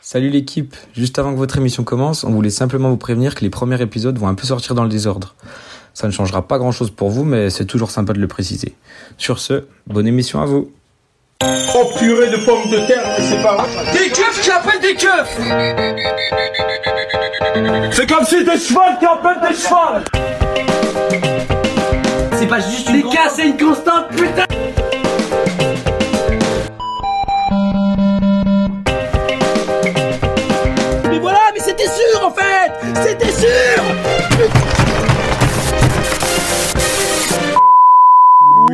Salut l'équipe, juste avant que votre émission commence, on voulait simplement vous prévenir que les premiers épisodes vont un peu sortir dans le désordre. Ça ne changera pas grand-chose pour vous, mais c'est toujours sympa de le préciser. Sur ce, bonne émission à vous. Oh purée de pommes de terre, mais c'est pas Des keufs, je l'appelle des keufs C'est comme si des chevals qui appellent des chevals C'est pas juste une Les gars, c'est une constante, putain Mais voilà, mais c'était sûr, en fait C'était sûr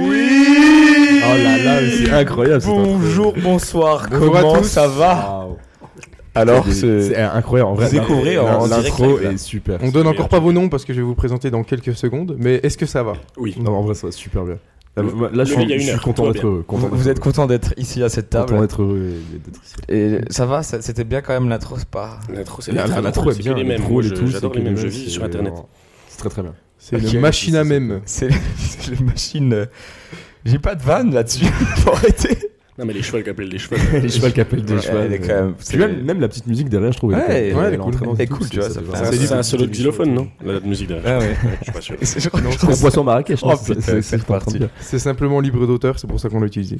Oh là là, mais c'est incroyable. cette intro. Bonjour, bonsoir, Bonjour à comment tous. ça va Alors, C'est c'est incroyable. En vrai, Vous découvrez l'in- en l'intro direct, là. est super. On donne encore pas vos noms parce que je vais vous présenter dans quelques secondes, mais est-ce que ça va Oui. Non, en vrai, ça va super bien. Là, moi- là, je Le gars, suis, une je suis heure, tout content va d'être bien. heureux. vous, Content vous êtes content d'être ici à cette content table d'être euh, heureux et d'être ici. Et ça va, ça- c'était bien quand même l'intro, c'est pas. L'intro, c'est La- la- bien. L'intro est bien. les mêmes. l'intro, Moi, elle est je- tout, J'adore c'est les que mêmes. les Je mêmes, vis c'est- sur Internet. C'est très très bien. Ah, C'est Ok, une machine à c'est- même. C'est c'est la machine. euh, J'ai pas de vanne là-dessus, faut arrêter. Non, mais les chevaux qu'appellent les chevaux. Les chevals qui appellent des Ouais, chevals. elle est quand même- Puis même, même la petite musique derrière, je trouve. Ouais, elle est elle est cool. entraînante Elle est et tout, cool, tu vois, ça fait- fait ça un- fait du C'est un bien. solo de xylophone, non La la musique Ah derrière. ouais. Je suis pas sûr. C'est- je crois que Pour c'est- Poisson Marrakech, Oh, putain, c'est reparti. parti. C'est simplement libre d'auteur, c'est pour ça qu'on l'a utilisé.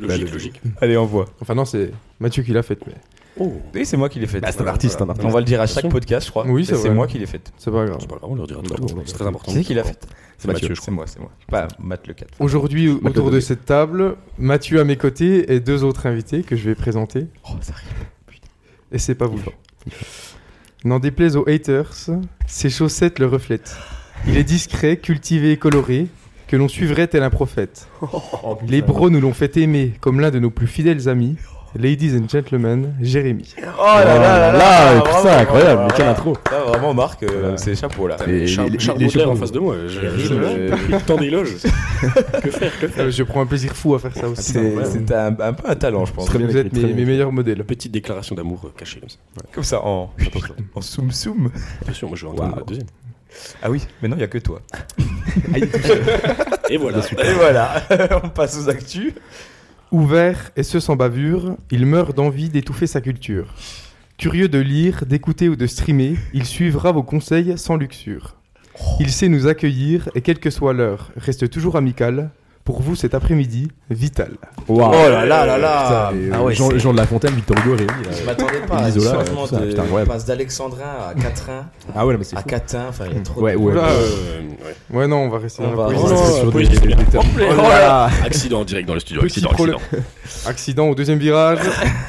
Logique, logique. Allez, on voit. Enfin non, c'est Mathieu qui l'a faite, mais Oh, Oui, c'est moi qui l'ai faite. C'est un artiste, un On artiste. va le dire à chaque podcast, je crois. Oui, c'est C'est vrai. moi qui l'ai faite. c'est pas grave. c'est pas grave, on leur dira tout. on leur Oh, C'est dira. très important. Qui c'est qui l'a faite C'est Mathieu, je C'est moi, c'est moi. Pas Matt le 4. Aujourd'hui, autour de Dodovic. cette table, Mathieu à mes côtés et deux autres invités que je vais présenter, Oh, ça arrive. et c'est pas voulant. N'en déplaise aux haters, ses chaussettes le reflètent. Il est discret, cultivé et coloré, que l'on suivrait tel un prophète. Oh, Les bros nous l'ont fait aimer comme l'un de nos plus fidèles amis, ladies and gentlemen, Jérémy. Oh là là là là Là, putain, incroyable. Mais quelle intro. Là, vraiment, Marc, euh, Voilà. c'est chapeau là. Et les- crois. les- Charles les Baudelaire chevaux- en face de moi. Je je- Euh, je- Tant d'éloges. Que faire, que faire Euh, Je prends un plaisir fou à faire ça aussi. C'est c'est un, un peu un talent, je pense. Très bien Vous êtes écrit, mes, très bien mes écrit. meilleurs modèles. Petite déclaration d'amour euh, cachée comme ça. Comme ça, en, en soum soum. Bien sûr, moi je vais entendre Waouh. la deuxième. Ah oui, mais non, il n'y a que toi. Et voilà. Et voilà, on passe aux actus. Ouvert et ce sans bavure, il meurt d'envie d'étouffer sa culture. Curieux de lire, d'écouter ou de streamer, il suivra vos conseils sans luxure. Il sait nous accueillir et quelle que soit l'heure, reste toujours amical. Pour vous, cet après-midi, vital. Waouh. Oh là là là là Putain, et, euh, Ah ouais, Jean, c'est- Jean de La Fontaine, Victor Hugo, Rémi. là. Je m'attendais pas à L'isola, ce changement tout ça, de putain, incroyable. passe d'Alexandrin à Catrin, Ah ouais, non, mais c'est à fou. Catin, enfin il y a trop Ouais, de... ouais. Oula, ouais. Euh, ouais. Ouais, non, on va rester On dans va la Oh poésie. rester non, sur la des- poésie, c'est bien. des- Oh là là. Accident en direct dans le studio. Petit Accident, problème. accident. Accident au deuxième virage.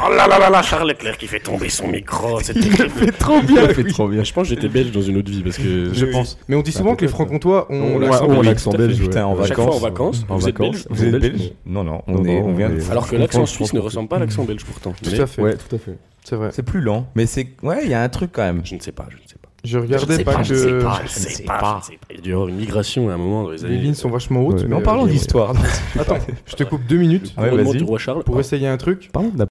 Oh là là là là, Charles Leclerc qui fait tomber son micro. C'est terrible. trop bien. fait trop bien. Je pense que j'étais belge dans une autre vie parce que Oui, oui. Mais on dit souvent que les francs-comtois ont On l'accent on belge. l'accent tout à fait. belge. ouais. Putain, en Ouais. Chaque fois en vacances, En vous êtes vacances, belge vous êtes belge Non, non, on, Non, est, non, on vient on de... est- Alors que Je l'accent comprends, je suisse ne comprends. ressemble pas à l'accent belge pourtant. Tout Mais à fait, Ouais, tout à fait. c'est vrai. C'est plus lent, mais c'est... Ouais, il y a un truc quand même. Je ne sais pas, je ne sais pas. Je regardais pas, je ne sais que pas, je ne sais pas. je ne sais pas. Il y a dû y avoir une migration à un moment dans les les années. euh, lignes sont vachement hautes. Ouais. mais Mais en parlant ok, ouais. d'histoire... Attends, je te coupe deux minutes Ouais, Au moment vas-y. du roi Charles. pour Oh, essayer un truc Pardon, on a-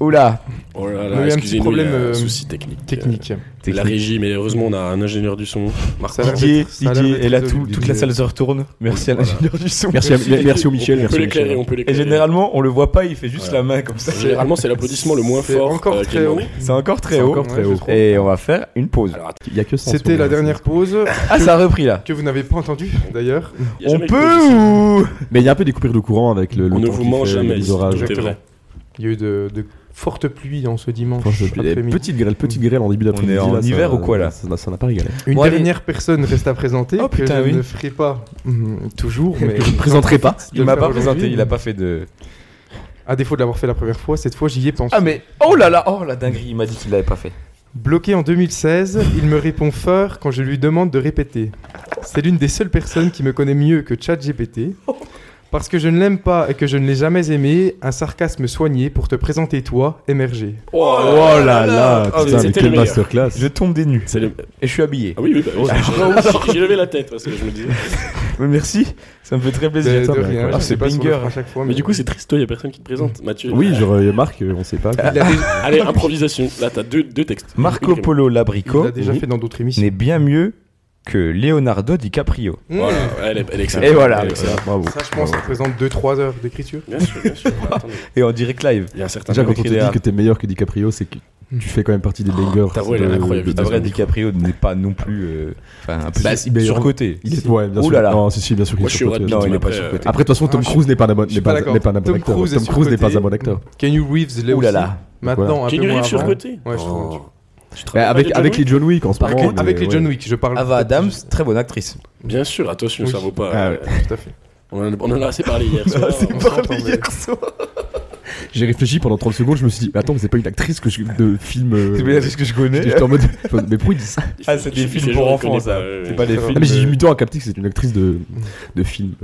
Oula Oh là Il y a un là, petit excusez-nous, il y problème, a euh, un souci technique. technique. Euh, La régie, mais heureusement, on a un ingénieur du son. Marc Ça a l'air Didier, Didier. d'être- ça a l'air Didier, d'être et là résolu, tout- toute la Didier. salle se retourne. Merci à l'ingénieur du son. Merci, à- merci au Michel. On merci peut au l'éclairer, Michel. on peut Et l'éclairer. généralement, on le voit pas, il fait juste la main comme ça. Généralement, c'est l'applaudissement le moins C'est fort. encore euh, qui est très haut. demandé. C'est encore très C'est haut. encore très Ouais, haut. je trouve. Et on va faire une pause. Alors, Il y a que ça en ce C'était la moment, dernière pause Ah, ça a repris là. que vous n'avez pas entendue d'ailleurs. il y a On jamais eu de peut position. ou c'est- Mais il y a un peu des coupures de courant avec le. le On ne temps vous qu'il ment fait, jamais. Les orages. C'est Exactement. vrai. Il y a eu de, de fortes pluies en ce dimanche. Franchement, je- eh, après-midi. Petite grêle, petite grêle en début d'après-midi. est en là, ça- hiver ou quoi, là Ça n'a- ça n'a pas régalé. Une Bon, allez. dernière personne reste à présenter Oh, que putain, je oui. ne ferai pas mm, toujours, mais Je ne présenterai pas. Il m'a Je vais pas le faire présenté, aujourd'hui. il a pas fait de. à défaut de l'avoir fait la première fois, cette fois j'y ai pensé. Ah, mais oh là là, oh la dinguerie, il m'a dit qu'il l'avait pas fait. Bloqué en 2016, il me répond fort quand je lui demande de répéter. C'est l'une des seules personnes qui me connaît mieux que ChatGPT. Parce que je ne l'aime pas et que je ne l'ai jamais aimé, un sarcasme soigné pour te présenter toi, émergé. Oh là là, Oh, putain, mais c'était quelle le meilleur. masterclass. Je tombe des nues C'est le- et je suis habillé. Ah oui, oui, bah, oh, j'ai- j'ai levé la tête parce que je me disais. Mais merci, ça me fait très plaisir. Ben, De- de mais rien, incroyable. je Ah, sais c'est pas si on le banger. fera à chaque fois, Mais du coup, c'est triste, toi, il n'y a personne qui te présente. Mathieu. Oui, genre euh, Marc, euh, on sait pas. il l'a déjà, Allez, improvisation. Là, t'as deux, deux textes. Marco Polo il Labrico l'a déjà Mhm. fait dans d'autres émissions. n'est bien mieux que Leonardo DiCaprio. Voilà, elle est, elle est excellente. Et voilà. Elle est excellente. Bravo. Mmh. Ça, je pense, ça représente 2-3 heures d'écriture. Bien sûr, bien sûr. Attendez, Et en direct live. Il y a un certain Déjà, quand mec on te qui est dit là. que t'es meilleur que DiCaprio, c'est que tu fais quand même partie des bangers. t'as vu, il est de- incroyable. de- T'as La de- vraie DiCaprio n'est pas non plus. euh, Enfin, un peu Bah, si, mais- surcoté. Il est, ouais, bien Ouh sûr. là là. Non, si, si, bien sûr qu'il Moi, est je suis surcoté. au- Non, il n'est pas Après, euh, surcoté. Après, de toute façon, Tom Ah, je suis- Cruise n'est pas un bon je suis n'est pas pas- d'accord. n'est pas un bon Tom acteur. Cruise est Tom Cruise n'est pas surcoté. un bon acteur. Kenny Reeves, là Ouh euh, aussi. là là. Maintenant, un Keanu peu moins Reeves avant. surcoté Ouais, je trouve. Oh. tu vois. Tu te Ouais, rappelles avec, de John avec les Wick John Wick en ce Par moment. contre, mais avec les euh, ouais. John Wick, je parle. Ava Adams, très bonne actrice. Bien sûr, attention, Oui. ça vaut pas. Ah euh, Tout à fait. On en a- on en a assez parlé Ah, hier soir. On s'entend, mais- J'ai réfléchi pendant 30 secondes, je me suis dit, mais attends, mais c'est pas une actrice que je, de film. euh, que je connais. J'étais en mode, mais pourquoi ils disent ça Ah, c'est des Ces films gens, pour on enfants, connaît ça. pas, ouais, C'est ouais. pas des Ah, films. Mais j'ai eu euh, mis du temps à capter que c'est une actrice de, de film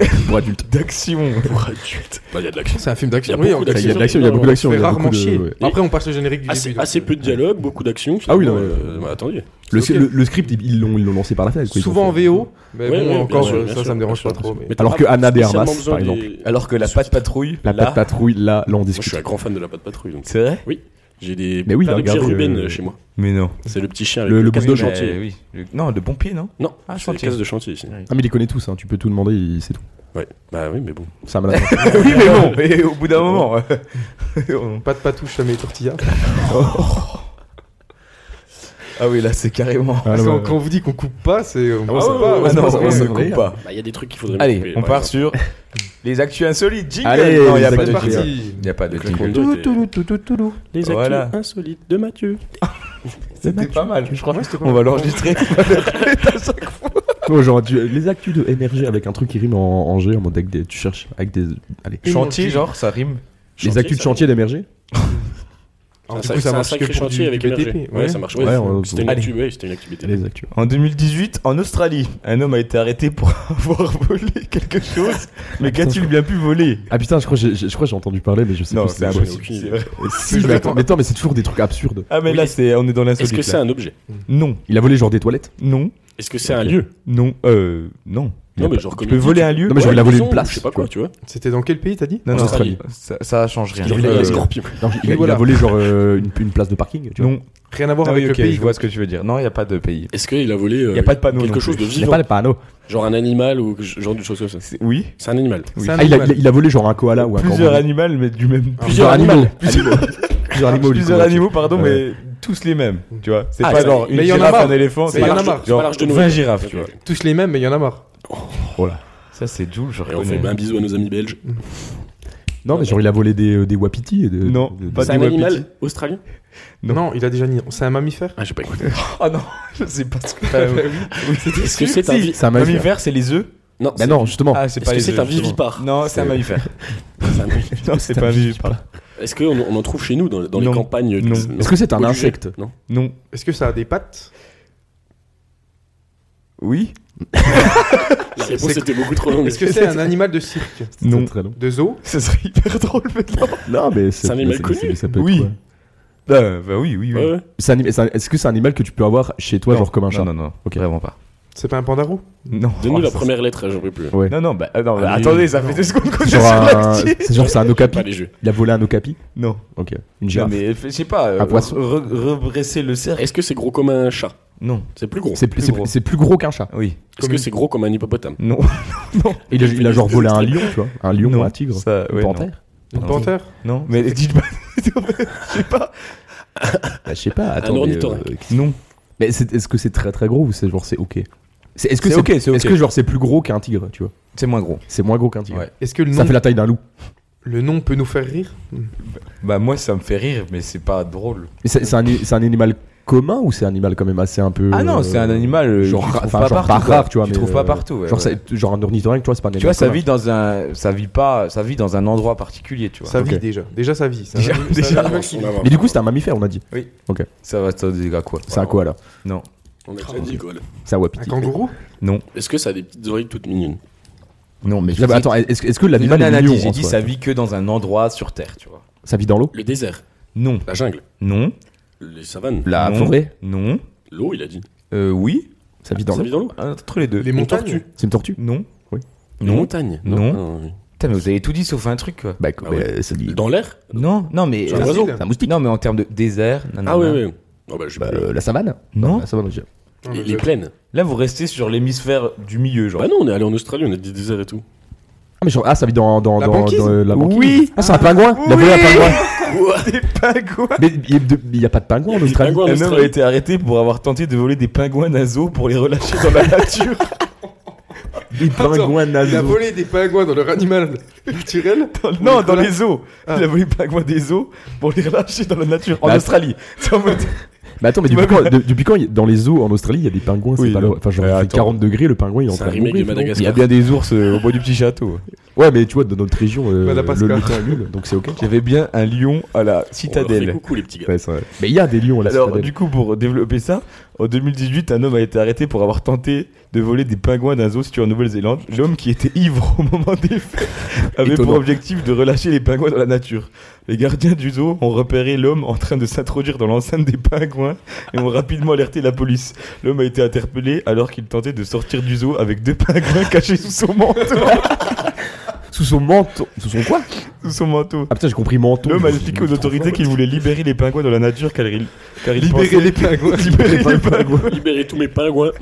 euh, pour adultes. d'action. Pour adultes. Bah, il y a de l'action. C'est un film d'action. Il y Oui, a beaucoup en d'action. fait, Il y a de l'action, il y a beaucoup d'action. on fait il y a rarement beaucoup de- chier. ouais. Après, on passe le générique du Assez, début. donc, assez euh, peu de dialogue, beaucoup d'action. Ah oui, finalement, non, ouais. euh, bah, attendez. Le, Ok. le- le script, ils ils l'ont ils l'ont lancé par la fenêtre. quoi. Ils Souvent en ont fait- VO, mais Ouais, bon, ouais, bien encore, sûr, euh, bien ça, sûr, ça me dérange bien pas sûr, trop. bien sûr. mais- t'as Alors pas que Anna de Armas, spécialement besoin par exemple. des- euh, Alors que la Bien sûr. patte patrouille, La là, patte patrouille, là, là, on Moi, je suis discute. un grand fan de la patte patrouille. donc c'est vrai J'ai des Mais oui, plein de petits regarde, Ruben euh, euh, chez moi. Mais non. C'est le petit chien Le- avec le casque bouffe de de Mais chantier. oui. Le- Non, de pompier, non Non, Ah, c'est le chantier. casse de chantier ici. Ah, mais il les connaît tous, hein, tu peux tout demander, il sait tout. Ouais. Bah oui, mais bon. C'est un malade. Ah Oui, mais bon, mais au bout d'un moment. euh, on- Pas de patouche à mes tortillas. Ah oui, là, c'est carrément. Ah, Parce non, qu'on- mais- Quand on vous dit qu'on coupe pas, c'est. On Ah sait ouais, pas, ouais, ouais, on sait non, pas ce qu'on on se fait. coupe pas. Bah, il y a des trucs qu'il faudrait Allez, couper, on par part exemple. sur les actus insolites. Jingle Allez, Non, il n'y a les pas C'est de actus jingle. parti. Il n'y a pas de Le jingle. claquement de doigts, Les actus Voilà. insolites de Mathieu. C'était pas mal, je crois. Ouais, c'était pas On mal. va l'enregistrer. Ouais, genre, tu- les actus de émerger avec un truc qui rime en, en G, en mode avec des, tu cherches avec des. Allez. Chantier, genre, ça rime. les actus de ça- chantier d'émerger Alors, Ah, du ça- coup, c'est ça un marche que sacré pour chantier du avec MRG. BTP. Ouais, ça marche. ouais, Ouais, c'est- on- C'était une Allez. actu, ouais, c'était une actu BTP. Les actus. En 2018, en Australie, un homme a été arrêté pour avoir volé quelque chose. Mais qu'a-t-il bien pu voler Ah putain, je crois que j'ai- j'ai je crois que j'ai entendu parler, mais je sais Non, plus. c'est c'est- j'en ai impossible. aucune c'est idée. vrai. Si, mais attends, mais attends, mais c'est toujours des trucs absurdes. Ah, mais Oui. là, c'est, on est dans Est-ce l'insolite. que c'est là. un objet Non, Il a volé genre des toilettes non, Est-ce que c'est un lieu non, euh, non. Il Non, a mais pas- genre Tu comme peux il dit, voler tu- un lieu Non, mais j'aurais Ouais, la volé maison, une place. Je sais pas quoi, tu vois. C'était dans quel pays t'as dit Non, En non, Australie. ça, ça change rien. Il y Euh, a un scorpion. Non, il, a, il a Voilà. volé genre euh, une, une place de parking, tu vois. Non, Rien à voir Ah oui, avec le ok, pays. je vois ce que tu veux dire. Non, il n'y a pas de pays. Est-ce qu'il a volé euh, Y a pas de panneau non quelque plus. chose de Il a vivant pas le panneau. Genre un animal ou que- genre de choses comme ça C'est- Oui, C'est un animal. C'est un Ah, il a, animal. il a- il a volé genre un koala ou un plusieurs kangourou. animaux, mais du même. Plusieurs animaux. Animaux. Plusieurs animaux. du Plusieurs coup, animaux, pardon, Ouais. mais tous les mêmes. Tu vois, c'est Ah, pas c'est- genre une mais y en a girafe, marre. un éléphant. Mais y en a marre. C'est pas Genre l'arche de 20 Noël. girafes, Ok, tu vois. ok. Tous les mêmes, mais il y en a marre. Ça, c'est Jules, je Et on fait bah, un bisou à nos amis belges. Non, mais genre il a volé des, euh, des wapitis. Et de, Non, de- pas C'est des un wapitis. animal australien Non. Non. il a déjà ni. C'est un mammifère Ah, j'ai pas écouté. Ah non, je sais pas ce que. Est-ce que c'est un vi- C'est un mammifère. Mammifère, c'est les œufs. Non, Bah c'est- non, justement. Ah, c'est Est-ce pas que les c'est œufs. un justement. vivipare Non, c'est un mammifère. c'est un mammifère. Non, c'est pas un vivipare. Est-ce qu'on on en trouve chez nous dans, dans les Non. campagnes Non. Est-ce que c'est un Au lieu- insecte Non. Non. Est-ce que ça a des pattes Oui. La réponse était beaucoup trop longue. Est-ce que c'est un animal de cirque C'est Non. Très long. De zoo Ce serait hyper drôle maintenant. Non, mais c'est C'est un animal mais connu. mais ça peut être Oui. quoi Ah, bah oui, oui, oui. Ouais, ouais. C'est un anim- c'est un- Est-ce que c'est un animal que tu peux avoir chez toi, genre comme un chat Non, non, non. Ok. Vraiment pas. C'est pas un pandaro Non. Donne-nous Oh, la ça- première lettre, j'en peux plus. Ouais. Non, non, bah, euh, non, bah, Allez. attendez, ça fait deux secondes qu'on est sur Genre un- l'actu. C'est genre c'est un J'aime Pas okapi. les jeux. Il a volé un okapi. Non. Ok. Une Non, girafe. mais je sais pas. euh, Un poisson. re- Redresser le cercle. Est-ce que c'est gros comme un chat Non. C'est plus gros. C'est plus, plus c'est gros. plus- c'est plus gros qu'un chat. Oui. Est-ce que c'est gros comme un hippopotame Non. Il a, il a genre volé un lion, tu vois. Un lion Non. ou un tigre. Ça, Une ouais, non. panthère Une Non. panthère Non, mais dites pas. Je sais pas. Bah, je sais pas. Attends, mais, ornithorynque. euh, qu'est-ce- Non. mais c'est- est-ce que c'est très très gros ou c'est genre c'est ok C'est- Est-ce que C'est c'est ok, c'est ok. Est-ce que genre c'est plus gros qu'un tigre, tu vois C'est moins gros. C'est moins gros qu'un tigre. Ouais. Est-ce que le Ça nom, fait la taille d'un loup. le nom peut nous faire rire Bah, moi, ça me fait rire, mais c'est pas drôle. Mais C'est c'est un, c'est un animal commun ou c'est un animal quand même assez un peu. Ah non, euh, c'est un animal, euh, Genre, que tu ra- trouves enfin, pas genre partout, pas quoi. rare, tu vois. Tu mais, trouves pas partout, ouais, genre, ça- ouais. genre un ornithorynque, tu vois, c'est pas un Tu vois, animal ça commun. vit dans un, ça vit pas, ça vit dans un endroit particulier, tu vois. Sa ok. vie déjà. Déjà sa vie. C'est un Déjà- animal- c'est un déjà. animal qui- On a- Mais du coup, c'est un mammifère, on a dit. Ça va, ça dégage quoi C'est un koala. Non, on a déjà dit quoi, là. C'est un Un wapiti. kangourou Est-ce que ça a des petites oreilles toutes mignonnes non, mais Ah bah, Attends, est-ce que- est-ce que l'animal est Nanani, mignon J'ai en dit, soi ça vit que dans un endroit sur Terre, tu vois. Ça vit dans l'eau Le désert, Non, la jungle, non, les savanes, La non, forêt Non, l'eau, il a dit. euh, oui, Ça vit dans ça l'eau vit dans l'eau. entre les deux. Les montagnes tortues. C'est une tortue Non, Oui. Les non. montagnes. Non. Ah, oui. Putain, mais vous avez tout dit sauf un truc, quoi. Bah, ouais. euh, ça vit. Dans l'air Non, non, mais euh, C'est un oiseau. C'est un moustique. Non, mais en termes de désert. Ah nanana. oui, oui. Non, bah, je sais Bah, plus. euh, la savane Non. La savane, je dirais. Non, Les, mais les plaines. Là, vous restez sur l'hémisphère du milieu, genre. Bah non, on est allé en Australie, on a dit des ailes et tout. Ah, mais genre, ah, ça vit dans, dans, La dans, banquise dans, euh, la banquise. Oui. Ah, c'est un pingouin Il a volé un pingouin Des pingouins Mais il n'y a pas de pingouin en Australie. Pingouin en Un homme a Australie. été arrêté pour avoir tenté de voler des pingouins nasaux pour les relâcher dans la nature. Des pingouins Il a nasaux. volé des pingouins dans leur animal naturel. non, les dans Ah. colas. les eaux. Il a volé des pingouins des eaux pour les relâcher dans la nature. En Bah, Australie. C'est en mode- Mais attends, mais Tu depuis m'as- quand, de- depuis quand il- dans les eaux en Australie il y a des pingouins Oui, C'est pas non. le- Enfin, genre, Euh, il fait attends. 40 degrés, le pingouin il est en C'est un train de remake de mourir, non Madagascar. Il y a bien des ours euh, au bout du petit château. Ouais, mais tu vois, dans notre région, euh, le Madagascar. lutin est nul, donc c'est ok. Il y avait bien un lion à la On leur citadelle. fait coucou les petits gars. Ouais, c'est vrai. Mais il y a des lions à la Alors, citadelle. du coup, pour développer ça, en 2018, un homme a été arrêté pour avoir tenté de voler des pingouins d'un zoo situé en Nouvelle-Zélande. L'homme qui était ivre au moment des faits avait Étonnant. pour objectif de relâcher les pingouins dans la nature. Les gardiens du zoo ont repéré l'homme en train de s'introduire dans l'enceinte des pingouins et ont rapidement alerté la police. L'homme a été interpellé alors qu'il tentait de sortir du zoo avec deux pingouins cachés sous son manteau. Sous son menton. Sous son quoi sous son manteau. Ah putain, j'ai compris menton. L'homme a Je me suis expliqué aux dit, autorités qu'il voulait libérer les pingouins dans la nature car il, car il Libérer pensait- les pingouins. libérer les pingouins. Libérez tous mes pingouins.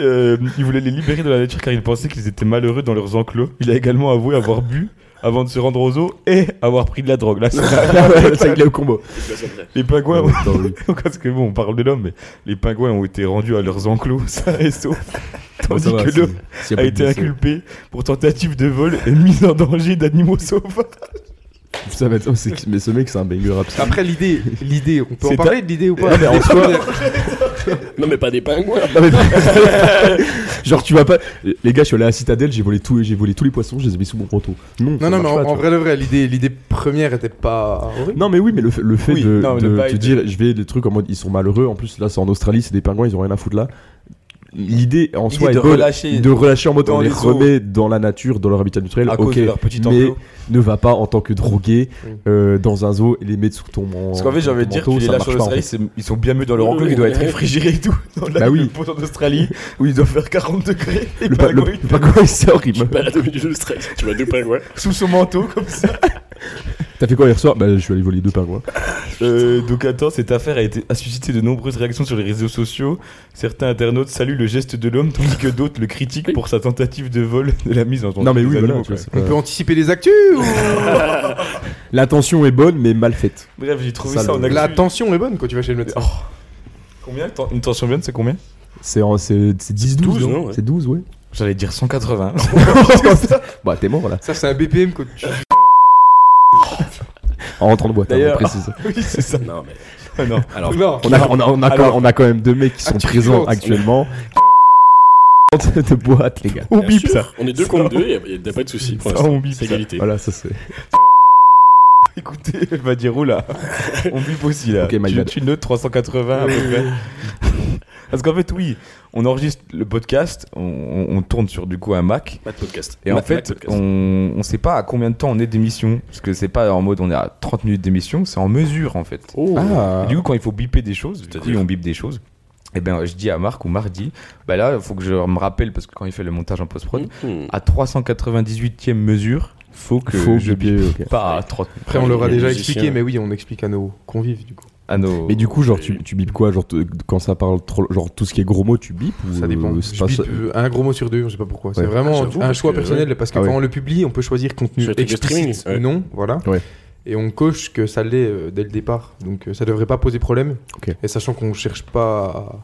Euh, il voulait les libérer de la nature car il pensait qu'ils étaient malheureux dans leurs enclos. Il a également avoué avoir bu avant de se rendre au zoo et avoir pris de la drogue. Là, c'est- Ah ouais, c'est avec le combo. les pingouins, Ouais, attends, oui. parce que bon, on parle de l'homme, mais les pingouins ont été rendus à leurs enclos, ça et sauf. Bon, Tandis ça va, que c'est- l'homme s'il y a pas de été blessé. inculpé pour tentative de vol et mise en danger d'animaux sauvages. Ça va être- oh, c'est- Mais ce mec, c'est un banger absolu. Après l'idée, l'idée, on peut en C'est parler de l'idée ou pas Non, Eh, mais en soi- Non, mais pas des pingouins. Non, mais- Genre, tu vas pas. Les gars, je suis allé à la citadelle, j'ai volé, tous- j'ai volé tous les poissons, je les ai mis sous mon manteau. Non, ça Non, non, mais marche en, pas, tu en vois. vrai, le vrai, l'idée, l'idée première était pas horrible. Non mais oui mais le, fait- le fait Oui, de, non, mais de de pas te être- dire je vais les trucs en mode ils sont malheureux en plus là c'est en Australie c'est des pingouins ils ont rien à foutre là l'idée en L'idée soi de est bonne, relâcher de relâcher en mode dans on les les eaux. remet dans la nature dans leur habitat naturel ok petit mais ne va pas en tant que drogué Oui. euh, dans un zoo et les mettre sous ton man- Parce qu'en fait, j'ai ton envie de dire que manteau, les ça lâches marche en pas, en Australie, fait. c'est- ils sont bien mieux dans leur Oui, enclos oui, qui doit être oui. réfrigéré et tout. Dans la Bah oui. le pot en Australie où il doit faire 40 degrés. Les le, pa- le- pingouins, le pingouin c'est horrible Bah, la demi du stress. Tu vois deux pingouins. sous son manteau comme ça. t'as fait quoi hier soir bah je suis allé voler deux pingouins Euh, donc attends, cette affaire a, été, a suscité de nombreuses réactions sur les réseaux sociaux. Certains internautes saluent le geste de l'homme, tandis que d'autres le critiquent pour sa tentative de vol de la mise en danger non mais des oui animaux, voilà tu quoi. vois, c'est On pas- peut anticiper les actus ou... l'intention est bonne mais mal faite Bref, j'ai trouvé Ça, ça, en le- actu. oh. La tension est bonne quand tu vas chez le médecin. Combien Ten- Une tension bien, c'est combien c'est en- c'est c'est 10 12, 12, non ouais. c'est 12 ouais J'allais dire 180. bah t'es mort là Ça, c'est un BPM quand tu... en rentrant de boîte hein, on D'ailleurs- précise oui, c'est ça. Non, mais. Ah non. Alors, Non. On a, on, a, on, a Alors- quand, on a quand même deux mecs qui sont Actu présents violente. actuellement. de boîte, les gars. On bien bip sûr, ça. On est deux contre deux, et y a pas de soucis. pour Ça, l'instant. on bip C'est ça. égalité. Voilà, ça c'est. Écoutez, elle va dire oula. On bip aussi là. Ok, my tu, bad. tu notes 380 à peu près. Parce qu'en fait, oui, on enregistre le podcast, on- on, on tourne sur du coup un Mac. Pas de podcast. Et en Pas de fait, podcast. on, on sait pas à combien de temps on est d'émission. Parce que c'est pas en mode on est à 30 minutes d'émission, c'est en mesure en fait. Ah, Et du coup, quand il faut biper des choses, du coup, C'est-à-dire on bip des choses. Et ben, je dis à Marc ou mardi, bah là, il faut que je me rappelle parce que quand il fait le montage en post-prod, Mhm. à 398e mesure, faut que faut je bipe biper, ok. pas à 30 Après, on l'aura Les déjà musiciens. expliqué, mais oui, on explique à nos convives du coup. à nos. Mais du coup, genre, tu, tu bipes quoi Genre, te- quand ça parle trop. Genre, tout ce qui est gros mots, tu bipes ou Ça dépend. euh, c'est Je pas ça- bip, euh, un gros mot sur deux, je sais pas pourquoi. C'est Ouais. vraiment Ah, J'avoue, un parce choix que, personnel parce que Ah ouais. quand on le publie, on peut choisir contenu Sur les trucs de explicite streaming, ouais. ou non, voilà. Ouais. Et on coche que ça l'est euh, dès le départ, donc euh, ça devrait pas poser problème. Ok. Et sachant qu'on cherche pas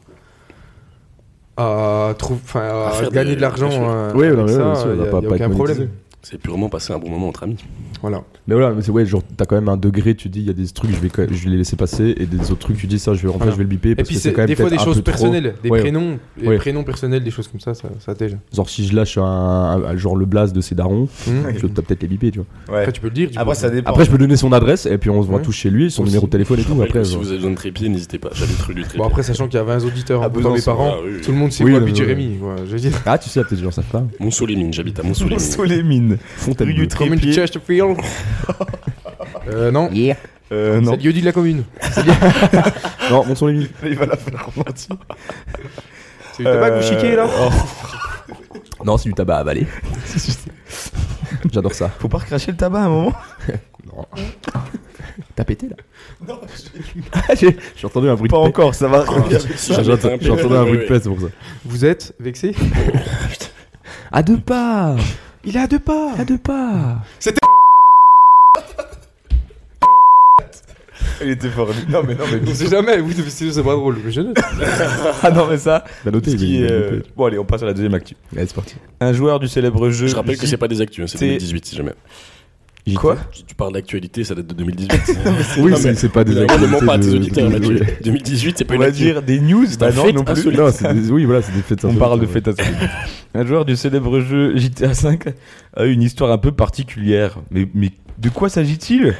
à, à trou- enfin, à À faire gagner des- de l'argent, bien sûr. euh, Ouais, avec non, mais ouais, bien ça, sûr, on il va y a, pas- y a pas aucun être problème. monétisé. C'est purement passer un bon moment entre amis. Voilà. Mais voilà, mais c'est ouais, genre, t'as quand même un degré, tu dis, il y a des trucs, je vais, quand- je vais les laisser passer, et des autres trucs, tu dis, ça, je vais, en fait, Voilà. je vais le biper. Et Parce puis que c'est c'est quand même des fois peut-être des un choses peu trop. personnelles, des Ouais. prénoms, des Ouais. prénoms personnels, des choses comme ça, ça, ça t'aide. Genre, si je lâche un, un- genre le blast de ses darons, Mhm. je dois peut-être les biper, tu vois. Ouais. Après tu peux le dire. du Après, coup. ça dépend. Après, je peux donner son adresse, et puis on se voit Ouais. tous chez lui, son Aussi. numéro de téléphone et tout. Après, Après, euh, si genre. vous avez besoin de trépied, n'hésitez pas. J'avais le truc du trépied. Bon après sachant qu'il y a 20 auditeurs, Ah, en comptant mes Besançon, parents, Ah, oui, oui. tout le monde sait Oui, quoi non, habite mais- Jérémy. quoi. Je veux dire. Ah, tu sais, peut-être les gens savent pas. Montceau-les-Mines, j'habite à Montceau-les-Mines. sous les mines. Rue Fontaine. du Commune de trépied. Chesterfield. euh, non, Euh, c'est non. le lieu dit de la commune. Non, monte sur les mines. Il va la faire repartir. C'est du tabac que vous chiquez là Oh, Non, c'est du tabac à avaler. J'adore ça. Faut pas recracher le tabac à un moment. T'as pété là Non, j'ai j'ai entendu un bruit de Pas pète. encore, ça va. J'ai j'ai entendu j'ai entendu un bruit de Ouais, pète c'est pour ça. Vous êtes vexé À deux pas Il est à deux pas À deux pas Il était fort. lui. Non, mais non, mais. On sait jamais, oui, c'est c'est pas drôle, mais je note. Ah non, mais ça. T'as noté, ce il qui est- il est, est euh, noté. Bon, allez, on passe à la deuxième actu. Allez, c'est parti. Un joueur du célèbre jeu. Je rappelle que J- c'est pas des actus, hein, c'est C'est- 2018 si jamais. Quoi Si tu parles d'actualité, ça date de 2018. Oui, Non, c'est mais- c'est pas des Non, Ne mens activités pas à de- tes de- auditeurs, de- Mathieu. oui. 2018, c'est pas On une va actu. dire des news Bah Bah non, fête non plus. insolite. Non, c'est des- oui, voilà, c'est des fêtes. On insolites, parle de ouais. fête à Un joueur du célèbre jeu GTA V a eu une histoire un peu particulière. Mais, mais de quoi s'agit-il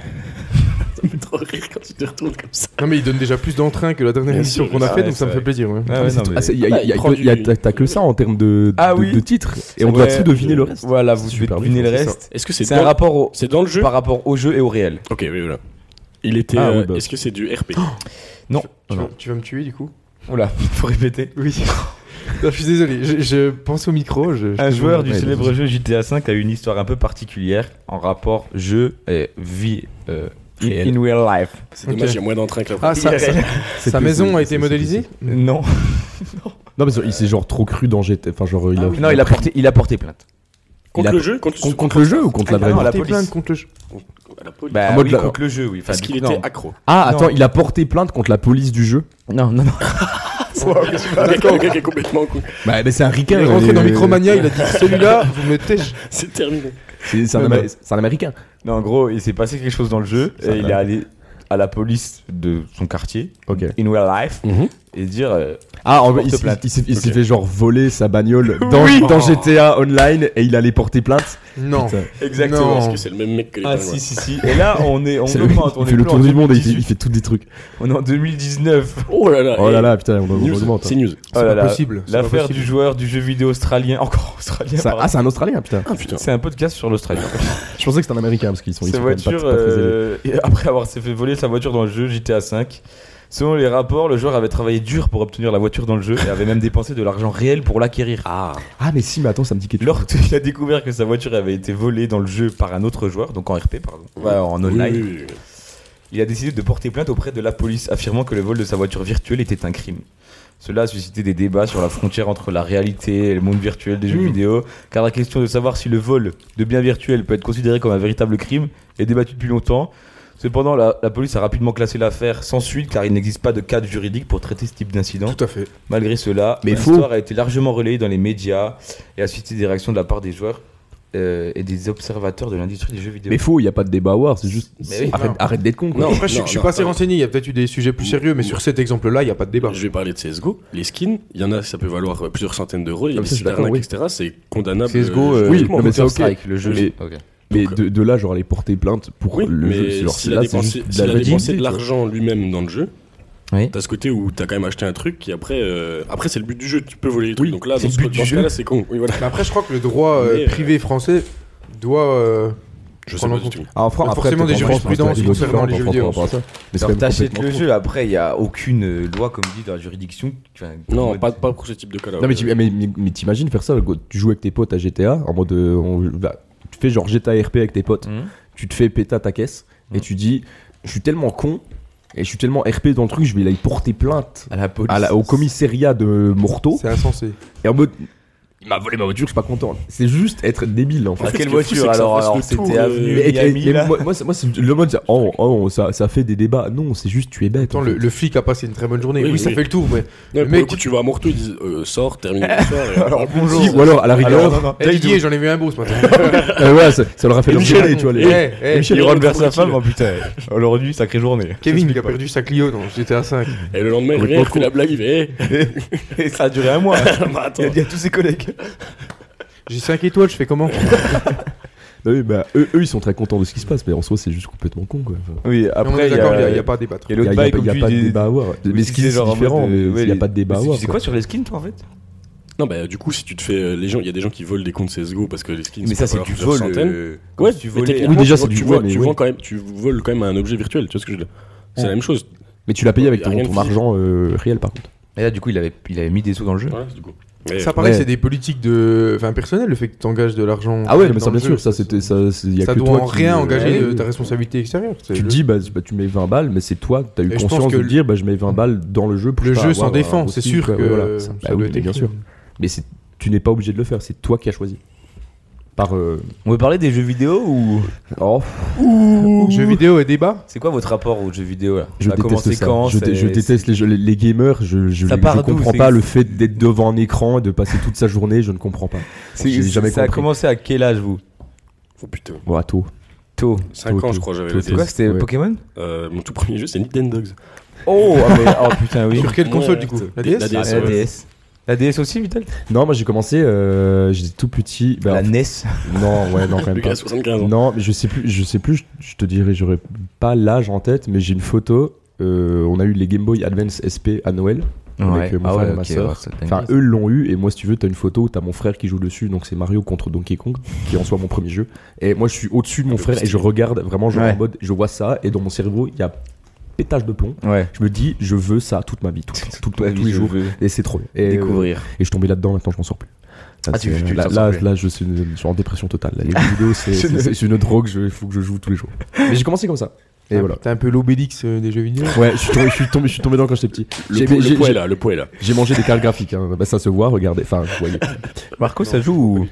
Ça me fait trop rire quand tu te retournes comme ça. Non, mais il donne déjà plus d'entrain que la dernière Bien émission sûr, qu'on a ah fait, ouais, donc ça me c'est fait plaisir. ouais. Ah ouais, non, mais- Ah, c'est- il y a- il y a- Ah, il il y a- prend du- T'as t'as que ça en termes de, Ah de- oui. de titres et on doit Ouais. tout deviner le reste. Voilà, vous C'est devez super deviner le vite, c'est reste. Est-ce que c'est C'est un dans- rapport au, c'est dans le jeu par rapport au jeu et au réel. Ok, oui, voilà. Il était. Ah, oui, euh, bah. Est-ce que c'est du RP Tu vas- Tu vas me tuer du coup Oula, faut répéter. Oui. Non, je suis désolé, je, je pense au micro. je- je Un te joueur jure. du Ouais, célèbre jeu GTA V a eu une histoire un peu particulière en rapport jeu et vie euh, in, in real life. C'est dommage, Ok. il y a moins d'entrain que la Ah, ça- ça- C'est sa plus- maison a c'est- été c'est- modélisée Euh, Non, c'est- Non, mais c'est- il s'est genre trop cru dans GTA. Enfin, genre, il a. Ah non, il a porté, il a porté plainte. Contre Il a- le jeu Contre, Contre, contre le jeu ou contre la Ah, vraie non, vie la T'es police. plainte contre le jeu. à la police. Bah, En mode oui, la- contre le jeu, oui. Enfin, Parce du qu'il coup, était non. accro. Ah, Non. attends, il a porté plainte contre la police du jeu. Non, non, non. D'accord, le gars qui est complètement con. Bah, mais c'est un Il ricain. est genre, rentré il dans est- Micromania, il a dit celui-là, vous me têchez. C'est terminé. C'est c'est un, Non, Ama- non. c'est un américain. Non, en gros, il s'est passé quelque chose dans le jeu Ça et il va. est allé à la police de son quartier, Ok. in real life, Mhm. et dire euh, Ah, en vrai, Porte il s'est plainte. Oh. il s'est- il s'est Ok. fait genre voler sa bagnole dans, dans GTA Online et il allait porter plainte. Non. Putain. Non. Est-ce que c'est le même mec que les Ah Pingouins si si si. Et là on est on C'est est le- pas on il est fait le plus tour en du monde et il fait, 2018, il fait tous des trucs. on est en 2019. Oh là là. Oh eh, là là, putain, on on news, augmente. C'est news. Oh là là. possible, c'est pas L'affaire possible. du joueur du jeu vidéo australien encore australien. Ça- pardon. ah, c'est un Australien, putain. Ah putain. c'est un podcast sur l'Australien. Je pensais que c'était un Américain parce qu'ils sont, ils Sa sont quand même pas- voiture, pas très élevés. euh, et après avoir s'est fait voler sa voiture dans le jeu GTA V, selon les rapports, le joueur avait travaillé dur pour obtenir la voiture dans le jeu et avait même dépensé de l'argent réel pour l'acquérir. Ah. Ah, mais si, mais attends, ça me dit quelque chose. Lorsqu'il a découvert que sa voiture avait été volée dans le jeu par un autre joueur, donc en RP pardon, ouais, en Oui, online, oui, oui, oui. il a décidé de porter plainte auprès de la police, affirmant que le vol de sa voiture virtuelle était un crime. Cela a suscité des débats sur la frontière entre la réalité et le monde virtuel des jeux Hmm. vidéo, car la question de savoir si le vol de biens virtuels peut être considéré comme un véritable crime est débattue depuis longtemps. Cependant, la, la police a rapidement classé l'affaire sans suite, car il n'existe pas de cadre juridique pour traiter ce type d'incident. Tout à fait. Malgré cela, Mais l'histoire a été largement relayée dans les médias et a suscité des réactions de la part des joueurs euh, et des observateurs de l'industrie des jeux vidéo. Mais faux, il n'y a pas de débat à avoir, c'est juste. Mais oui. arrête Non. arrête d'être con, quoi. Non, Après, je, non, je suis non, pas assez non. renseigné, il y a peut-être eu des sujets plus sérieux, mais sur cet exemple-là, il n'y a pas de débat. Je vais parler de CSGO. Les skins, il y en a, ça peut valoir euh, plusieurs centaines d'euros. Il y a Ah, des ça, je suis sites d'accord, d'arnaque, oui. etc. C'est condamnable. CSGO, euh, euh, oui, juridiquement. non, mais c'est ok. Counter-Strike, le jeu. Mais- Ok. Mais Donc, de, de là, genre, aller porter plainte pour Oui, le jeu, mais c'est genre, s'il là, a c'est juste dépensé, de la s'il a validité, dépensé tu de vois. l'argent lui-même dans le jeu, Oui. t'as ce côté où t'as quand même acheté un truc qui après, euh, après c'est le but du jeu, tu peux voler les trucs. Oui, donc là, c'est dans le ce, but du dans ce jeu. cas-là, c'est con. Oui, voilà. Mais après, je crois que le droit euh, Mais, euh, privé français doit. euh, Je Prends sais en pas du compte. tout. Ah, en Il France, y a après, forcément des peut-être en France, jurisprudences c'est un peu concernant les différent jeux par vidéo. rapport à ça. Mais c'est Alors, quand même t'achètes le complètement jeu, après, il n'y a aucune euh, loi, comme dit, dans la juridiction. Tu vois, Non, euh, pas, pas pour ce type de cas-là. Non mais, ouais. tu- mais, mais- mais t'imagines faire ça, quoi. tu joues avec tes potes à GTA, en mode... euh, on- bah, tu fais genre GTA RP avec tes potes, Mhm. tu te fais péter à ta caisse, et tu dis, je suis tellement con, et je suis tellement RP dans le truc, je vais aller porter plainte À la police. à la- au commissariat de Morteau, C'est insensé. et en mode... Il m'a volé ma voiture, je suis pas content. C'est juste être débile en fait. À Ce qui est quelle fou, c'est voiture que ça alors fasse Alors, le tour, c'était euh, Avenue Mais- mais- Miami, mais là moi, moi, c'est- moi, c'est le mode, c'est, oh, oh, ça, ça fait des débats. Non, c'est juste tu es bête. Attends, en le, fait. le flic a passé une très bonne journée. Oui, Oui, oui. ça fait le tour, mais. Ouais, le pour mec- le coup, tu vas à Morteau, ils disent euh, sors, termine l'histoire. et- Alors, bonjour. Si, ou alors à la Alors, rigueur, non, non. Eh, Didier, j'en ai vu un beau ce matin. euh, ouais, ça, ça leur a fait Et leur Michel, journée, tu vois. Eh, les- eh, Michel, il Michel rentre vers sa Michel. femme, oh putain. Aujourd'hui, sacrée journée. Kevin, il a perdu sa Clio dans GTA 5. Et le lendemain, il Avec revient, il Morteau. fait la blague, il fait eh. Et ça a duré un mois. Bah, attends. Il y a tous ses collègues. J'ai 5 étoiles, je fais comment Bah oui, bah, eux, eux, ils sont très contents de ce qui se passe, mais en soi, c'est juste complètement con, quoi. Enfin, Oui, On est après, il y d'accord, il n'y a, a pas à débattre. il y a l'autre y a, y bail, a pas- comme y a tu pas de dis. débat à avoir. Mais ce si qui c'est est genre en différent, mode, mais euh, il ouais, n'y a les- pas de débat à avoir. C'est quoi. quoi sur les skins, toi, en fait Non, bah du coup, si tu te fais. euh, les gens, Il y a des gens qui volent des comptes CSGO parce que les skins. Mais ça, peuvent c'est valoir du plusieurs vol. centaines. euh, Ouais, quand tu mais volais- techniquement, Oui, déjà, tu c'est vois- du tu vol, vois- mais Tu oui. vois quand même, tu voles quand même un objet virtuel, tu vois ce que je veux dire C'est la même chose. Mais tu l'as payé avec Y a rien ton, ton de physique. argent euh, réel, par contre. Mais là, du coup, il avait, il avait mis des sous dans le jeu. Voilà, du coup. Mais- Ça, pareil, Ouais. c'est des politiques de... enfin, personnelles, le fait que tu engages de l'argent. Ah ouais, dans mais ça, le bien jeu. sûr, ça, c'était. Ça, c'est- y a Ça que doit toi en qui- rien Ouais, engager de ouais. ta responsabilité extérieure. c'est Tu le- te dis, bah, bah, tu mets 20 balles, mais c'est toi, t'as eu Et je pense conscience que de le- dire, bah, je mets 20 balles dans le jeu pour le pas jeu avoir s'en défend, un c'est ressenti, sûr quoi, que voilà. ça, Bah ça oui, doit mais être bien écrit. sûr. Mais c'est- tu n'es pas obligé de le faire, c'est toi qui as choisi. Par. euh, On veut parler des jeux vidéo ou Oh, Jeux vidéo et débat c'est quoi votre rapport aux jeux vidéo là je Ça a déteste commencé ça. quand je, dé- C'est- je déteste les, jeux- les- les gamers. Je, je, Ça je part d'où, comprends c'est- pas le fait d'être devant un écran et de passer toute sa journée. Je ne comprends pas. c'est- J'ai c'est- jamais ça a compris. commencé à quel âge vous Oh putain. Bon, à tôt. Tôt. 5 ans, tout- je crois, j'avais tout- la C'est quoi DS. C'était Ouais. Pokémon Euh, Mon tout premier jeu, c'est Nintendo Dogs. Oh, ah, mais- oh, putain oui. Sur quelle console, du coup La DS La Ah, DS. la ouais. DS. La DS aussi Vital Non, moi j'ai commencé. euh, J'étais tout petit. bah, La E en fait- NES. non, ouais, non, quand même Lucas, pas. 75 ans. Non, mais je sais plus. Je sais plus. Je, je te dirais, j'aurais pas l'âge en tête, mais j'ai une photo. euh, on a eu les Game Boy Advance SP à Noël. Avec, euh, mon Ah frère ouais, et ma ok, sœur. ouais, ça t'aime Enfin, bien. eux l'ont eu, et moi, si tu veux, t'as une photo où t'as mon frère qui joue dessus, donc c'est Mario contre Donkey Kong, qui est en soit mon premier jeu. Et moi, je suis au-dessus de mon frère et je regarde vraiment, genre Ouais. en mode, je vois ça, et dans mon cerveau, il y a pétage de plomb. Ouais. Je me dis, je veux ça toute ma vie, tout, tout le temps, tous les jours. Et euh, c'est trop. bien. Et, Découvrir. et je suis tombé là-dedans, maintenant, je m'en sors plus. Là, Ah, tu- c'est- tu là, t'en là, sors plus. là, je, suis, je suis en dépression totale. là. Les jeux vidéo, c'est- c'est c'est une drogue, il faut que je joue tous les jours. Mais j'ai commencé comme ça. Et voilà. T'es Ah, un peu l'obélix euh, des jeux vidéo. Ouais, je suis tombé, je suis tombé, je suis tombé dedans quand j'étais petit. Le J'ai- po- j'ai- le poids j'ai- est là, le poids est là. j'ai mangé des cartes graphiques, hein. Bah, ça se voit, regardez. Enfin, vous voyez. Marco, ça joue ou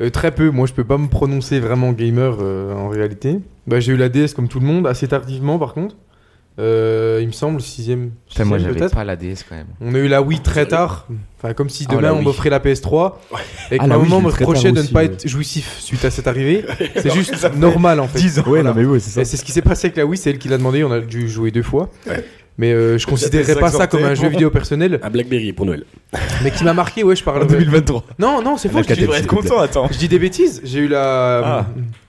Euh, très peu, moi je peux pas me prononcer vraiment gamer euh, en réalité. Bah, j'ai eu la DS comme tout le monde, assez tardivement par contre. Euh, il me semble, 6ème. Putain, moi j'avais pas la DS quand même. On a eu la Wii très tard. Enfin, comme si Ah, demain la on Wii. m'offrait la PS3 et que Ah, la ma Wii, je maman l'ai me très reprochait tard de ne aussi, pas ouais. être jouissif suite à cette arrivée. c'est juste normal en fait. Ouais, Voilà. non, mais ouais, c'est ça. Et c'est ce qui s'est passé avec la Wii, c'est elle qui l'a demandé, on a dû jouer deux fois. Mais euh, je considérais pas ça comme un jeu vidéo personnel, À Blackberry pour Noël. mais qui m'a marqué, ouais, je parle. 2023. Non, non, c'est faux, je Tu dis, devrais être content, attends. je dis des bêtises. J'ai eu la. Ah.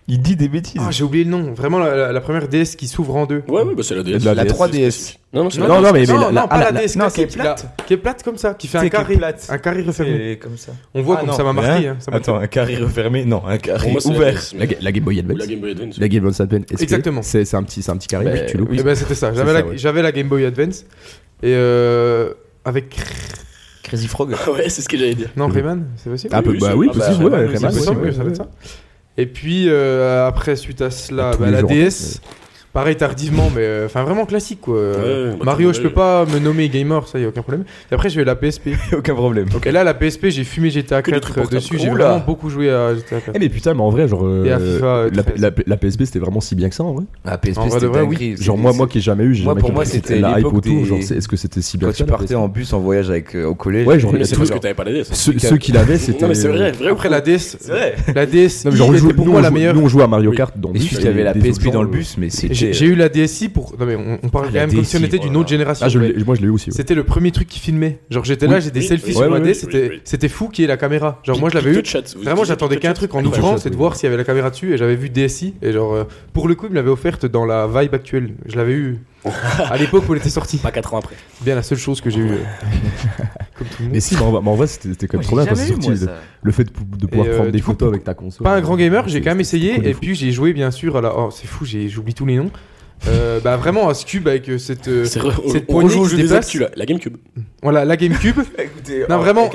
Il dit des bêtises. Ah, j'ai oublié le nom. Vraiment la, la- la première DS qui s'ouvre en deux. Ouais, ouais, bah c'est la DS. La DS. 3DS. Non, non, c'est Non, non, mais- mais non, la- la- non, pas ah, la, la- DS non, qui est classique, la- qui est plate comme ça, qui fait Tu un sais, qui est carré, plate. un carré refermé. comme ça. On voit Ah, comme non, ça m'a marqué. hein, ça m'a- Attends, un carré refermé Non, un Pour carré moi, c'est la ouvert. DS, mais- La, ga- la Game Boy Ou Advance. la Game Boy Advance. La Game Boy Advance. SP, Exactement. C'est c'est un petit, c'est un petit carré. Bah, puis tu loupes. Eh ben, c'était ça. J'avais ça, la, ouais. j'avais la Game Boy Advance et euh, avec Crazy Frog. Ouais, c'est ce que j'allais dire. non Oui. Rayman, c'est possible. Un peu, Oui, bah c'est- oui, ah, bah, possible, ouais, oui, Oui, Rayman, c'est ouais, possible, ouais. ça va être ça. Et puis euh, après, suite à cela, Tous bah, les la genres, DS, pareil tardivement, mais euh, enfin vraiment classique quoi. Euh, Ouais, bah, Mario, tout je le monde peux pas me nommer gamer, ça y a aucun problème. Et après, j'ai eu la PSP. Aucun problème. Et là, la PSP, j'ai fumé GTA Que des trucs 4 euh, portables. dessus, j'ai Oula. vraiment beaucoup joué à GTA 4. Eh, mais putain, mais en vrai, genre. euh, Et à FIFA, euh, la, 13. la- la PSP, c'était vraiment si bien que ça, en vrai. Ah, PSP, En vrai de c'était vrai, oui. dinguerie. Genre, moi, moi qui ai jamais eu, j'ai Moi, jamais pour moi, compris c'était la hype l'époque autour. des- Genre, c'est- est-ce que c'était si bien Quand que ça tu la partais PSP? en bus en voyage avec, euh, au collège. Ouais, genre, Mais la- c'est parce que t'avais pas la DS. ceux, ceux qui l'avaient, c'était. Non, mais c'est vrai, vrai. ou Après, la DS, C'est vrai. la DS, Non, mais genre, on était joue- pour nous, moi on la joue- meilleur. nous, on joue à Mario Kart dans Et le bus, si et tu avais la des autres PSP dans gens, le bus, mais c'était. J'ai j'ai eu la DSI pour. Non mais on, on parle Ah, quand la même comme si on DSi, était d'une autre génération. Ah, je l'ai- moi, je l'ai eu aussi. ouais. C'était le premier truc qui filmait. Genre j'étais là, j'ai des oui, selfies oui, sur oui, ma oui, DS, oui, c'était oui. c'était fou qu'il y ait la caméra. Genre moi je l'avais eu. eu. Vraiment j'attendais qu'un truc en Pictochat, ouvrant, oui. c'est de voir s'il y avait la caméra dessus et j'avais vu DSI et genre euh, pour le coup, il me l'avait offerte dans la vibe actuelle. Je l'avais eu à l'époque où elle était sortie. Pas 4 ans après. Bien la seule chose que j'ai eu. euh, Comme tout le monde. Mais si, mais en vrai- mais en vrai, c'était c'était quand même trop bien quand c'est sorti. le- Le fait de pou- de pouvoir euh, prendre des du coup, photos avec ta console. Pas un grand gamer, j'ai C'est- quand même c'était cool essayé de et fou. puis j'ai joué bien sûr à la oh, c'est fou, j'ai- j'oublie tous les noms. Euh, bah vraiment à ce cube avec euh, cette euh, C'est re- cette on- on poignée rejoue au qui se jeu des déplace. actus, là. La GameCube. voilà, la GameCube. oh, Non, vraiment.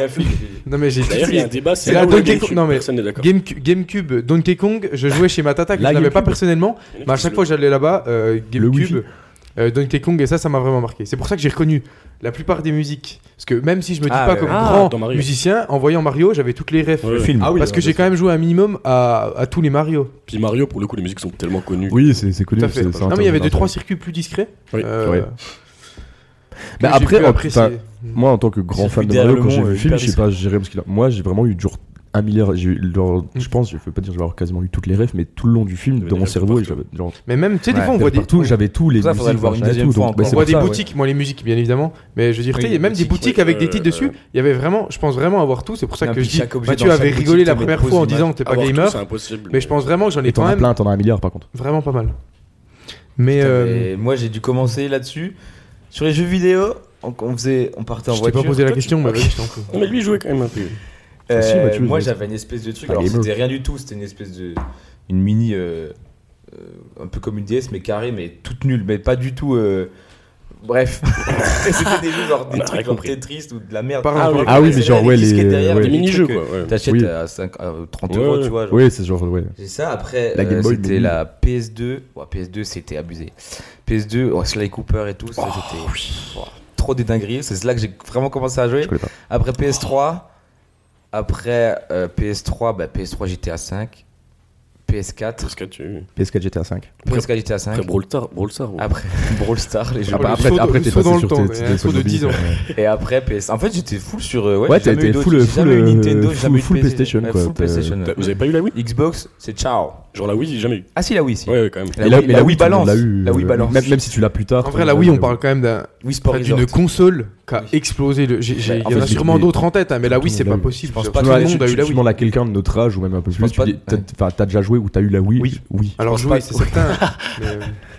Non mais j'ai D'ailleurs, il y a un débat, c'est la là où la Donkey Kong- GameCube. non, mais- Personne n'est d'accord. Gamecu- GameCube, Donkey Kong, je jouais chez ma tata que je La n'avais pas GameCube. personnellement, mais Bah, à chaque fois que j'allais là-bas, euh, Wi-Fi. GameCube, euh, Donkey Kong et ça, ça m'a vraiment marqué. C'est pour ça que j'ai reconnu la plupart des musiques, parce que même si je me dis Ah, pas ouais. comme Ah, dans grand Mario. musicien, en voyant Mario, j'avais toutes les refs. Ouais, ouais. film. Ah oui, parce que j'ai quand même joué un minimum à, à tous les Mario. Puis Mario, pour le coup, les musiques sont tellement connues. Oui, c'est c'est connu. Tout à fait. c'est- c'est Non mais il y avait deux intéressant. trois circuits plus discrets. Oui. euh, Ouais. que Bah, j'ai après, pu en- apprécier. enfin, Moi, en tant que grand Circuit fan de derrière Mario, le quand j'ai mont, vu euh, le film, hyper je sais pas, je dirais parce qu'il a. Moi, j'ai vraiment eu genre un milliard. j'ai eu leur- Je pense, je peux pas dire, que je vais avoir quasiment eu toutes les refs, mais tout le long du film, des dans mon refs cerveau, et partout. j'avais genre Mais même, tu sais, des Ouais, fois on voit des, partout, j'avais tous les Ça, faudrait musiques, le voir une machin et deuxième tout, fois donc, encore. bah, c'est On voit pour des ça, ouais. boutiques, moi les musiques bien évidemment, mais je veux dire, Oui, tu sais, les même des boutiques. boutiques avec des Euh, titres dessus, il y avait vraiment, je pense vraiment avoir tout, c'est pour ça Non, que puis je dis, chaque objet Mathieu dans chaque avait boutique rigolé te la met première pose fois en image. disant t'es pas Avoir tout, gamer, C'est impossible. mais je pense vraiment que j'en ai Et quand t'en as même plein, t'en as un milliard par contre. vraiment pas mal. Mais Putain, euh, mais Moi, j'ai dû commencer là-dessus. Sur les jeux vidéo, on, on faisait, on partait en je t'ai pas voiture. posé la toi, tu- question, mais Ok. vas-y, je t'en prie. Non, mais lui, il jouait quand même un peu. Euh, Si, Mathieu, moi, je- j'avais une espèce de truc. Ah, Alors, gamer. c'était rien du tout. C'était une espèce de, une mini, euh, euh, un peu comme une DS, mais carrée, mais toute nulle, mais pas du tout. euh, Bref. Et c'était des jeux genre des On a rien trucs comme compris. Tetris ou de la merde. Pardon, Ah oui. Ah oui, mais genre, ouais, les- ouais. Des Des mini-jeux, quoi. ouais. T'achètes euh, Oui. à cinq- à 30 Ouais, euros, ouais. tu vois. genre. Oui, c'est genre, ouais. J'ai ça après. La La Game Boy C'était Mini. la PS2. Ouais, PS2, c'était abusé. PS2, ouais, oh, Sly Cooper et tout. ça, Oh, c'était ouais, trop des dingueries. C'est là que j'ai vraiment commencé à jouer. Je connais pas. Après PS3, après euh, PS3, bah, PS3 GTA 5, PS4, Parce que Hein tu. PS4 GTA 5. PS4 GTA 5. Après Brawl Stars, Brawl Stars, Ah, ouais. Après Brawl Stars, les jeux. Après, après, le saut après de- t'es le saut passé dans sur le tes, temps, tes ouais, un saut de consoles 10 ans. mobiles, ouais. Et après PS. En fait, j'étais full sur. euh, Ouais, Ouais, j'ai t'as jamais été eu d'autres- full- j'ai full, jamais eu euh, Nintendo, j'ai full- jamais eu de full PC. PlayStation, Ouais, quoi. Full T'as- PlayStation. T'as- Vous avez pas eu la Wii Xbox, c'est ciao. Genre la Wii, j'ai jamais eu. Ah si, la Wii, si. Ouais, ouais, quand même. La Et là- Wii- la mais la Wii Wii, tout le balance. monde l'a eu, La Wii euh, balance. Même, même si tu l'as plus tard. En vrai, la Wii, on parle quand même d'un- Wii Sport d'une Resort. console qui a Oui. explosé. Le... j'ai- j'ai- Ouais, Il en y en fait, a j'ai- sûrement mais- d'autres en tête, hein, mais la tout le Wii, c'est monde pas l'a eu. possible. Je pense Tout pas le que Tu, monde a eu la tu Wii. demandes à quelqu'un de notre âge ou même un peu plus, pense tu pas- dis, t'as- ouais. enfin, t'as déjà joué ou t'as eu la Wii Oui. Oui. Alors, pense jouer, pas- c'est certain. mais, euh,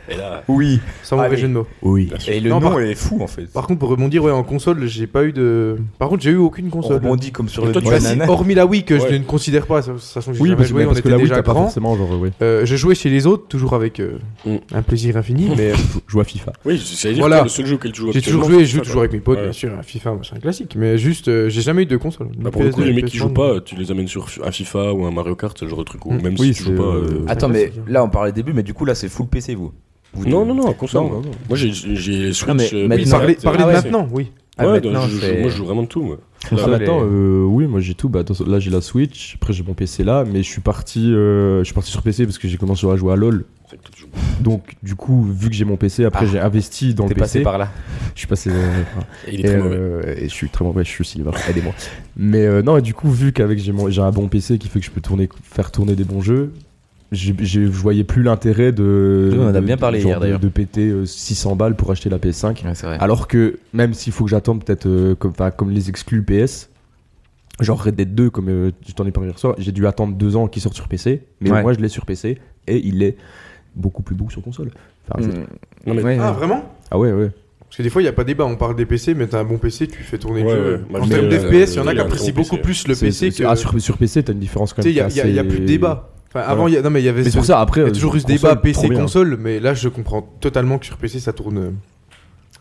Et là, Oui. Sans mauvais Allez. jeu de mots. Oui. Et le Non, nom par- est fou en fait. Par contre, pour rebondir, ouais, en console, j'ai pas eu de. Par contre, j'ai eu aucune on console. rebondit comme sur Mais le toi, tu Bah, vas- si, banana. hormis la Wii que je Ouais. ne considère pas, sa- sachant que j'ai Oui, jamais parce que, joué, on parce que était la Wii, déjà t'as pas grand. Euh, forcément, genre, ouais. je jouais chez les autres, toujours avec euh, Mm. un plaisir infini, mais Joue à FIFA. oui, c'est Voilà. le seul jeu auquel tu joues j'ai toujours actuellement, joué, c'est je joue ça, toujours quoi. avec mes potes, Ouais. bien sûr, à FIFA, c'est un classique, mais juste, euh, j'ai jamais eu de console. Ni Bah, pour le PS2, coup, les ni mecs qui PS1, jouent pas, tu les amènes sur un FIFA ou un Mario Kart, ce genre de truc. Ou Mm. même Oui, si tu joues c'est, pas. euh, euh, Attends, Ouais, mais c'est bien. là on parlait début, mais du coup là c'est full PC vous. Vous Non, deux. non, non, console. Non, hein. non, non. Moi, j'ai j'ai Non, mais Switch. euh, maintenant- PS4, Parlez, euh, parlez ouais, de maintenant, oui. Ah, Ouais, maintenant, donc, je- c'est- moi, je joue vraiment de tout, moi. Ah, Là, maintenant, les- euh, oui, moi j'ai tout. Bah, dans- là j'ai la Switch, après j'ai mon PC là, mais je suis parti, euh, je suis parti sur PC parce que j'ai commencé à jouer à LoL. c'est que tu joues. Donc du coup, vu que j'ai mon PC, après Ah. j'ai investi dans le T'es PC. passé par là. Je suis passé. euh, Et il est et, très mauvais. euh, et je suis très mauvais, je suis Silver, aidez-moi. Mais euh, non, et du coup, vu qu'avec j'ai mon- j'ai un bon PC qui fait que je peux tourner, faire tourner des bons jeux, j'ai- j'ai- je voyais plus l'intérêt de. Oui, on en a de- bien parlé genre hier, de- d'ailleurs. De péter euh, 600 balles pour acheter la PS5. Ouais, c'est vrai. Alors que même s'il faut que j'attende peut-être euh, comme, 'fin, comme les exclus PS, genre Red Dead 2 comme euh, je t'en ai parlé hier soir, j'ai dû attendre deux ans qu'il sorte sur PC, mais Ouais. moi je l'ai sur PC et il est beaucoup plus beau que sur console. 'Fin, c'est- Mm. Non, mais- Ouais, Ah, ouais. vraiment Ah ouais ouais. Parce que des fois, il n'y a pas débat, on parle des PC, mais t'as un bon PC, tu fais tourner Ouais, le jeu. ouais, moi, en je termes l'ai, euh, d'FPS, il y en il a y qui a un apprécient très bon beaucoup PC. plus le C'est- PC c'est- que. ah, sur, sur PC t'as une différence quand Tu sais, même. il n'y a, qui est il y a- il y a assez- plus de débat. Enfin, avant, Voilà. il y a- non, mais il y avait Mais c'est ce- pour ça après. il y a euh, toujours eu ce console, débat trop bien. PC-console, mais là, je comprends totalement que sur PC, ça tourne. euh,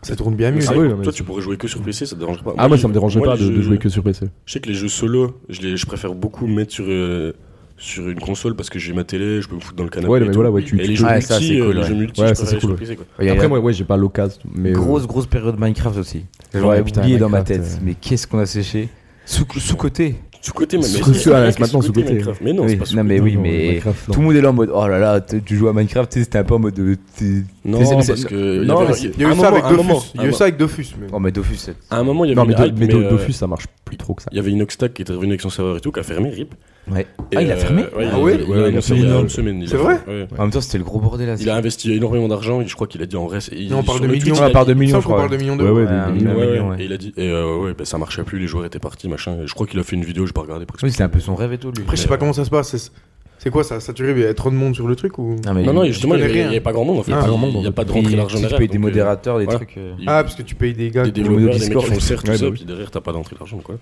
Ça tourne bien mieux. Mais c'est oui, vrai, non, mais toi, c'est- tu pourrais jouer que sur PC, ça te dérange pas. Ah moi ça me dérangeait moi, pas les de, de jeux- jouer que sur PC. Je sais que les jeux solo, je, les, je préfère beaucoup me mettre sur, euh, sur une console parce que j'ai ma télé, je peux me foutre dans le canapé. Ouais et non, mais tout. voilà ouais tu. Et les tu- jeux Ouais, ça, c'est multi, euh, cool, les ouais. jeux multi, Ouais, je ça, préfère c'est cool, sur PC. Quoi. Il y a Après la moi ouais j'ai pas l'occasion mais. euh, grosse grosse période Minecraft aussi. Ouais, J'aurais putain, oublié dans ma Minecraft, tête. euh. Mais qu'est-ce qu'on a séché sous sous côté. Sous côté, mais Sous-côté, mais- ouais, mais- c'est maintenant sous-côté. Minecraft. Mais non, Oui, c'est pas sous non, mais non, oui, non, mais Minecraft, non. tout le monde est là en mode oh là là, t- tu joues à Minecraft, tu sais, c'était un peu en mode euh, t'es- Non, t'es- parce que. Non, mais avait- c'est- il y a à un eu ça avec moment- à un moment- Dofus. Il y a eu à un ça avec Dofus. mais- Oh mais Dofus, c'est- À un moment, il y Non avait mais une Do- hype, mais Do- mais, euh, Dofus ça marche plus trop que ça. Il y avait Inoxtag qui était revenu avec son serveur et tout, qui a fermé, RIP. ouais. Et, Ah, il a euh, fermé ouais, Ah ouais il, il a Ouais, annoncé il a il y a fermé. une semaine. il a C'est fermé. Ouais. En même temps, c'était le gros bordel là. Il a investi énormément d'argent, et je crois qu'il a dit en vrai. c'est- il- Non, on parle de sur le millions. tweet, Ouais, il a on parle de dit- Il me millions, semble je qu'on crois. parle de millions Ouais, d'euros. ouais, Ouais, des- un des- million. Ouais, ouais, ouais. Et il a dit, et euh, ouais, bah, ça marchait plus, les joueurs étaient partis, machin. Et je crois qu'il a fait une vidéo, j'ai pas regardé. pour Oui, expliquer. c'était un peu son rêve et tout lui. Après, je sais pas comment ça se passe. c'est- C'est quoi ça Saturé, il y a trop de monde sur le truc ou Non, mais Non, il- non, il- justement, il connais y avait- rien. il y avait pas grand monde en fait. Il y a pas grand monde, Il n'y a donc. pas de rentrée d'argent si tu derrière. payes des donc, euh, modérateurs, des voilà. trucs. euh, il- Ah, parce que tu payes des gars. des qui- développeurs, des mecs Discord, qui font le cerf, tout ouais, ça, bah oui. puis derrière, t'as pas d'entrée d'argent, quoi.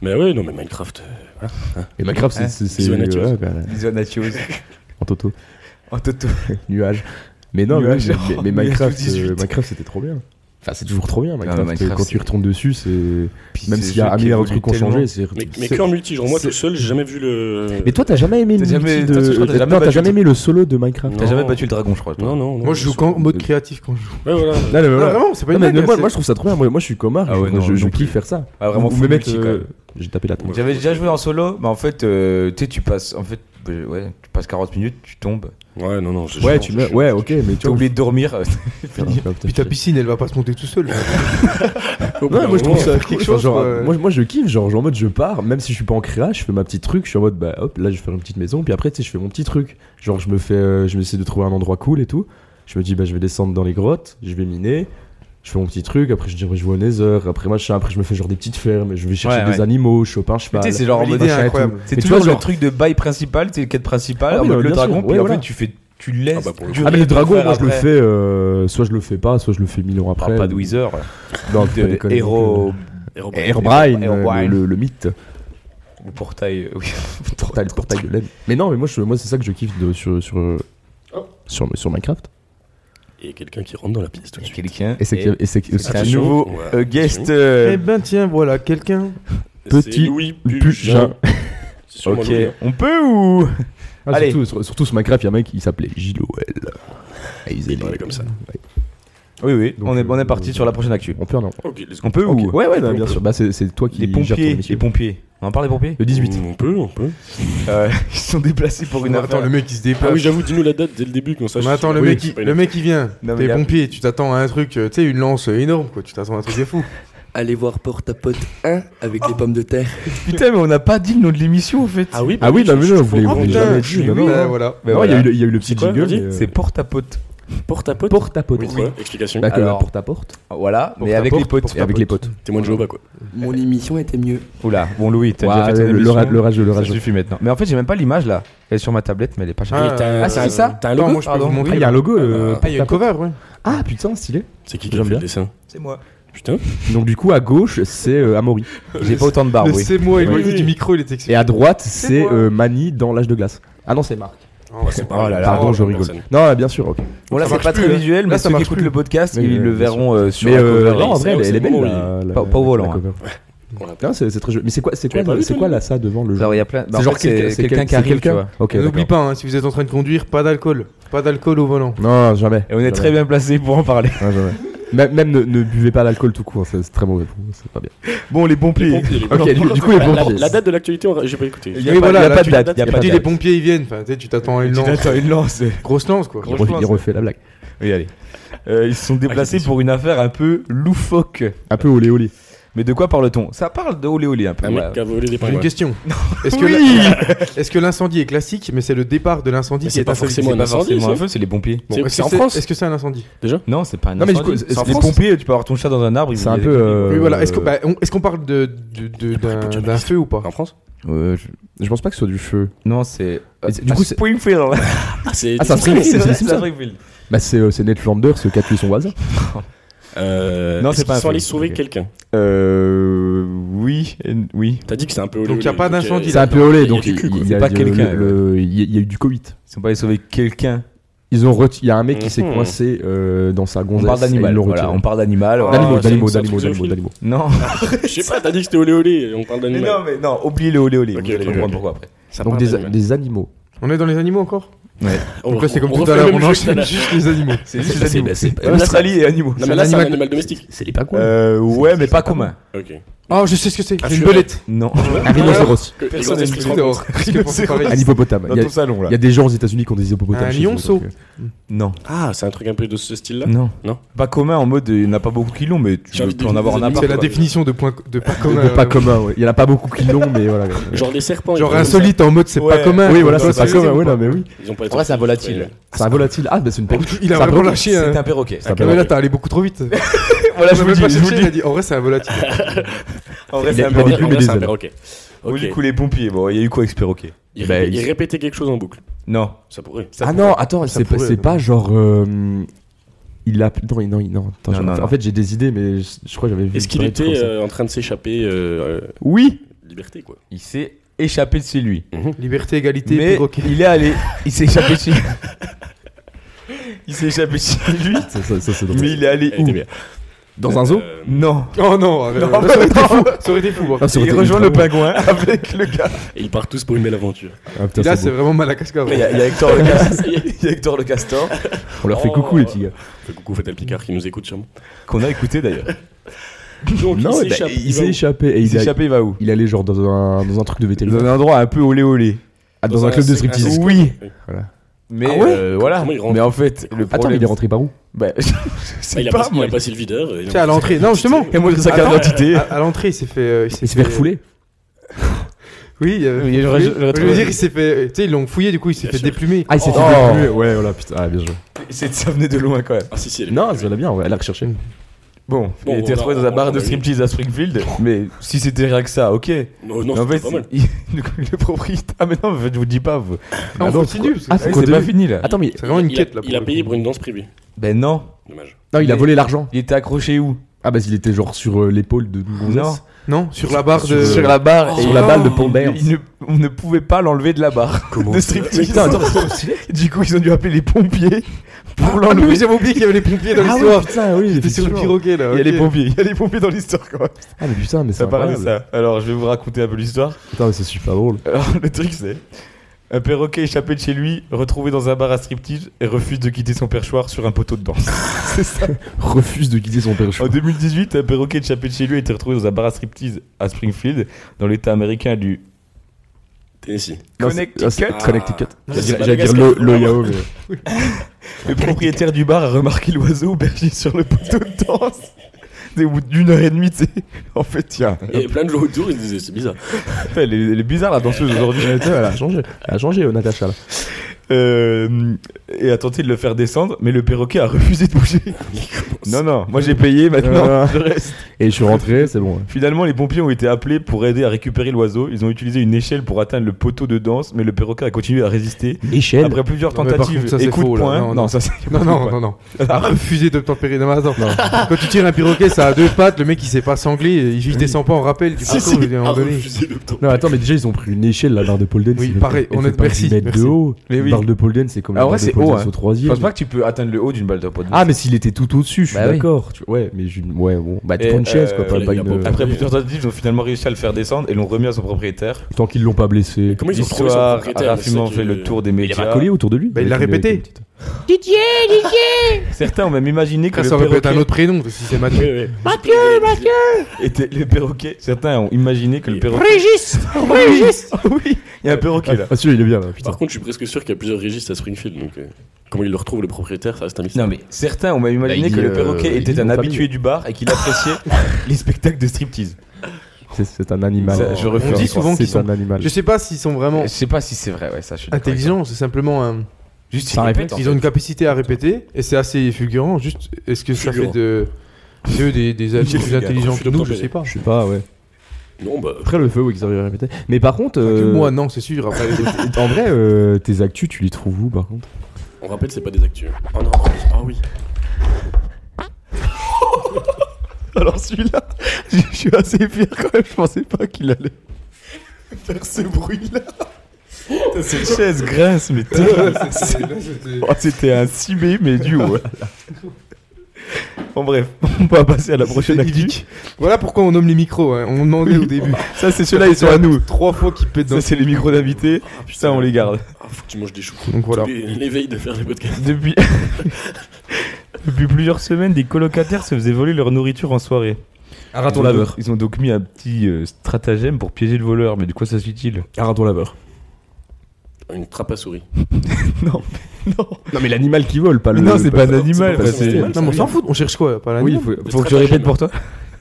Mais ouais, non, mais Minecraft. euh, Et Minecraft c'est- c'est c'est Bisous à Nature. ouais, bah, Bisous à Nacho aussi. en toto. Oh, Toto. nuage. Mais non, Nuage, mais, genre, mais- mais nuage Minecraft, tout 18. euh, Minecraft c'était trop bien. Enfin, c'est toujours trop bien, Minecraft. mais Minecraft, quand tu y c'est- retournes dessus, c'est. Puis Même c'est s'il y a jeu un qui milliard de évolue trucs qui ont tellement. changé, c'est. Mais, mais c'est- que en multi, genre moi c'est- tout seul, j'ai jamais vu le. Mais toi, t'as jamais aimé le T'as multi jamais- de- t'as- je crois que t'as t'as- jamais t'as jamais battu- aimé le solo de Minecraft. Non. T'as jamais battu le dragon, je crois. toi. Non, non, non. Moi, je joue qu'en mode créatif quand je joue. Ouais, voilà. Non, mais Non, voilà. vraiment, c'est pas Non, une Ah mais blague, hein, moi, c'est- moi, je trouve ça trop bien. Moi, moi, je suis commun. Ah ouais, je, non, je, je non kiffe faire ça. Ah, vraiment Ou full me multi, mettre, quand euh, même. J'ai tapé la tronche. J'avais déjà joué en solo, mais en fait, euh, tu sais, tu passes, en fait, euh, ouais, tu passes 40 minutes, tu tombes, Ouais, non, non. Ouais, tu meurs. Ouais, ok, mais tu t'as oublié de dormir. Bah, Puis ta piscine, elle va pas se monter tout seul. Ouais, moi je trouve ça quelque cool. chose, genre, quoi. moi, moi je kiffe, genre, genre, en mode je pars, même si je suis pas en créa, je fais ma petite truc, je suis en mode bah hop, là je vais faire une petite maison, puis après tu sais, je fais mon petit truc. Genre je me fais, euh, je vais essayer de trouver un endroit cool et tout. Je me dis bah je vais descendre dans les grottes, je vais miner, je fais mon petit truc, après je dis ouais, je vois au nether, après machin, après je me fais genre des petites fermes, je vais chercher Ouais, des ouais. animaux, je chope un cheval. Tu sais, c'est genre en mode. L'idée est machin et tout. incroyable. C'est Mais tu toujours vois, le genre- truc de bail principal, c'est le quête principale, Ah en oui, mode non, le bien dragon, sûr, puis ouais, en voilà. fait, tu fais, tu laisses. Ah bah, pour le tu coup. Ah mais le laisses dragon, faire moi je le après. fais, euh, soit je le fais pas, soit je le fais mille ans On parle après. pas de Wither, Non, faut pas de déconner non plus. héros, Airbrine. Airbrine, euh, le- le- le mythe. le portail, euh, oui. T'as le portail de laine. Mais non, mais moi, je- moi c'est ça que je kiffe de- sur, sur, sur, sur Minecraft. Il y a quelqu'un qui rentre dans la pièce tout de suite. Quelqu'un. Et c'est que- et c'est que- c'est un c'est- nouveau Ouais. euh, guest. C'est euh, Eh ben tiens, voilà, quelqu'un. Petit Louis Pugin. C'est sûrement Ok, Louis. on peut ou Ah, Allez. Surtout, sur- surtout ce Minecraft, il y a un mec qui s'appelait Gilles Oel. Et il faisait Il les- parlait comme ça. Oui, oui. Donc, on, est, on est euh, parti sur la prochaine actu. On peut, non Ok, let's go. On peut ou Ok. Ouais, ouais, bah, On bien peut. sûr. Bah, c'est c'est toi Les qui gère ton pompiers. émission. Les pompiers. On en parle des pompiers Le 18. On peut, on peut. Euh, Ils se sont déplacés pour une affaire. attends, le mec il se Ah déplace. oui, j'avoue, dis-nous la date dès le début. Comme ça, Mais Ah, je- attends, le, Oui, mec, c'est il, pas une- le mec il vient. Non, mais T'es y a- pompier, tu t'attends à un truc, euh, tu sais, une lance euh, énorme quoi. Tu t'attends à un truc de fou. Allez voir Porte à Pote 1 avec les pommes de terre. Putain, mais on n'a pas dit le nom de l'émission en fait. Ah oui, Ah oui, non, mais non, vous voulez Oh, vous voulez putain, jamais. je- Non, oui, non, Ouais, non. hein, voilà. Ben Non, voilà. il y a eu le- il y a eu le petit C'est quoi, jingle. vas-y mais, euh, C'est porte à pote. porte à pote. porte à pote. Pourquoi Explication. Bah, comme la Alors. porte à porte. Ah, Voilà, mais Porte à avec les porte, potes. porte à Avec pote. les potes. Témoin de Jéhovah, quoi. Mon émission était mieux. Oula, bon Louis, t'as déjà Ouais, fait ton le, le, émission. ra- le rage, le Ça rage. suffit maintenant. Mais en fait, j'ai même pas l'image là. Elle est sur ma tablette, mais elle est pas chargée. Ah, euh, Ah, c'est ça T'as un Attends, logo moi je peux pardon. vous Ah, montrer. il y a un logo. euh, Ah, il y a une cover, ouais. Ah putain, stylé. C'est qui qui a J'aime fait bien. le dessin C'est moi. Putain. Donc du coup, à gauche, c'est euh, Amaury. J'ai pas autant de barres, le Ah, oui. c'est moi, il Oui, m'a dit oui. du micro, il était excité. Et à droite, c'est moi. euh, Mani dans l'âge de glace. Ah non, c'est Marc. Oh là là. Pardon, je rigole. personne. Non, bien sûr, ok. Bon, là, Ça c'est marche pas plus, très hein. visuel, mais Là, ça ceux qui marche écoutent plus. le podcast, Oui, ils oui, le bien verront euh, sur Mais la euh, cover. non, en vrai, c'est- elle, elle est c'est belle. bon, la- la- Pas- pas au la volant, hein. cover. On l'a pas. Non, c'est c'est très joli. Mais c'est quoi, c'est Tu l'as pas quoi, vu, c'est toi, quoi là ça devant le jeu Alors, il y a plein. bah, en C'est fait, c'est quelqu'un qui c'est arrive, tu quelqu'un vois. Ok. Et N'oublie d'accord. pas, hein, si vous êtes en train de conduire, pas d'alcool. Pas d'alcool au volant. Non, jamais. Et on est Jamais. très bien placés pour en parler. Ouais, jamais. Même, même ne, ne buvez pas l'alcool tout court, c'est c'est très mauvais. pour vous, C'est pas bien. Bon, les pompiers. Les pompiers, les Ok, pompiers. du, du coup, les La, pompiers. la date de l'actualité, on- j'ai pas écouté. Il y a Oui, pas- voilà, il y a là, pas tu- de date. Il y a Il pas a de dit les date. pompiers ils viennent, enfin, tu sais, tu t'attends à une Tu lance. t'attends une lance. Grosse lance quoi. Il refait- il refait la blague. Oui, allez. Euh, ils se sont Ah, déplacés pour une affaire un peu loufoque. Un peu olé olé. Mais de quoi parle-t-on Ça parle de olé olé un peu. Un voilà. mec qui a volé des J'ai une pingouins. question. Est-ce que la- est-ce que l'incendie est classique, mais c'est le départ de l'incendie Mais qui c'est est pas insolite forcément un Pas incendie. forcément un ça. feu, c'est les pompiers. Bon, Bon, c'est est-ce en que c'est- France. Est-ce que c'est un incendie Non, c'est pas un Non, mais du incendie. coup, c'est- C'est en les France. pompiers, tu peux avoir ton chat dans un arbre. il C'est vous un les peu. écrit. euh, Oui, voilà. Est-ce qu'on bah, on- est-ce qu'on parle de- de- de- d'un d'un feu ou pas En France euh, je- Je pense pas que ce soit du feu. Non, c'est. euh, Mais c'est- du coup, c'est- Springfield. Ah, c'est. Ah, ça serait. C'est C'est c'est ça, Simpson. Springfield. Bah, c'est euh, c'est Ned Flanders qui a tué son voisin. Euh, Non, est-ce c'est pas qu'ils un sont feu. allés sauver Ok. quelqu'un. Euh. Oui. et- Oui. T'as dit que c'est un peu olé Donc, olé, y a pas donc, euh, d'incendie, C'est un peu olé, donc Il y a du cul, quoi. il y C'est a pas du- quelqu'un, le- Il y a- il y a eu du Covid. Ils sont pas allés sauver quelqu'un. Ils ont reti- Il y a un mec qui s'est Mhm. coincé euh, dans sa On gonzesse. parle et d'animal. Ils l'ont Voilà, retiré. on parle d'animal. Ah, D'animaux, c'est- d'animaux, c'est un d'animaux, truc d'animaux, zoophile. d'animaux. Non. Je sais pas, t'as dit que c'était olé olé, on parle Mais d'animal. non, mais non, oubliez le olé olé. Ok, Vous allez ok, comprendre ok. pourquoi après. Ça Donc parle des, d'animal. des animaux. On est dans les animaux encore On- Donc là, c'est comme on tout refait à l'heure, le on même jeu que enchaîne t'as- juste les animaux. C'est juste juste les animaux. Euh, Australie et animaux. Non, mais là, c'est un animal domestique. C'est les pingouins. Euh, ouais, mais pas commun. Ok. Oh, je sais ce que c'est. Un C'est une furet. belette. Non. Un Ah, rhinocéros. Que- les Personne grands n'est esprits se plus rencontrent. Parce que pour séparer- Un hippopotame. Dans Il y, a, ton salon là. il y a des gens aux États-Unis qui ont des hippopotames. Un chez eux, lionceau. donc, euh, Non. Ah, c'est un truc un peu de ce style-là Non. Non. Pas commun en mode, il n'y en a pas beaucoup qui l'ont, mais tu J'ai envie de peux en avoir un deviner appart. C'est la définition de point de pas commun. de pas commun. ouais. Il y en a pas beaucoup qui l'ont, mais voilà. Genre des serpents. ils Genre font comme ça. insolite en mode c'est pas Ouais. commun. Oui, voilà, Toi, c'est pas c'est- commun. Oui, non, mais oui. Ils ont pas été- En vrai, c'est un volatile. C'est un volatile. Ah, bah, c'est une perruque. Il a Ça vraiment brûle. lâché un. C'est un perroquet. Ça Non, brûle. Ah, mais là, t'as allé beaucoup trop vite. Voilà, Je veux pas chercher, il a dit. En vrai, c'est un volatile. En vrai, Il c'est a- un il a des perroquet. Ouais, plumes en et vrai, des c'est un ailes. perroquet. Ou Ok. du coup, les pompiers. Bon, il y a eu quoi avec ce perroquet Il, Bah, répé- il- il répétait quelque chose en boucle. Non. Ça pourrait. Ça ah pourrait. non, attends, Ça c'est pas, pourrait, c'est non. pas genre. euh, il a. Non, non, non. attends, Non, j'ai- non, en non. fait, j'ai des idées, mais je, je crois que j'avais vu. Est-ce qu'il une était comme ça. euh, en train de s'échapper euh, euh, Oui. Liberté, quoi. Il s'est échappé de chez lui. Liberté, égalité, Mais perroquet. il est allé. Il s'est échappé de chez Il s'est échappé de chez lui. Ça, ça, ça, c'est drôle. Mais il est allé Elle où était bien. Dans un zoo Euh, Non. Oh non, arrête, Non, arrête. bah, ça aurait été non. fou. Ça aurait été fou. hein. par Ah, contre. ça aurait Il été rejoint ultra le beau. pingouin avec le gars. et ils partent tous pour une belle aventure. Ah, putain, Et Là, c'est c'est beau. vraiment Madagascar. Il y, a- il y a Hector le Cas- il y a Hector le Castor On leur fait Oh. coucou, les petits gars. Fait coucou Fatal Picard qui nous écoute sûrement. qu'on a écouté d'ailleurs. eh ben, Donc Non, il bah, s'échappe. il va s'est où échappé. Et Il il, s'est a- échappé, il va où il allait genre dans un, dans un truc de Dans vétérinaire. un endroit un peu olé olé. Ah, dans un club de sec- un striptease. sec- Oui. Oui. Mais Ah ouais euh, voilà. Comment il rentre Mais en fait, le Attends, mais problème. il est rentré par où Bah, je Ah, sais Il a pas passé- il moi. a passé le videur. et- Tiens, à l'entrée. Non, justement. Et moi, j'ai sa carte Attends. d'identité. À à l'entrée, il s'est fait. euh, Il s'est fait refouler. Oui, il y avait- Oui, j'aurais- oui. j'aurais Je veux trouvé. dire, il s'est fait. euh, Tu sais, ils l'ont fouillé, du coup, il s'est fait sûr. déplumer. Ah, il s'est Oh. fait refouler. Ouais, voilà, putain. Ah, bien joué. C'est- Ça venait de loin quand même. Ah si, si, elle est- Non, ça va bien, ouais, elle a recherché. Bon, Bon, il était on a- retrouvé dans on a- un bar on de a eu. striptease à Springfield. Mais si c'était rien que ça, ok. Non, Mais en non, fait, c'est pas mal. il- le propriétaire. Ah, mais non, en fait, je vous dis pas. vous- Ah, on non, continue. parce que Ah, c'est- Oui, qu'on C'est pas devait- fini là. Attends, mais. C'est vraiment une Il a- quête là. Il a pour le payé coup. pour une danse privée. Ben non. Dommage. Non, il a Mais- volé l'argent. Il était accroché où Ah, bah, il était genre sur euh, l'épaule de Gonzès. Non. Non, sur la barre de. Sur la barre et- Sur la balle de Pombert. Il ne- On ne pouvait pas l'enlever de la barre. Comment de ça striptease. Mais attends, du coup, ils ont dû appeler les pompiers pour Ah l'enlever. oui, j'avais oublié qu'il y avait les pompiers dans Ah oui, l'histoire. putain, oui, J'étais sur le effectivement. piroguet là. Il y a ok. les pompiers, il y a les pompiers dans l'histoire quand même. Ah, mais putain, mais c'est Ça parlait incroyable. ça. Alors, je vais vous raconter un peu l'histoire. Putain, mais c'est super drôle. Alors, le truc, c'est. Un perroquet échappé de chez lui, retrouvé dans un bar à striptease et refuse de quitter son perchoir sur un poteau de danse. c'est ça. Refuse de guider son père. En 2018, un perroquet échappé de chez lui a été retrouvé dans un bar à striptease à Springfield, dans l'état américain du. Tennessee. Connecticut. Connecticut. Ah, c'est J'allais Madagascar. dire Lo- l'Oyao, mais. Le propriétaire du bar a remarqué l'oiseau berger sur le poteau de danse. Au bout d'une heure et demie, tu sais. En fait, tiens. Il y avait plein de gens autour, ils disaient c'est bizarre. Elle est, elle est bizarre la danseuse aujourd'hui. Ouais, Elle a changé, elle a changé, euh, Natacha. là. Euh, et a tenté de le faire descendre, mais le perroquet a refusé de bouger. non, non, moi j'ai payé maintenant. Euh. je reste. Et je suis rentré, c'est bon. Finalement, les pompiers ont été appelés pour aider à récupérer l'oiseau. Ils ont utilisé une échelle pour atteindre le poteau de danse, mais le perroquet a continué à résister. Michel. Après plusieurs Non, mais par tentatives contre, ça, c'est et coups de faux, là. poing. Non, non. ça c'est. Non, non, non, non. A refusé de tempérer. Non, mais attends. Quand tu tires un piroquet, ça a deux pattes. Le mec, il s'est pas sanglé. Il, il descend pas en rappel. Du Si, poteau, si, je veux dire, à un a moment donné. refusé Ah, le temps. Non, attends, mais déjà, ils ont pris une échelle, la barre de Polden. Oui, pareil, on est- merci, Mètres merci. de haut. Mais oui. La barre de Polden, c'est comme Ah la ouais, barre de c'est haut, Polden hein. au Je troisième. pense pas que tu peux atteindre le haut d'une balle de pot de Ah, mais s'il était tout au-dessus, je suis Bah oui. d'accord. tu- Ouais, mais je- ouais, bon. Bah, tu Et, prends une chaise, euh, quoi. pas- il pas a une- pas pris- Après plusieurs tentatives, ils ont finalement réussi à le faire descendre et l'ont remis à son propriétaire. Tant qu'ils l'ont pas blessé. Comment ils ont trouvé son L'histoire a propriétaire c'est ça rapidement qui fait est- le tour des euh, Il médias. avait un collier autour de lui. Bah, il l'a Avec une- répété. avec une petite- Certains ont même imaginé que Après, ça le aurait pu être un perroquet autre prénom, parce que si c'est Mathieu. Ouais, ouais. était le perroquet. Certains ont imaginé que le Oui. perroquet. Régis Régis oui, il y a un perroquet là. Ah, celui-là, il est bien, là, putain. Par contre, je suis presque sûr qu'il y a plusieurs régistes à Springfield. Donc, euh, comment ils le retrouvent, le propriétaire, ça reste un mystère. Non mais certains ont même Bah, imaginé il que dit, le perroquet euh, il était dit un aux habitué familles. du bar et qu'il appréciait les spectacles de striptease. C'est- C'est un animal. Ça, je refuse. On dit souvent qu'ils C'est sont. un animal. Je sais pas s'ils sont vraiment Je sais pas si c'est vrai, ouais, ça je suis d'accord avec intelligents. Ah, C'est simplement un. toi. Juste Ça il répète. répète. en Ils fait. ont une capacité à répéter et c'est assez fulgurant. Juste, est-ce que ça fait Fulgurant. de d'eux des, des êtres plus Fulgurant. intelligents que nous Je Fulgurant. sais pas. Je sais pas, ouais. Non, bah. Après le feu, oui, qu'ils arrivent à répéter. Mais par contre. Enfin, que euh, Moi, non, c'est sûr. Après, les autres. En vrai, euh, tes actus, tu les trouves où par contre On rappelle, c'est pas des actus. Oh non, ah oui. Alors celui-là, je je suis assez fier quand même. Je pensais pas qu'il allait faire ce bruit-là. Putain, Cette chaise grince, mais terrible. Oh, C'était un 6B, mais du haut. Bon bref, on va passer à la prochaine actu. voilà pourquoi on nomme les micros. hein. On demandait au début. Ça c'est ceux-là, ils sont à nous. Trois fois qu'ils pètent dans Ça c'est les micros d'invités. Ah, putain, Ça on les garde. Ah, faut que tu manges des choux. Donc voilà. Les- L'éveil de faire des podcasts. Depuis... Depuis plusieurs semaines, des colocataires se faisaient voler leur nourriture en soirée. Un Ils ont donc- Ils ont donc mis un petit euh, stratagème pour piéger le voleur, mais de quoi ça suffit-il Un raton laveur. Une trappe à souris. Non, non. Non, mais l'animal qui vole, pas le. non, c'est pas un animal, animal. pas bah, ça, c'est- c'est- Non, Non, mais on s'en fout. On cherche quoi Pas la Oui, nuit il faut, Le faut que je stratagème. répète pour toi.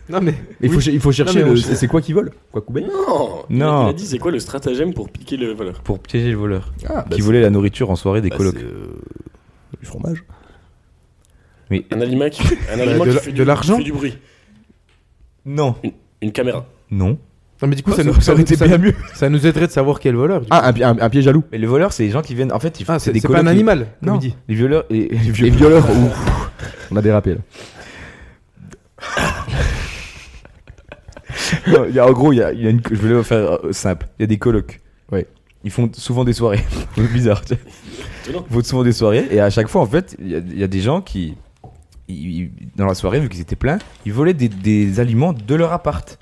Non mais. Il faut, il faut chercher Non, mais on le. cherche. C'est c'est quoi qui vole Quoi couper Non Non. Il a dit, c'est quoi le stratagème pour piquer le voleur Pour piéger le voleur. Ah, qui volait la nourriture en soirée des Bah, colocs. c'est, euh, du fromage. Un aliment qui, un Bah, aliment de qui la- fait, de du, l'argent fait du bruit. Non, Une caméra. non. Non mais du coup, Ça, ça nous aurait été ça- bien mieux. ça nous aiderait de savoir quel voleur. du coup. Ah, un, pi- un- un piège à loup. Mais les voleurs, c'est les gens qui viennent. En fait, ils Ah, c'est des c'est pas un colocs qui- animal. Non, Non. Dit. les violeurs et les Les violeurs. violeurs. ouh. On a dérapé là. Non, il y a- en gros, il y a, il y a une, je vais le faire euh, simple. Il y a des colocs. Ouais. Ils font souvent des soirées. C'est Bizarre. tu sais. Étonnant. Ils font souvent des soirées. Et à chaque fois, en fait, il y, a- il y a des gens qui, ils- ils- dans la soirée, vu qu'ils étaient pleins, ils volaient des, des aliments de leur appart.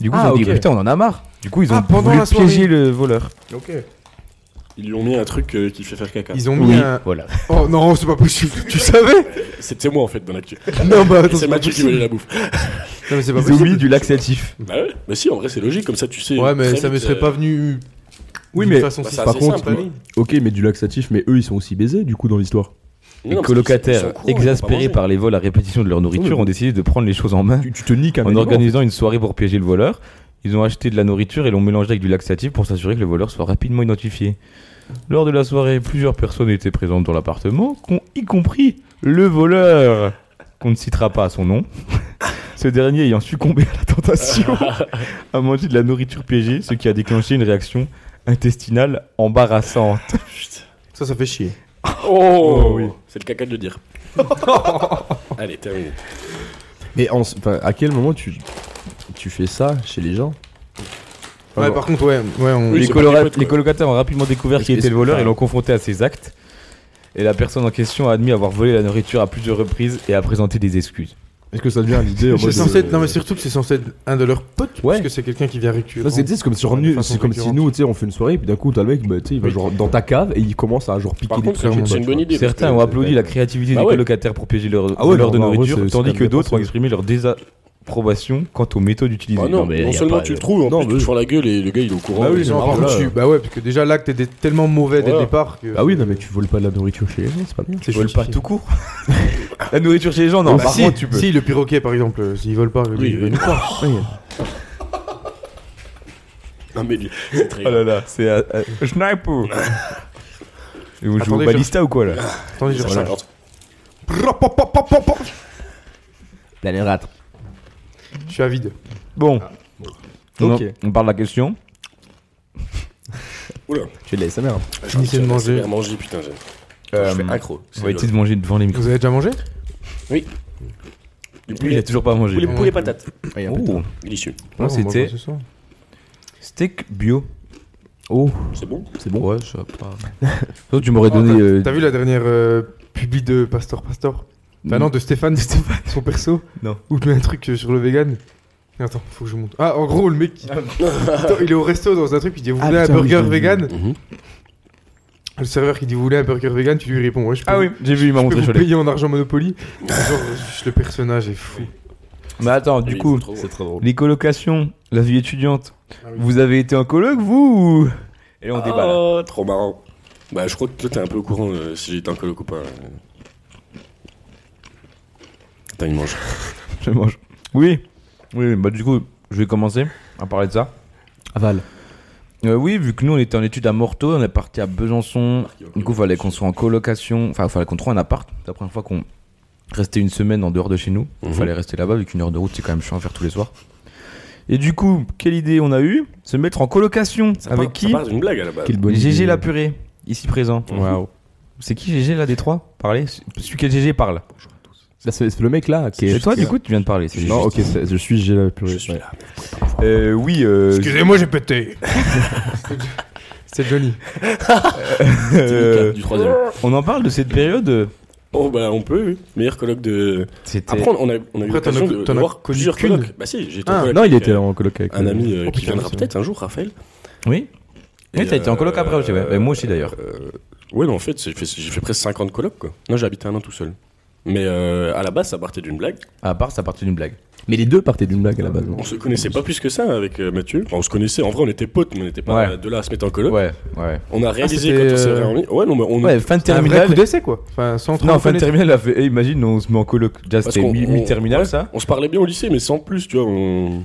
Du coup, Ah, ils ont dit, ok. bah, putain, on en a marre. Du coup, ils ont Ah, pendant voulu la soirée. piéger le voleur. Ils lui ont mis un truc euh, qui fait faire caca. Ils ont mis un. Voilà. Oh non, c'est pas possible. tu savais C'était moi en fait dans l'actu. Non bah attends. C'est Mathieu qui voulait la bouffe. Non mais c'est pas Ils ont possible. mis du laxatif. Bah ouais, mais si, en vrai c'est logique, comme ça tu sais. Ouais, mais très ça me vite, serait euh, pas venu. Oui, d'une mais façon bah, si ça, simple. c'est par contre, simple, hein. Ok, mais du laxatif, mais eux ils sont aussi baisés du coup dans l'histoire. Les Non, non, parce qu'ils sont colocataires, au courant, ils ont pas exaspérés mangé. par les vols à répétition de leur nourriture, Oui. ont décidé de prendre les choses en main Tu, tu te niques un en aliment. organisant une soirée pour piéger le voleur. Ils ont acheté de la nourriture et l'ont mélangée avec du laxatif pour s'assurer que le voleur soit rapidement identifié. Lors de la soirée, plusieurs personnes étaient présentes dans l'appartement, con- y compris le voleur, qu'on ne citera pas à son nom. Ce dernier ayant succombé à la tentation a mangé de la nourriture piégée, ce qui a déclenché une réaction intestinale embarrassante. Ça, ça fait chier. Oh, C'est le caca de le dire. Allez, terminé. Mais en s- enfin, à quel moment tu tu fais ça chez les gens. Ouais, par contre, ouais, ouais, on- les, c'est colora- pas des potes, les quoi. colocataires ont rapidement découvert qui Est-ce- était le est-ce- voleur et enfin- l'ont confronté à ses actes. Et la personne en question a admis avoir volé la nourriture à plusieurs reprises et a présenté des excuses. Est-ce que ça devient l'idée euh, C'est censé être- Non, mais surtout que c'est censé être un de leurs potes, parce que c'est quelqu'un qui vient récurrent. Non, c'est c'est comme si, De nous- façon c'est comme si récurrente. nous, tu sais, on fait une soirée, puis d'un coup, t'as le mec, bah, tu sais, il va genre dans ta cave et il commence à genre piquer Par des contre, trucs c'est- à c'est tout une le monde, bonne tu vois. idée, Certains parce que ont applaudi c'est- la créativité des Ah ouais. colocataires pour piéger leur- Ah ouais, leur de non, en gros, nourriture, c'est- c'est tandis quand que même d'autres ont dépensé. exprimé leur désapprobation quant aux méthodes utilisées. Ah non, mais non y a seulement pas tu de- le trouves, en Non, plus tu mais- te fous la gueule et le gars il est au courant. Bah oui, Il est non, marrant, par là. contre, tu- bah ouais, parce que déjà l'acte était tellement mauvais dès le Voilà. départ que. Ah oui, non, mais tu voles pas de la nourriture chez les gens, c'est pas bien. C'est Tu voles justifié. pas tout court. La nourriture chez les gens, Bah si, Si, le piroquet par exemple, euh, s'ils volent pas, lui, il vole pas. Non, mais lui, c'est très. Oh là là, c'est euh, euh, Sniper Et vous jouez au Attendez, je- balista ou quoi là Attendez, je Voilà. recherche. Planète rate. Je suis avide. Bon. Ok. On, on parle de la question. Oula, Tu laisses sa mère. j'ai Finissez de envie manger. faire manger, putain, j'ai- Euh, Attends, je fais accro. On c'est va le- essayer de manger devant les micros. Vous avez déjà mangé Oui. Du Lui, il a toujours pas mangé. Poulet, poulet patate. Oh. Délicieux. Moi, on mange c'était ce soir. steak bio. Oh, C'est bon c'est bon. Ouais, je pas. Toi, tu m'aurais Ah, donné. t'as- euh, T'as vu la dernière euh, publi de Pastor Pastor Bah non, de Stéphane, Stéphane, son perso Non. Où il met un truc euh, sur le vegan Attends, faut que je monte. Ah, en gros, le mec, il, Attends, il est au resto dans un truc, il dit Vous Ah, voulez un putain, oui, burger je l'ai vu. vegan Mhm. Le serveur qui dit Vous voulez un burger vegan Tu lui réponds Ouais, je peux, Ah oui, j'ai vu, il m'a je peux montré vous sur les. payer en argent Monopoly. Genre, juste le personnage est fou. Mais attends, du Oui, coup, c'est trop drôle. les colocations, la vie étudiante. Vous avez été en coloc, vous ou- Et là, on débat là. Ah, Trop marrant. Bah, je crois que toi, t'es un peu au courant euh, si j'étais un peu le copain. euh. Attends, il mange. Je mange. Oui. Oui, bah du coup, je vais commencer à parler de ça. Aval. Euh, oui, vu que nous on était en études à Morteau, on est parti à Besançon. Du coup, fallait qu'on soit en colocation. Enfin, fallait qu'on trouve un appart. C'est la première fois qu'on restait une semaine en dehors de chez nous. Il Mhm. Fallait rester là-bas, vu qu'une heure de route c'est quand même chiant à faire tous les soirs. Et du coup, quelle idée on a eue Se mettre en colocation. Avec Part- qui Ça part d'une blague à la base. Quelle bonne GG idée. la purée, ici présent. Waouh. C'est qui GG là des trois Parlez. Celui que GG parle. Là, Bah, C'est c'est le mec là qui Et est. toi, du coup, tu viens de parler. c'est Non, juste- ok, c'est- je suis j'ai la purée. Je suis ouais. là. Euh, oui. euh, Excusez-moi, j'ai pété Ah, C'est Johnny. C'était le euh, cadre du troisième. on en parle de cette période. euh, Oh, bah, on peut, oui. Meilleur colloque de. C'était. Après, on a, on a eu Après, t'en as- l'occasion de, de t'en as voir connu plusieurs qu'une. colloques. Bah, si, j'étais en Ah, colloque Non, il avec, était euh, en coloc avec Un euh, ami euh, oh, qui putain, viendra c'est- peut-être un jour, Raphaël. Oui. Oui, Et, t'as été en coloc euh, après, aussi, ouais. Et moi aussi d'ailleurs. Euh, ouais, non, en fait, c'est- j'ai fait, j'ai fait presque 50 colocs, quoi. Non, j'ai habité un an tout seul. Mais euh, à la base, ça partait d'une blague. À part, ça partait d'une blague. Mais les deux partaient d'une blague à la base. hein. non On se connaissait pas plus que ça avec euh, Mathieu. Enfin, on se connaissait, en vrai, on était potes, mais on n'était pas Ouais. euh, de là à se mettre en coloc. Ouais, ouais. On a réalisé c'était, quand on s'est euh, réunis. Ouais, non, mais on Ouais, fin de C'est un vrai terminale. coup d'essai, quoi. Enfin, sans trop Non, le fin de connaître. terminale, elle a fait. eh, imagine, on se met en coloc. Déjà, Parce c'était qu'on- mi- on- mi-terminale, ouais. ça. on se parlait bien au lycée, mais sans plus, tu vois. on-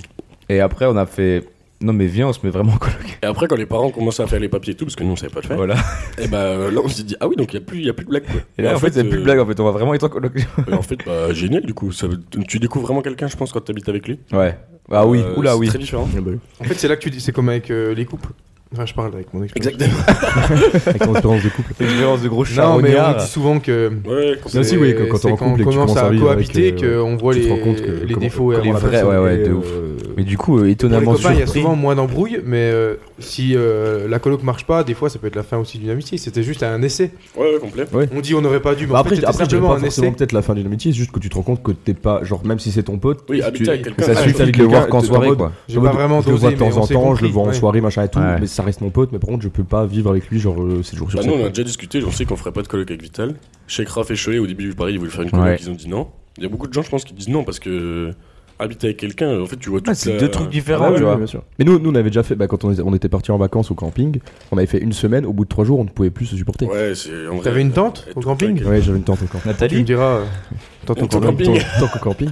Et après, on a fait. Non, mais viens, on se met vraiment en coloc. Et après, quand les parents commençaient à faire les papiers et tout, parce que nous on savait pas le faire, Voilà. et bah euh, là on s'est dit, ah oui, donc il n'y a, plus- il y a plus de blague quoi. Et là, en fait, c'est plus de euh, blague, en fait. On va vraiment être en coloc. et en fait, bah génial du coup. Ça, tu découvres vraiment quelqu'un, je pense, quand t'habites avec lui. Ouais. Ah oui, Euh, oula, c'est oui. Très différent. En fait, c'est là que tu dis, c'est comme avec euh, les couples. Enfin, je parle avec mon expérience. Exactement. Avec ton expérience de couple. Expérience de gros Non, mais on charognard. dit souvent que. Ouais, quand Non, si, C'est- oui, quand- quand c'est on est en couple et que tu commence commences à, à vivre avec, cohabiter, euh, qu'on voit tu te les, rends compte que les comment- défauts comment et avant les la vrais, personne. ouais, ouais, Et, de euh, ouf. Mais du coup, euh, Pour les étonnamment copains, il y a surpris. souvent moins d'embrouilles, mais euh, si euh, la coloc marche pas, des fois ça peut être la fin aussi d'une amitié. C'était juste un essai. Ouais, ouais, complet. On dit on n'aurait pas dû, mais Bah en après, fait, c'était après je dirais simplement pas un forcément essai. peut-être la fin d'une amitié, c'est juste que tu te rends compte que t'es pas, genre, même si c'est ton pote, Oui, tu- habiter tu- avec que quelqu'un, ça ouais, suffit faut avec le le voir voir qu'en soirée, quoi. J'ai pas vraiment je le dosé, vois de mais temps on en s'est temps, je compris. le vois en Ouais. soirée, machin et tout, Ouais. mais ça reste mon pote, mais par contre, je peux pas vivre avec lui, genre, euh, 7 jours sur Bah, nous, 7. on a déjà discuté, on sait qu'on ferait pas de coloc avec Vital. Chez Raph et Cholet, au début, pareil, ils voulaient faire une coloc, Ouais. ils ont dit non. Il y a beaucoup de gens, je pense, qui disent non parce que euh, habiter avec quelqu'un, en fait, tu vois tout. Ah, C'est deux trucs différents, ouais, tu ouais, vois. bien sûr. Mais nous, nous, on avait déjà fait, bah, quand on, on était parti en vacances au camping, on avait fait une semaine, au bout de 3 jours, on ne pouvait plus se supporter. Ouais, Ouais, c'est. en vrai- euh, T'avais une tente Et au tout camping j'avais une tente au camping. Tu me Nathalie diras. euh, Tente Une tente au camping. Tente tente au camping.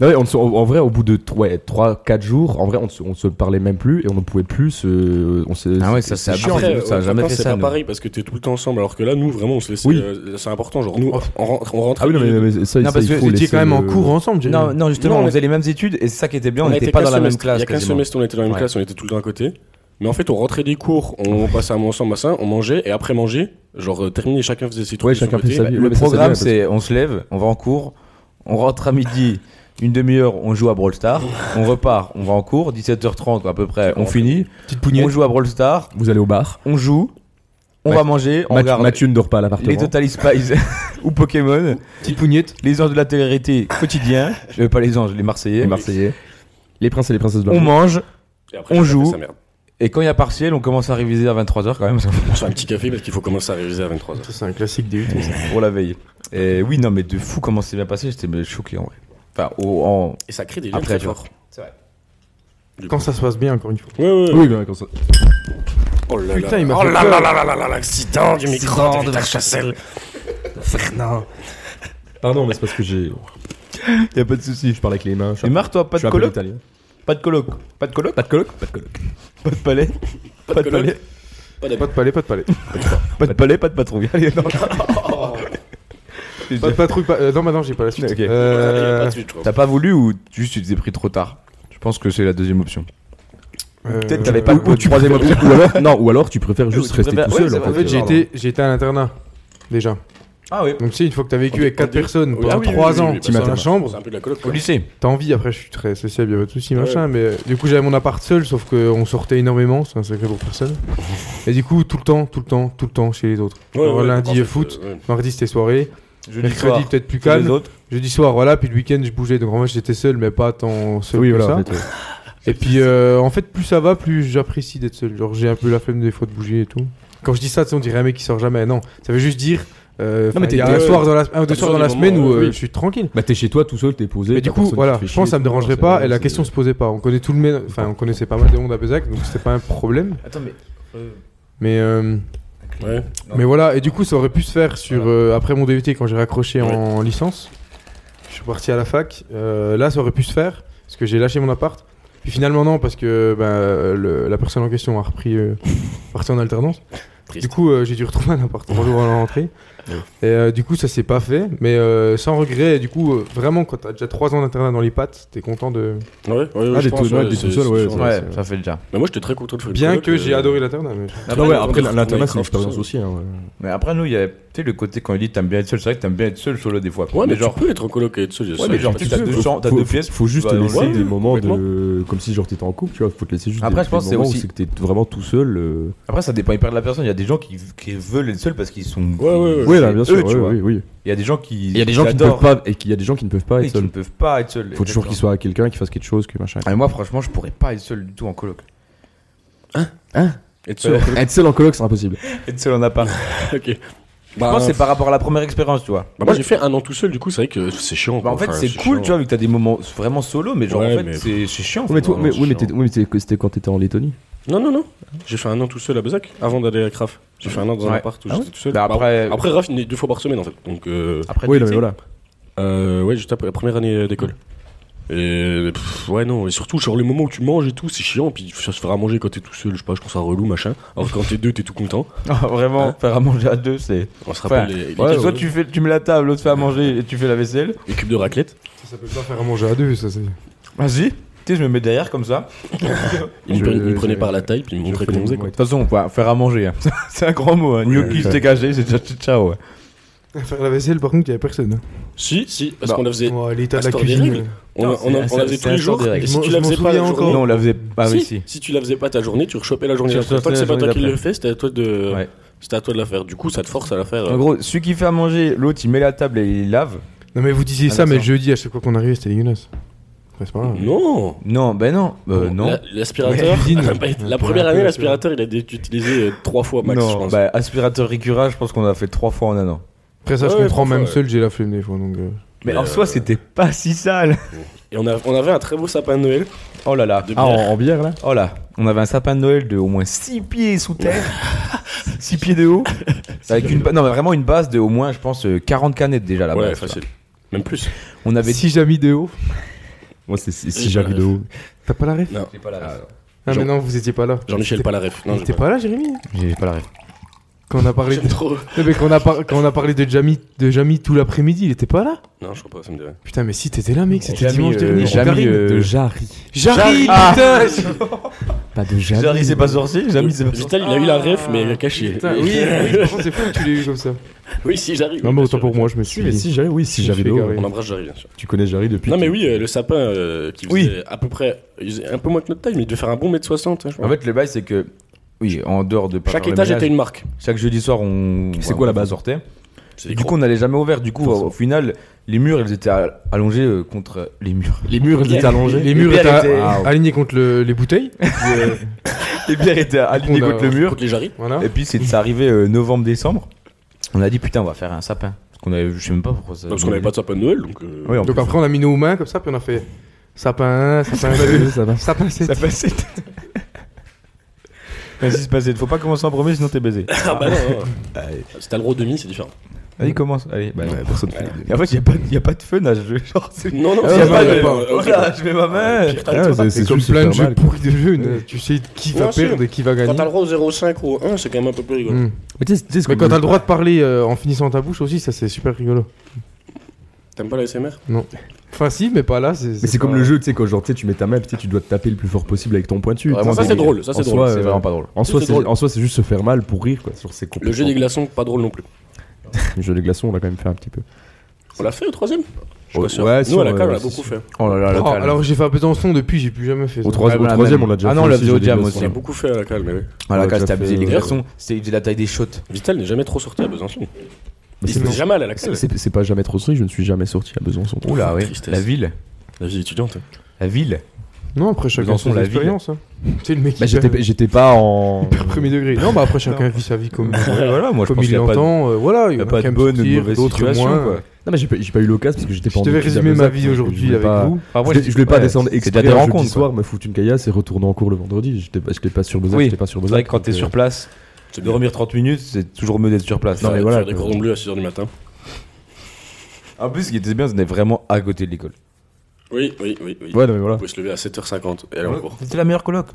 Non, ouais, on se- en en vrai, au bout de 3-4 jours, en vrai, on se, on se parlait même plus et on ne pouvait plus se. On se Ah ouais, ça, c'est c'est abusé. chiant. Après, nous, ça a ouais, jamais maintenant, fait c'est ça, pas nous. pareil parce que t'es tout le temps ensemble, alors que là, nous, vraiment, on se laisse. Oui. euh, c'est important, genre, nous, on, rentre- on rentre Ah oui, non, mais, mais ça, ça, Non, parce il que faut Vous étiez laisser quand même en le- cours ensemble, j'ai Non, vu. non, justement, Non, on mais- faisait les mêmes études et c'est ça qui était bien, on a n'était été pas qu'un dans la même semestre- classe. Il y a qu'un quasiment. semestre, on était dans la même Ouais. classe, on était tout le temps à côté. Mais en fait, on rentrait des cours, on passait un moment ensemble, machin, on mangeait, et après manger, genre, euh, terminé, chacun faisait ses trucs. Ouais, Ah, de son chacun fait côté. sa vie. Le Ouais, mais ça, c'est bien, programme, parce que- c'est on se lève, on va en cours, on rentre à midi, Une demi-heure, on joue à Brawl Stars. on repart, on va en cours. 17h30 à peu près, on finit. On joue à Brawl Stars. Vous allez au bar. On joue. On Ma- va manger. On Mathieu- regarde Mathieu ne dort pas à les l'appartement. Total Spies ou Pokémon. Petite pougnette. Les anges de la télé quotidien. Je veux pas les anges, les Marseillais. Les Marseillais. Les princes et les princesses de la On mange, Et après, on chacun fait joue. sa merde. Et quand il y a partiel, on commence à réviser à 23h quand même. On se fait un petit café parce qu'il faut commencer à réviser à 23h. C'est un classique des huit. pour la veille. Et oui, non, mais de fou comment c'est bien passé, j'étais mais, choqué en vrai. Enfin, au- en... Et ça crée des liens Après, très tu vois. forts. Quand ça se passe bien, encore une fois. Ouais, ouais. Oui, ben, comme ça. Oh là Putain, là. il m'a Oh fait là peur. là là là là là, l'accident du micro de Verchacel. Fernand. Pardon, mais c'est parce que j'ai. y a pas de souci, je parle avec les mains. Je suis Mais un- marre-toi, pas je suis de un peu coloc, italien. pas de coloc, pas de coloc, pas de coloc, pas de coloc, pas de palais, pas de coloc. palais, Pas de palais, pas de palais. pas de palais, pas de patrouille. Allez, non. pas de patrouille. pas- euh, non, bah non, j'ai pas la suite. Ok. Il y a pas Euh, de suite, je crois. T'as pas voulu ou juste tu t'es pris trop tard Je pense que c'est la deuxième option. euh, Peut-être t'avais pas le goût, tu Troisième option. ou alors, non, ou alors tu préfères juste tu rester préfères- tout ouais, c'est seul. vrai, en fait. En fait, j'ai été, j'ai été à l'internat. Déjà. Ah oui. Donc, si, une fois que t'as vécu avec 4 personnes Ah pendant oui, oui, 3 oui, ans oui, bah, dans c'est la un- chambre, C'est un peu de la coloc. Au quoi. lycée. T'as envie, après je suis très sociable, y'a pas de soucis, machin, mais euh, du coup j'avais mon appart seul, sauf qu'on sortait énormément, c'est un sacré pour personne. Et du coup, tout le temps, tout le temps, tout le temps chez les autres. Ouais, Alors, ouais, lundi, en fait, foot, euh, ouais. mardi c'était soirée, Je mercredi peut-être plus les calme, autres. jeudi soir voilà, puis le week-end je bougeais, donc en vrai j'étais seul, mais pas tant seul Oui, que voilà. en ça. fait, ouais. Et puis euh, en fait, plus ça va, plus j'apprécie d'être seul. Genre j'ai un peu la flemme des fois de bouger et tout. Quand je dis ça, tu sais, on dirait un mec qui sort jamais, non, ça veut juste dire. Euh, mais il y a t'es- un ouais, soir dans la, un ou deux t'as soirs dans la besoin des semaine moments, où euh, euh, je oui. suis tranquille. Bah, t'es chez toi tout seul, t'es posé. Mais t'as du coup, personne qui voilà, te fait je pense que chier, ça me tout, dérangerait c'est- pas. Et la c'est- question se posait pas. On connaît tout le monde, enfin, on connaissait pas mal de monde à Bezac, donc c'était pas un problème. Attends, mais. Mais, euh, Ouais. mais voilà, et du coup, ça aurait pu se faire sur euh, après mon DUT quand j'ai raccroché en licence. Je suis parti à la fac. Euh, là, ça aurait pu se faire parce que j'ai lâché mon appart. Puis finalement, non, parce que bah, le- la personne en question a repris, euh, parti en alternance. Triste. Du coup, euh, j'ai dû retrouver un appart trois jours à la rentrée. Et euh, du coup, ça s'est pas fait, mais euh, sans regret. Et du coup, euh, vraiment, quand t'as déjà trois ans d'internat dans les pattes, t'es content de. Ouais, ouais, ouais, Ah, je des pense, tout- ouais, des c'est- tout seuls, c'est ouais, sûr. ouais. Ouais, ça fait déjà. Mais moi, j'étais très content de faire une Bien coloc, que j'ai euh, adoré l'internat. mais- Ah ouais, nous, après on a- on a l'internat c'est une écrit tout expérience ça. aussi. hein, ouais. Mais après, nous, il y a. Tu sais, le côté quand il dit t'aimes bien être seul, c'est vrai que t'aimes bien être seul solo des fois. Ouais, mais, mais genre. tu peux être en coloc et être seul. Ouais, mais genre, tu tu t'as sais, deux chambres, t'as Faut- deux pièces. Faut juste bah, te dans le laisser lit. des moments de. complètement. Comme si genre t'étais en couple, tu vois. Faut te laisser juste Après, des, je pense des c'est moments aussi- où c'est que t'es vraiment tout seul. euh. Après, ça dépend hyper de la personne. Il y a des gens qui, qui veulent être seuls parce qu'ils sont. Ouais, ouais, ouais. Oui, c'est là, bien sûr. eux, tu ouais, vois. oui, oui. Il y a des gens qui. Il y a des gens qui ne adorent peuvent pas et qu'il y a des gens qui ne peuvent pas et être qui ne seuls. peuvent pas être seuls. Faut toujours qu'ils exactement. soient à quelqu'un, qu'ils fassent quelque chose, que machin. Ah, mais moi, franchement, je pourrais pas être seul du tout en coloc. Être seul. Être seul en coloc, c'est impossible. Être seul en appart. Ok. je Bah, pense que c'est par rapport à la première expérience, tu vois. bah, moi, j'ai fait un an tout seul, du coup, c'est vrai que c'est chiant. Bah, en quoi. fait, Enfin, c'est cool, chiant. tu vois, vu que t'as des moments vraiment solo, mais genre, Ouais, en fait, mais- c'est c'est chiant. Oui, mais toi, finalement. mais, oui, mais t'étais- oui, mais c'était c'était quand t'étais en Lettonie. Non, non, non. J'ai fait un an tout seul à Bezac avant d'aller à Craf. J'ai fait un an dans un Ouais. appart où Ah j'étais tout seul. Bah, Bah, après- Ah. après Raph, il venait deux fois par semaine en fait. Donc, euh, Après, Oui, tu non, mais sais, voilà. euh, ouais, j'étais après la première année euh, d'école. Et pff, ouais, non, et surtout, genre, le moment où tu manges et tout, c'est chiant. Puis ça se faire à manger quand t'es tout seul, je sais pas, je trouve ça relou, machin. Alors que quand t'es deux, t'es tout content. Ah, vraiment, faire à manger à deux, c'est. On se Enfin, rappelle les, les ouais, cubes- soit tu, fais, tu mets la table, l'autre fait à manger et tu fais la vaisselle. les cubes de raclette. Ça peut pas faire à manger à deux, ça c'est. Vas-y. Tu sais, je me mets derrière comme ça. Ils Je- me prenaient- ils me je- prenaient par la taille, puis ils me montraient fais comment on des faisait. De toute façon, quoi, faire à manger, hein. c'est un grand mot. Hein. Gnocchi, steak haché, c'est déjà ciao. ouais. Faire la vaisselle, par contre, il y avait personne. hein. Si, si, parce Bah, qu'on la faisait. Oh, l'état de la Astor des cuisine. règles. On, Non, on, on la c'est- faisait c'est tous les un sort jours. direct. Et si Je tu m'en- la je faisais m'en pas la souviens journée. Non, on la faisait. Ah, Oh. si, oui, si. si tu la faisais pas ta journée, tu rechopais la journée Tu d'après. Tant rechopais que la c'est pas toi journée qui le d'après. fais, c'était à toi de. Ouais. C'était à toi de la faire. Du coup, ça te force à la faire. En gros, celui qui fait à manger, l'autre il met la table et il lave. Non, mais vous disiez Ah, ça, mais d'accord. jeudi, à chaque fois qu'on arrivait, c'était dégueulasse. Après, c'est pas grave. Euh, Non. Non, ben non. Euh, non. La- L'aspirateur. bah, La première année, l'aspirateur, il a été utilisé euh, trois fois max, je non, pense. bah, aspirateur Ricura, je pense qu'on a fait trois fois en un an. Après, ça, je Ouais, comprends, parfois, même ouais. seul, j'ai la flemme des fois, donc. euh. Mais, Mais en euh, soi, c'était pas si sale. Et on, a- on avait un très beau sapin de Noël. Oh là là. De Ah, En, bière. en bière, là Oh là, on avait un sapin de Noël de au moins 6 pieds sous terre, 6 pieds de haut, avec une, ba- non, mais vraiment une base de au moins, je pense, euh, 40 canettes déjà là-bas. ouais, facile. Même plus. On avait Si j'ai mis de haut. Moi, c'est si Oui, si j'arrive bah, de haut. T'as pas la ref Non, Ah, mais Jean- non, vous étiez pas là. Jean-Michel, T'étais- pas la ref. Non, j'ai T'étais pas- pas là, Jérémy J'ai pas la ref. Quand on a parlé de. J'aime trop. Non, mais quand on a, par- quand on a parlé de Jamie, de Jamie tout l'après-midi, il était pas là Non, je crois pas, ça me dirait. Putain, mais si, t'étais là, mec, c'était Jamie, dimanche euh, dernier. Jamie, J'arrive, euh, De Jarry. J'arrive, putain Pas de jamais. Jarry, c'est pas sorcier, Euh, Jamy, c'est pas sorcier. Putain, il a eu la ref, mais elle a Ah, caché. Putain, oui, oui, par contre, c'est fou que tu l'aies eu comme ça. Oui, si, j'arrive. Non, mais autant pour moi, je me suis. Oui, mais si, Jarry, oui, si, Je Jarry me suis Deo. égaré. On embrasse Jarry, bien sûr. Tu connais Jarry depuis. Non, mais oui, euh, le sapin euh, qui faisait à peu près. il faisait un peu moins que notre taille, mais il devait faire un bon mètre 60. hein, je crois. En fait, le bail, c'est que. Oui, en dehors de. pas Chaque faire le étage ménage, était une marque. Chaque jeudi soir, on. C'est quoi la base sortait Du coup, on n'allait jamais ouvert. Du coup, au au final, les murs, ils étaient à- allongés euh, contre les murs. Les murs étaient allongés. Les murs Les étaient bières étaient- a- alignés contre le- les bouteilles. Les bières étaient alignées On a- contre le mur. les jarry. Voilà. Et puis, c'est c'est arrivé euh, novembre-décembre. On a dit, putain, on va faire un sapin. Parce qu'on avait. Je sais même pas pourquoi ça. Parce qu'on avait pas de sapin de Noël, donc. euh, Oui, en Donc plus. après, on a mis nos mains comme ça, puis on a fait sapin, sapin 2, Ça va. sapin 7. Sapin 7. Vas-y, c'est passé. Faut pas commencer en premier, sinon t'es baisé. Ah bah non, non. Allez. C'était le gros demi, c'est différent. Allez, commence. Allez, bah, personne. Et en fait, y a pas, y a pas de fun à ce jeu. Genre, c'est. Non, non, Ah, c'est y a pas pas de- euh, euh, Voilà, je mets ma main. Ah, C'est comme plein de jeux pourris de jeunes. Tu sais qui va Ouais, si. perdre et qui va Quand t'as gagner. le droit au 0,5 ou au 1, c'est quand même un peu plus Hmm. rigolo. Mm. Mais tu sais- tu sais ce Mais que quand vous- t'as le droit de parler euh, en finissant ta bouche aussi, ça c'est super rigolo. T'aimes pas la SMR Enfin, si, mais pas là. Mais Mais c'est comme le jeu, tu sais, quand genre, tu sais, tu mets ta main, puis tu sais, tu dois te taper le plus fort possible avec ton pointu. Vraiment, Tu sais, Ça, c'est drôle, ça, en c'est soi, drôle. euh, C'est vraiment pas drôle. En Ça, soi, c'est c'est drôle. en soi, c'est juste se faire mal pour rire, quoi. Sur ses Le jeu des glaçons, pas drôle non plus. Le jeu des glaçons, on l'a quand même fait un petit peu. On l'a fait au troisième Je suis Ouais, pas sûr. ouais, euh, si, Nous, à la ouais, cale, on ouais, l'a si, beaucoup si. fait. Oh là là, la Oh, cale. alors j'ai fait un Besançon depuis, j'ai plus jamais fait ça. Au troisi- Ouais, au la troisième, même. on l'a déjà Ah fait. non, on l'a aussi, fait au jeu des jam glaçons. On aussi. l'a beaucoup fait à la cale, mais oui. Ah, la Ouais, cage, ça t'as fait- abusé. Les ouais. garçons, c'était de la taille des shots. Vital n'est jamais trop sorti à Besançon. Mais Il se c'est- fait jamais aller à la cale. C'est c'est pas jamais trop sorti, je ne suis jamais sorti à Besançon. Oula, ouais. Tristesse. La ville. La vie étudiante. La ville. Non, après chacun Besançon, son la expérience. hein. C'est le mec Bah, qui j'étais j'étais pas en. perd premier degré. Non, bah après chacun vit sa vie comme. Ouais, voilà, moi je Comme pense il qu'il y a pas de- l'entend, euh, voilà, il il y y en a a pas qui de aiment bonne ou de sortir, mauvaise d'autres situation, moins. quoi. Non, mais j'ai pas, j'ai pas eu l'occasion parce que j'étais Je pas en devais études à résumer ma Besançon, vie donc je aujourd'hui voulais avec pas- vous. Enfin, Ah, moi, je, je voulais pas descendre exprès C'était des un jeudi rencontres. quoi. soir, me foutre une caillasse et retourner en cours le vendredi. J'étais pas, j'étais pas sur Besançon, Oui. j'étais pas sur C'est Besançon. vrai que quand t'es donc, euh, sur place, de dormir 30 minutes, c'est toujours mieux d'être sur place. Faire mais faire voilà, des quoi. cordons bleus à 6h du matin. En plus, ce qui était bien, c'était vraiment à côté de l'école. Oui, oui, oui. oui. Ouais, non, mais voilà. Vous pouvez se lever à 7h50 et aller en cours, C'était la meilleure coloc.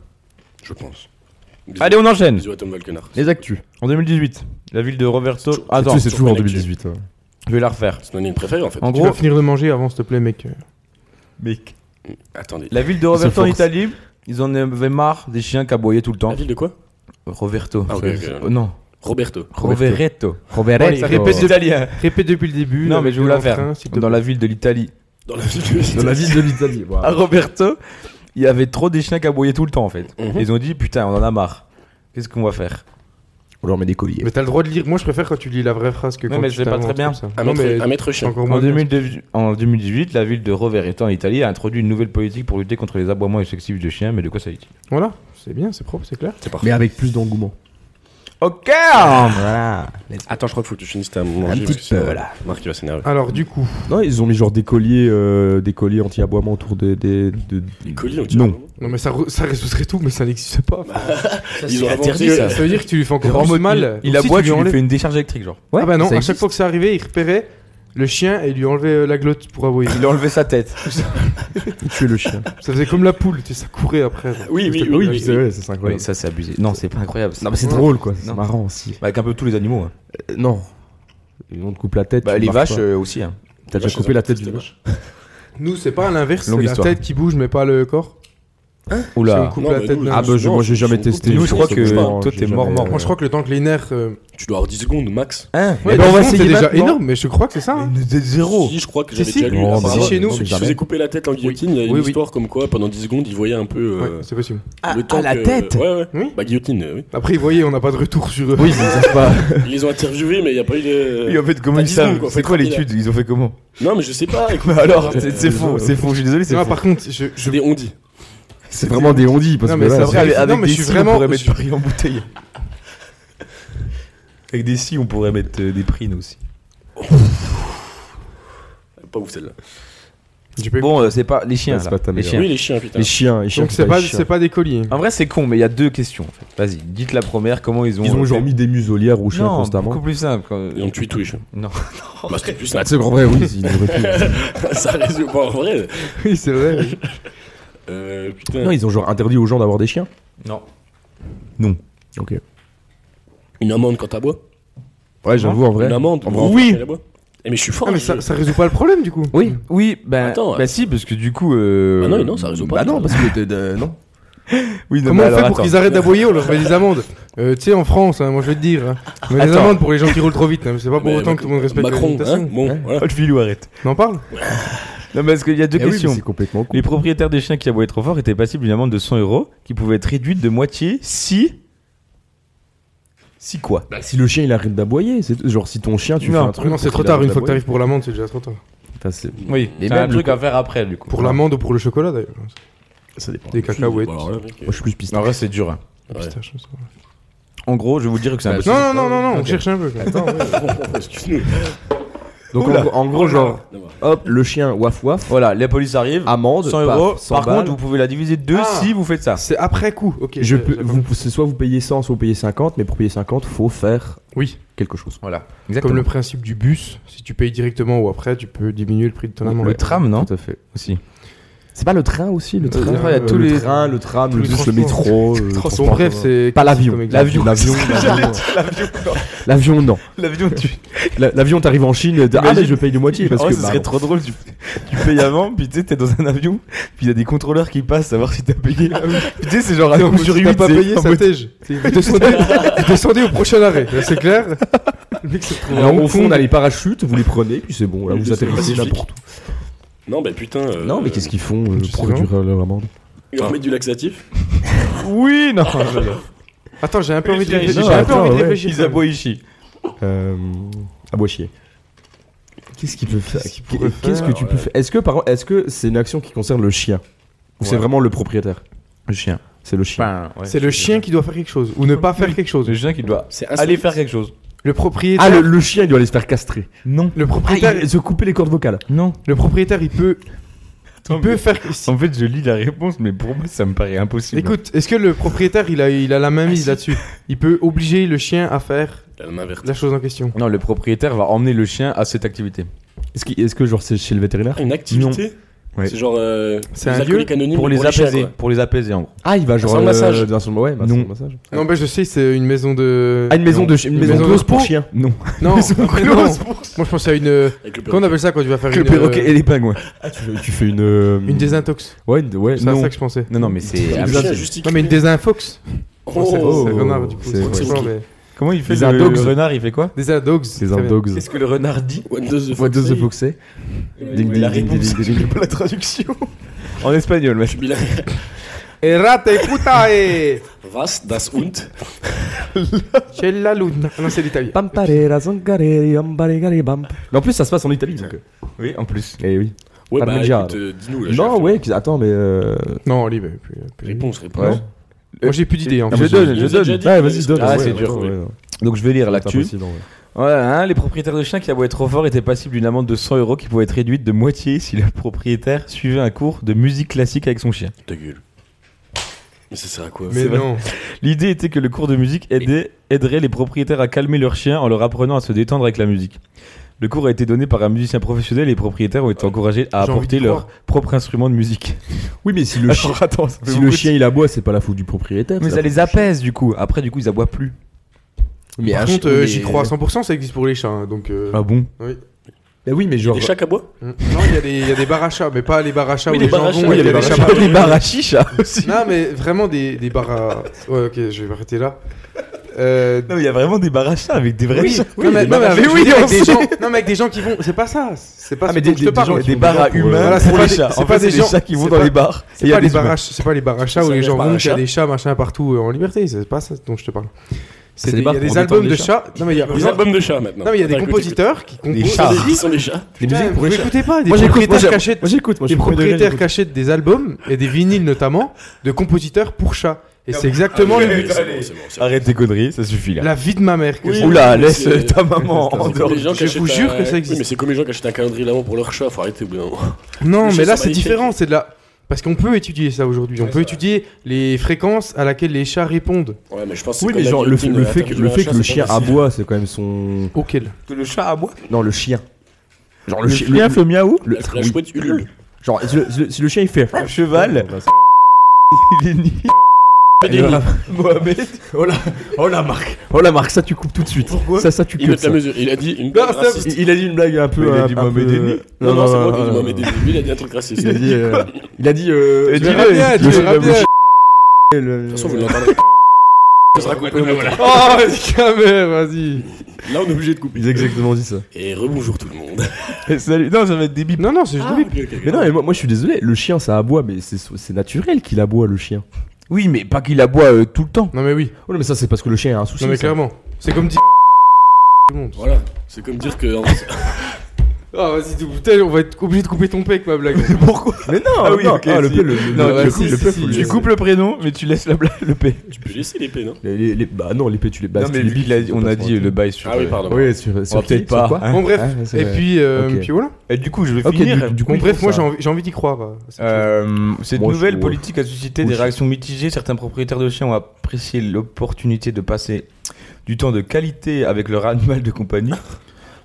je pense. Bisous. Allez, on enchaîne. Bisous à Tom Valkenard. Les actus. En 2018, la ville de Roberto. Tu Attends, sais, c'est toujours en l'actu. 2018. hein. je vais la refaire. C'est une préférée en fait. En Tu vas gros, finir de manger avant, s'il te plaît, mec. mec. Attendez. La, La ville de Roberto en forcent. Italie, ils en avaient marre des chiens qui aboyaient tout le temps. ville de quoi Roberto. Ah, ok, ok. Oh, Non, Roberto. Rovereto. Allez, Rovereto. répète, C'est de- italien. répète depuis le début. euh, Non, mais je vais vous la l'entrain, faire. s'il te Dans plaît. la ville de l'Italie. Dans la ville de Dans la ville de l'Italie. voilà. à Roberto, il y avait trop des chiens qui aboyaient tout le temps en fait. Mhm. Ils ont dit putain, on en a marre. Qu'est-ce qu'on va faire On leur met des colliers. Mais t'as le droit de lire. Moi, je préfère quand tu lis la vraie phrase que Ouais, quand Ah, mais tu je l'ai pas t'inventes très bien. comme ça. Un Non, maître, mais un maître chien. encore En, moins. bien. 2002 en 2018, la ville de Rovereto en Italie a introduit une nouvelle politique pour lutter contre les aboiements excessifs de chiens, mais de quoi ça est-il Voilà, c'est bien, c'est propre, c'est clair. C'est parfait. Mais avec plus d'engouement. Ok Attends, je crois qu'il faut que tu finisses ta manger. Un petit parce que sinon, peu, là. Marc, il va s'énerver. Alors, du coup, Non, ils ont mis genre des colliers, euh, des colliers anti-aboiement autour des. des- de- Les colis, on dit. Non. non, mais ça, re- ça résoudrait tout, mais ça n'existe pas. Ils ont interdit, inventé, euh, Bah, ça. Ça veut dire que tu lui fais encore En plus mode, mal. il, il Ou si aboie, lui tu lui enlèves- fais une décharge électrique, genre. Ah bah non, ça à chaque existe. fois que ça arrivait, il repérait le chien et il lui enlevait euh, la glotte pour aboyer. Il a enlevé sa tête. Tuer le chien. ça faisait comme la poule, tu sais, ça courait après. genre. Oui, oui, C'était oui. pas grave. oui, C'est vrai, ça, c'est incroyable. Oui, ça c'est abusé. Non, c'est pas incroyable. Non, mais c'est c'est drôle. drôle quoi, c'est Non. marrant aussi. Avec un peu tous les animaux. hein. Euh, non. Et on te coupe la tête. Bah, tu les marches vaches pas. euh, aussi. hein. T'as déjà vaches, coupé elles la ont tête tous d'une des vache. Nous, c'est pas à l'inverse, Longue c'est la histoire. Hein tête qui bouge, mais pas le corps. Si on Oula. coupe Non, la mais tête nous, d'un- Ah bah je- Non, moi j'ai jamais c'est- testé. euh, Nous, je crois c'est que pas- toi, j'ai t'es jamais- mort, mort. Moi, je crois que le temps que les nerfs. euh, Tu dois avoir 10 secondes max. Hein ouais, Eh ben, bah, on va sinon, c'est essayer déjà maintenant. énorme, mais je crois que c'est ça. hein. De zéro. Si, je crois que Si, j'avais si. déjà lu. Non, apparemment, si, chez nous, Ceux qui se jamais. faisaient couper la tête en guillotine, il y a une Oui, oui. histoire comme quoi pendant 10 secondes, ils voyaient un peu. euh, Ouais, c'est possible. Ah, le temps la que- tête Ouais, ouais. Oui. Bah, guillotine, euh, oui. Après, vous voyez, on n'a pas de retour sur eux. Oui, mais ils savent pas. Ils les ont interviewés, mais il n'y a pas eu de. Oui, en fait, comment T'as ils dix savent secondes, quoi, C'est faut quoi être hein. l'étude Ils ont fait comment Non, mais je sais pas. écoute. Bah, Mais alors, Euh, c'est c'est faux, c'est faux, je suis désolé, c'est Non, faux. par contre, je, je- C'est des ondis. C'est vraiment des ondis parce Non, que mais là, c'est vrai. Après, avec Non, des mais je suis scies, vraiment- on pourrait mettre je- du prix en bouteille. Avec des scies, on pourrait mettre euh, des prines aussi. Pas ouf celle-là. j'ai pas eu- Bon, euh, c'est pas les chiens. Ouais, c'est là, pas ta les meilleure. chiens. Oui, les chiens, putain. les chiens, les chiens. Donc, c'est pas, c'est pas des colliers. Ah, En vrai, c'est con, mais il y a deux questions. En fait. Vas-y, dites la première. Comment ils ont euh, Ils ont genre mis des muselières aux chiens non, constamment. beaucoup plus simple. quand- Ils ont tué tous les chiens. Non. Bah, c'était plus Ah, la C'est en vrai, oui, ils auraient pu. ça résout pas en vrai. Oui, c'est vrai. Euh, putain. Non, ils ont genre interdit aux gens d'avoir des chiens. Non. Ok. Une amende quand t'aboies Ouais, j'avoue en vrai. Une amende En vrai, en Oui Eh, Mais je suis fort. Ah, mais je- ça, ça résout pas le problème, du coup. Oui, oui, ben, Attends, ben euh. si, parce que du coup. Euh... Ah non, mais non, ça résout pas Bah les non, choses. parce que. t'es- t'es- non. Oui, non, mais Comment on fait alors, pour attends. qu'ils arrêtent d'aboyer On leur met des amendes. Euh, tu sais, en France, hein, moi je vais te dire. hein, on met des Attends. amendes pour les gens qui roulent trop vite. hein, mais C'est pas pour Mais autant que tout le monde respecte la Macron, hein, limitation. bon, voilà. Oh, le filou, arrête. On en parle Non, parce qu'il y a deux Eh oui, mais questions. c'est complètement con. les propriétaires des chiens qui aboyaient trop fort étaient passibles d'une amende de 100 euros qui pouvait être réduite de moitié si. Si quoi Bah, si le chien il arrête d'aboyer, c'est genre si ton chien tu Non, fais un truc. Non, c'est pour trop qu'il tard. arrête Une fois que d'aboyer. t'arrives pour l'amende, c'est déjà trop tard. Putain, c'est- Oui, les Ah, mêmes le trucs à faire après, du coup. Pour l'amende ou pour le chocolat d'ailleurs. Ça dépend. Des cacahuètes. Bah, alors là, mec, euh, Moi je suis plus piste. En vrai, c'est dur. hein. ouais. Pistache, je sais pas. En gros, je vais vous dire que c'est Bah, impossible. Non, non, non, non, non, on Ok. cherche un peu. Attends, euh, Excuse-nous. Donc en, en gros, genre, hop, le chien waf waf, Voilà, la police arrive. amende, 100 paf, euros. 100 Par balles. contre, vous pouvez la diviser de deux Ah. si vous faites ça. C'est après coup. Ok. Je j'ai- peux, j'ai pas vous, c'est soit vous payez 100, soit vous payez 50, mais pour payer 50, faut faire Oui. quelque chose. Voilà. Comme le principe du bus, si tu payes directement ou après, tu peux diminuer le prix de ton amende. le tram, non Tout à fait. Aussi. C'est pas le train aussi, le train. train, il y a euh, tous le les- train, le tram, tous le les bus, le transports. métro. euh, Bon, transport. bref, c'est. Pas l'avion. comme exemple. L'avion, l'avion, l'avion, l'avion, non. L'avion, tu. La- L'avion, t'arrives en Chine, t'as- ah mais Imagine- je paye de moitié parce En vrai, que. ce bah, serait non. trop drôle. Tu, tu payes avant, puis tu sais, t'es dans un avion, puis il y a des contrôleurs qui passent à voir si t'as payé. Puis tu sais, c'est genre un coup Donc, sur si t'as huit, pas c'est- payé, en ça mode- tège. Vous descendez, vous descendez au prochain arrêt, là, c'est clair Le mec se retrouve à Alors Hong au fond, on Kong. a les parachutes, vous les prenez, puis c'est bon, là Oui, vous c'est atterrissez magnifique. n'importe où. Non, bah putain. euh, Non, mais qu'est-ce qu'ils font euh, tu pour sais réduire euh, leur amende Ils remettent du laxatif Oui, non. Attends, j'ai un peu envie de réfléchir. Non, J'ai un peu attends, envie de ouais. réfléchir. Ils aboient ici. Euh, à bois chier. Qu'est-ce qu'il peut faire Qu'est-ce qu'il pourrait Qu'est-ce que faire, tu peux faire Est-ce que par exemple, est-ce que c'est une action qui concerne le chien ou c'est vraiment le propriétaire Le chien. C'est le chien. C'est le chien qui doit faire quelque chose, ou ne pas faire quelque chose. Le chien qui doit C'est aller faire quelque chose. Le Ah le, propriétaire. le chien il doit aller se faire castrer. Non. Le Ah, propriétaire, il- se couper les cordes vocales. Non. le propriétaire, il peut, il peut faire. En fait, je lis la réponse, mais pour moi, ça me paraît impossible. Écoute, est-ce que le propriétaire, il a, il a la main mise là-dessus Il peut obliger le chien à faire La main verte. la chose en question. Non, le propriétaire va emmener le chien à cette activité. Est-ce que, est-ce que genre c'est chez le vétérinaire Ah, Une activité Ouais. C'est genre. euh, C'est les un alcooliques anonymes Pour mais les chiens, apaiser. quoi. Pour les apaiser, en gros. Ah il va genre centre euh, massage. dans son- ouais, bah, Non. centre massage. Non, bah je sais, c'est une maison de. Ah une maison de chien, une Une maison maison close de pour repos. chien. Non. Non, après, non. close Moi je pensais à une. Avec le Qu'on perroquet. appelle ça quand tu vas faire Que le une. perroquet euh, et les pingouins. Ah, Tu fais une euh, Une désintox. Ouais, une- ouais, C'est à non. ça que je pensais. Non, non, mais c'est. Le chien, juste, il Non, mais une désinfox. Oh, c'est oh, c'est renard du coup. c'est- c'est ouais. genre, mais- Comment il fait Les le, indogs. le renard Il fait quoi Des indogs. C'est très un bien. dogs. Qu'est-ce que le renard dit What does the What fuck does the say fox say Ouais, Ding, mais ding, La ding, réponse, ding, ding, ding. pas la traduction. En espagnol, je mec. suis bilingue. Errate écoutez Was, das und Cella luna. Ah Non, c'est l'italien. Pamparera, zangareri, ambarigari, bam. Mais en plus, ça se passe en Italie, donc. euh, Oui, en plus. Eh oui. Ouais, Pas de bah Ninja, écoute, euh, dis-nous là. Non, chef. ouais, qu'ils- attends, mais. euh, Non, Oli, bah, plus- plus- Réponse, réponse. Ouais. Moi j'ai plus d'idée en Ah, fait. je donne, Il je nous a donne. déjà dit Ouais, que- vas-y, donne. Ah, ouais, c'est ouais, dur. ouais, ouais. Donc je vais lire C'est l'actu. impossible, en vrai. Voilà, hein, les propriétaires de chiens qui aboyaient trop fort étaient passibles d'une amende de 100 euros qui pouvait être réduite de moitié si le propriétaire suivait un cours de musique classique avec son chien. Ta gueule. Mais ça sert à quoi Mais C'est vrai. non. L'idée était que le cours de musique aidait- aiderait les propriétaires à calmer leurs chiens en leur apprenant à se détendre avec la musique. Le cours a été donné par un musicien professionnel et les propriétaires ont été encouragés à J'ai envie apporter de leur propre instrument de musique. Oui, mais si le chien. Alors, attends, ça fait Si beaucoup le de- chien il aboie, c'est pas la faute du propriétaire. Mais c'est ça la faute les apaise du coup. Après, du coup, ils aboient plus. du- Mais Par un contre, chien- euh, mais- j'y crois à 100%, ça existe pour les chats. hein, Donc. euh, Mm. Ah bon Bah oui, mais genre. Des chats à bois Non, il y a des- il y, a des barachas, mais pas les barachas Oui, où les les gens barachas, vont. oui, il y a les des barachas. barachas. Les barachichas aussi. Non, mais vraiment des, des barras. Ouais, ok, je vais arrêter là. Euh, Non, mais il y a vraiment des barachas avec des vrais oui, chiens. non, mais, non, mais barachas. avec, Mais oui, je veux dire, avec on des sait. gens, non, mais avec des gens qui vont. C'est pas ça. C'est pas Ah, ce mais dont des, je te des, parle. gens- Ils des font bars à gens humains Voilà, c'est pour pas les des- chats. c'est En pas fait, des c'est des gens- chats qui vont c'est dans pas- les bars. Et C'est il y a pas, des les barachas, c'est pas les barachas où Ça, les les gens vont, qu'il y barachas. a des chats machin partout euh, en liberté. C'est pas ça dont je te parle. C'est des des- Il y bars a pour des détendre albums les de chats. chats. Non, mais il y a Des albums de chats maintenant. Non, mais il y a des Attends, écoute, compositeurs qui Des composent. chats. écoute. Ils sont des chats. Des Putain, musiques pour vous les chats. écoutez pas, des Moi, j'écoute, moi, propriétaires j'écoute. cachés Moi j'écoute, moi je des suis pas de rire, propriétaires j'écoute. cachettes des albums et des vinyles notamment de compositeurs pour chats. Et c'est exactement Ah, le- mais c'est bon, c'est bon, c'est bon. Arrête tes conneries, ça suffit là. la vie de ma mère que Oui, c'est. Oula, mais laisse c'est- ta maman en C'est comme dehors. les gens Je qui achètent vous un- jure que ça Oui, existe. mais c'est comme les gens qui achètent un calendrier d'avant pour leur chat, faut arrêter au bout d'un moment. Non, Les mais chats là sont c'est magnifiques. différent, c'est de la parce qu'on peut étudier ça aujourd'hui. On peut étudier les fréquences à laquelle les chats répondent. Ouais, mais je pense que Oui, c'est mais comme genre, la le fait, guillotine, le euh, fait que, interdit le à un fait que le c'est chien pas possible. aboie, c'est quand même son. Auquel Le chat aboie Non, le chien. Genre, le, Le chien. chien le- fait miaou le- La oui. chouette ulule. Genre, si le, si le- si le chien il fait. Le cheval Il est ni Mohamed Oh la marque Oh la marque, ça tu coupes tout de suite. ça, ça tu Il coupes. note Ça. la mesure. Il a dit une Non, blague Ah, ça, raciste. il a dit une blague un peu. euh, Mais il a un- dit un Mohamed peu- Denis. Non, non, c'est moi qui dis non, moi, non. mais lui, il a dit un truc raciste. Il a dit. euh, Il a dit. euh, Et le dis-le, chien- dis-le, le chien- dis-le. De toute façon, vous l'entendez. Ce sera coupé, mais voilà. Ah, Oh, les caméras, vas-y. Là, on est obligé de couper. Ils ont exactement dit ça. Et rebonjour tout le monde. Et salut. Non, ça va être des bips. Non, non, c'est juste Ah, des ok, bips. ok, ok. Mais non, mais moi, moi, je suis désolé, le chien ça aboie, mais c'est c'est naturel qu'il aboie le chien. Oui, mais pas qu'il aboie euh, tout le temps. Non, mais oui. Oh non, mais ça c'est parce que le chien a un souci. Non, mais ça. clairement. C'est comme dit. Voilà, c'est comme dire que. Ah, vas-y, tout- putain, on va être obligé de couper ton pec, ma blague. Mais non, Ah oui, non, ok, ah, le si. peu, le, le- Non, le- tu le coupes, peu, le faut le Tu laisser. coupes le prénom, mais tu laisses la blague, le P. tu peux laisser l'épée, non Les, les- les- bah non, l'épée tu les Non, bases. mais lui, il a- on a dit le bail sur. Ah oui, pardon. Oui, sur, sur va qui, peut-être sur pas, quoi Bon, bref. Ah, c'est Et vrai. puis, euh, Ok. puis voilà. Et du coup, je vais Ok, finir. du, du coup, Bon, bref, moi, j'ai j'en envie, j'ai envie d'y croire. euh, à cette chose. Euh, cette Moi, je- nouvelle ouais. politique a suscité Oui, des je- réactions mitigées. Certains propriétaires de chiens ont apprécié l'opportunité de passer du temps de qualité avec leur animal de compagnie,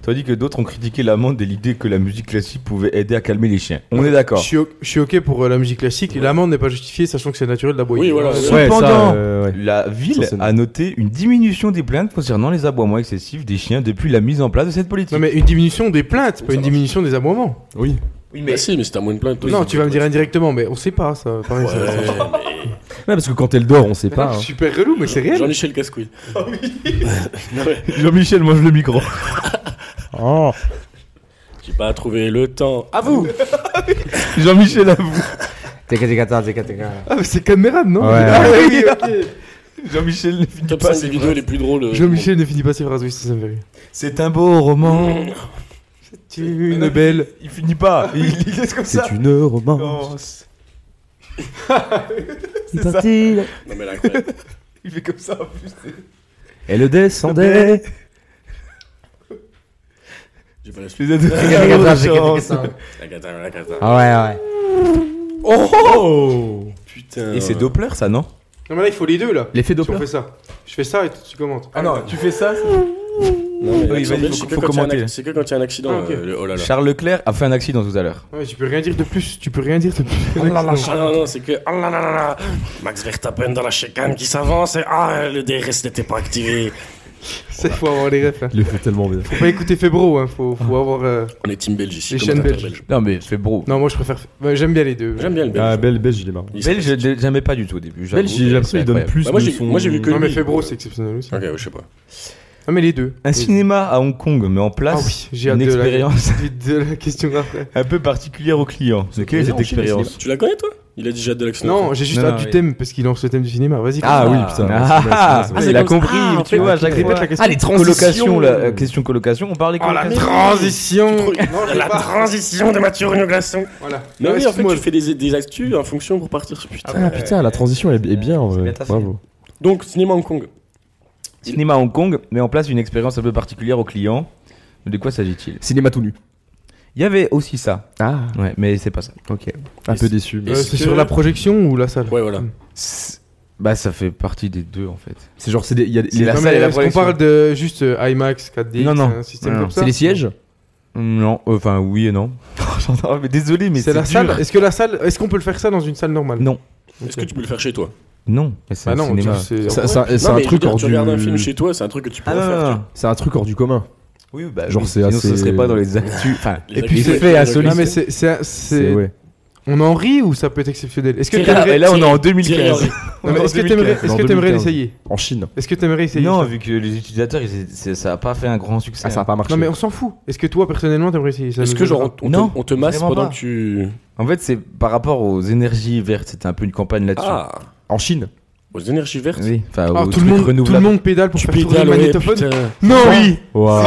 tandis que d'autres ont critiqué l'amende et l'idée que la musique classique pouvait aider à calmer les chiens. On est Je d'accord. suis, o- je suis ok pour euh, la musique classique. et L'amende n'est pas justifiée, sachant que c'est naturel d'aboyer. Oui, voilà. Ouais, ça, Cependant, euh, ouais. La ville Ça, c'est a noté une diminution des plaintes concernant les aboiements excessifs des chiens depuis la mise en place de cette politique. Non, mais une diminution des plaintes, pas Ça une marche. diminution des aboiements. Oui, Bah si, mais c'est un moins de plainte. toi, non, c'est tu pas vas me de dire indirectement, mais on sait pas ça. Pareil, ça- ça- plainte. Ouais, Ouais, parce que quand elle dort, on sait pas. Je hein. suis super relou, mais c'est mais- réel. Jean-Michel Cascouille. Non, mais Jean-Michel mange le micro. J'ai pas trouvé le temps. À vous Jean-Michel avoue. Ah, mais c'est Cameron, non Ouais. Ah, oui, ok. Jean-Michel ne finit Top pas 5 des ses vidéos les plus drôles. euh, Jean-Michel ne finit pas ses phrases, oui, ça ça me fait rire. C'est un beau roman. Tu es une belle. Il finit pas. Il il laisse comme ça. C'est une romance. Non, c'est- du monde. Non, mais là, incroyable. il fait comme ça en plus. Elle descendait. J'ai pas la suite. Les ados- les ados- La cata, la cata. Ah ouais, ouais. Oh Putain. Et c'est Doppler ça, non Non, mais là, il faut les deux, là. L'effet Si on Doppler. fait ça. Je fais ça et tu commentes. Ah non, tu fais ça. Non, mais Oui, l'accent vas-y, belge, faut- c'est que faut quand il y a un commenter. ac- C'est que quand il y a un accident. Ah, ok. euh, le- Oh là là. Charles Leclerc a fait un accident tout à l'heure. Ouais, Ah, tu peux rien dire de plus, tu peux rien dire de Oh plus. Ah non, non, c'est que. Ah là là là là. Max Verstappen dans la chicane qui s'avance et ah, le DRS n'était pas activé. C'est faut avoir les refs. hein. Il le fait tellement bien. Faut pas écouter Febro, hein. faut, Ah. faut avoir. euh, On est team belge ici. Les commentateur chaînes belges. Non mais c'est bro. Non, moi je préfère. bah, J'aime bien les deux. J'aime bien le Ah, belge. belle, belle, je démarre. Il- Belge, j'ai- j'aimais pas du tout au début. j'avoue, Belge, j'ai mais l'impression c'est qu'il donne incroyable. plus. Bah, moi, de j'ai- son- moi, j'ai vu que- Non, mais lui, Febro, ouais. c'est exceptionnel aussi. Ok, ouais, je sais pas. Non, mais les deux. Un cinéma à Hong Kong met en Ah place oui, j'ai hâte une de la... expérience suite de la question après. un peu particulière aux clients. C'est quelle est cette expérience Tu la connais, toi Il a dit j'ai hâte de l'accident. Non, j'ai juste Non, hâte non, du oui. thème parce qu'il lance le thème du cinéma. Vas-y. Ah oui, putain. Ah, c'est ah, vrai. il a compris, tu vois, à chaque Répète fois. la question. Ah, les euh. transitions. colocation, la question colocation, on parlait Oh la colocation. transition Non, je l'ai La pas. transition de Mathieu Renaud Glaçon. Voilà. Mais oui, en fait, Excuse-moi. tu fais des, des actus en fonction pour partir. Putain. Ah putain, la transition est, est bien en vrai. bien tassé. Bravo. Donc, cinéma Hong Kong. Cinéma à Hong Kong met en place une expérience un peu particulière aux clients. De quoi s'agit-il Cinéma tout nu. Il y avait aussi ça. Ah, Ouais, mais c'est pas ça. ok. Un peu déçu. mais- Euh, Est-ce C'est que- sur la projection ou la salle Ouais, voilà. C'est- Bah, ça fait partie des deux en fait. C'est genre, c'est des- il y a des- C'est la Non, salle mais et la est-ce qu'on projection. parle de juste euh, IMAX, 4D, Non, non. un système Non, non. comme ça C'est les sièges Hum, Non, euh, enfin oui et non. J'entends, mais désolé, mais C'est la dur. salle Est-ce que la salle Est-ce qu'on peut le faire ça dans une salle normale Non. Est-ce que tu peux le faire chez toi Non, mais c'est Bah un non, tu- cinéma. c'est Ça- ça- C'est Non, un mais je veux truc dire, hors Tu regardes un film du. chez toi, c'est un truc que tu peux Ah non, faire. non, tu vois. non. C'est un truc hors du commun. Oui, bah, Genre, oui, c'est sinon, assez- ce serait pas dans les actus. Enfin, Les et puis actus, c'est ouais, fait à ouais, Non, solide. mais c'est- c'est- c'est- C'est ouais. On en rit ou ça peut être exceptionnel Est-ce que Thierry t'aimerais- Et là, on est en Thierry 2015. Henry. Non, mais Est-ce que en t'aimerais- 2015, est-ce que t'aimerais en l'essayer En Chine. Est-ce que t'aimerais essayer Non, ça vu que les utilisateurs, ils- c'est- ça a pas fait un grand succès. Ah, ça a pas marché. Non mais on s'en fout. Est-ce que toi personnellement t'aimerais essayer ça Est-ce nous que genre on, aidera. on Non, te, on te masse vraiment pendant pas. que tu. En fait, c'est par rapport aux énergies vertes. C'était un peu une campagne là-dessus. Ah En Chine. Aux énergies vertes oui. Enfin, Ah, aux tout, trucs le monde, tout le renouvelables. monde pédale pour faire tourner le ouais, magnétophone putain. Non oui Waouh.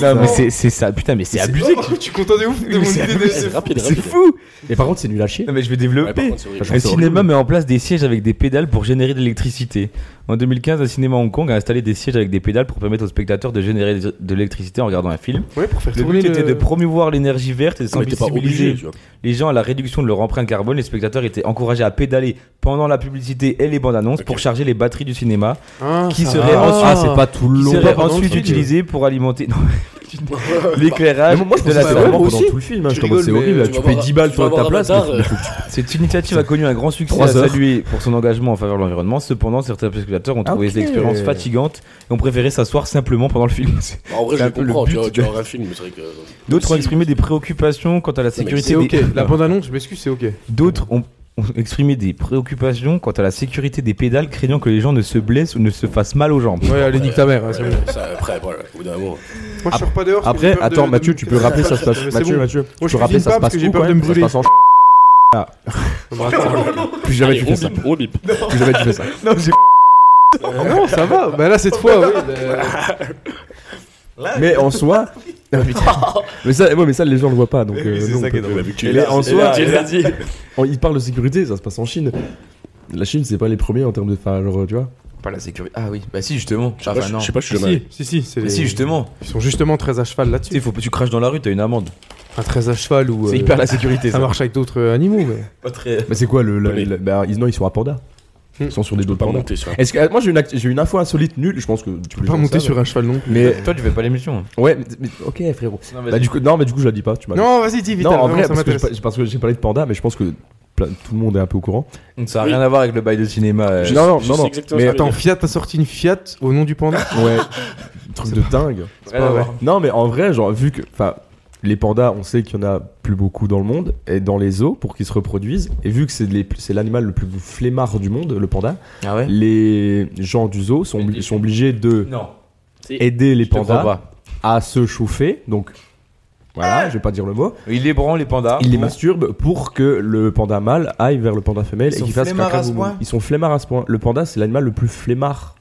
Non, mais c'est- c'est ça. Oh, Putain, mais c'est abusé. Oh, Je suis content de ouf de mon idée de C'est rapide, C'est rapide. fou. Et par contre, c'est nul à chier. Non, mais je vais Ouais, par développer. contre, c'est horrible. Enfin, Un C'est cinéma horrible. met en place des sièges avec des pédales pour générer de l'électricité. En 2015, un cinéma à Hong Kong a installé des sièges avec des pédales pour permettre aux spectateurs de générer de l'électricité en regardant un film. Ouais pour faire Le tourner but était de le... promouvoir l'énergie verte et de Non, mais t'es pas obligé, sensibiliser tu vois. les gens à la réduction de leur empreinte carbone. Les spectateurs étaient encouragés à pédaler pendant la publicité et les bandes annonces pour charger les batteries du cinéma, Ah, qui ça seraient va. ensuite, Ah, c'est pas tout le qui long. seraient pendant ensuite le film. utilisées pour alimenter non, l'éclairage Ah, Mais moi, je de pensais la que c'était salle. vraiment Moi pendant aussi. tout le film. hein. Tu Je pense que c'est rigoles, mais horrible. tu Tu vas payes voir- 10 balles tu pour vas ta voir place. Avatar, mais- euh. Cette initiative a connu un grand succès Trois à heures. saluer pour son engagement en faveur de l'environnement. Cependant, certains spectateurs ont trouvé Ok. cette expérience fatigante et ont préféré s'asseoir simplement pendant le film. Bah, En vrai, C'est je un peu le comprends, but tu vois, tu de- vas voir un film, mais c'est vrai que. D'autres ont Si, exprimé des préoccupations quant à la mais sécurité. C'est ok. des- La bande annonce, je m'excuse, c'est ok. D'autres ont ont exprimé des préoccupations quant à la sécurité des pédales, craignant que les gens ne se blessent ou ne se fassent mal aux jambes. Ouais, allez, nique ta mère. hein, c'est Ouais, bon. ça, Après, voilà, au bout d'un moment. Moi, je sors pas dehors. parce que j'ai Après, peur de- attends, de- Mathieu, de- tu peux rappeler ça se passe. Mais c'est Mathieu, bon. Mathieu, Moi, tu je peux rappeler cuisine ça se pas parce passe que j'ai où peur quand de même me Ça se brûler. passe en Plus jamais Allez, tu on fais ça. bip, on bip. Plus jamais tu fais ça. Non, ça va. Bah là, cette fois, oui. bah, Mais en soi. Ah, putain. mais, ça, ouais, mais ça, les gens le voient pas. Donc, euh, nous, on peut- Et là, en soi, tu l'as dit. on- ils parlent de sécurité, ça se passe en Chine. La Chine, c'est pas les premiers en termes de. Enfin, genre, tu vois. Pas la sécurité. Ah oui, bah si, justement. Je sais pas, je- je sais pas, je suis jamais. Si, si, c'est Mais les- si, justement. Ils sont justement très à cheval Tu là-dessus. sais, faut que tu craches dans la rue, t'as une amende. Enfin, très à cheval ou. C'est euh, hyper la sécurité. Ça marche avec d'autres euh, animaux, mais. pas très. Mais c'est quoi le. le- Pelé. le- bah, ils, non, ils sont à Panda. Ils sont sur des dos de Pas Panda. monter sur Est-ce que, euh, moi, j'ai une, act- j'ai une info insolite nulle. Je pense que tu peux Pas monter sur un cheval non plus. Mais Toi, tu fais pas l'émission. ouais, mais, mais- ok frérot. bah, du coup, non, mais du coup, je la dis pas. Tu m'as. Non, vas-y, dis vite. non, en vrai, ça parce que, m'intéresse. j'ai, pas- parce que j'ai parlé de panda, mais je pense que plein- tout le monde est un peu au courant. Ça a rien à voir avec le bail de cinéma. euh, Je- non, non, je non, sais non. exactement Mais ce que tu veux Attends, dire. Fiat a sorti une Fiat au nom du panda Ah, Ouais, truc de dingue. rien à voir. Non, mais en vrai, genre, vu que. Enfin, les pandas, on sait qu'il y en a plus beaucoup dans le monde et dans les zoos pour qu'ils se reproduisent. Et vu que c'est, les- c'est l'animal le plus flemmard du monde, le panda, Ah ouais les gens du zoo sont, obli- sont obligés de Non. aider les Je te crois pandas pas. à se chauffer. Donc, Ah voilà, je vais pas dire le mot. Il les branle, les pandas. Il les Bon. masturbe pour que le panda mâle aille vers le panda femelle Ils et sont qu'il fasse flemmards caca à ce boum boum. point Ils sont flemmards à ce point. Le panda, c'est l'animal le plus flemmard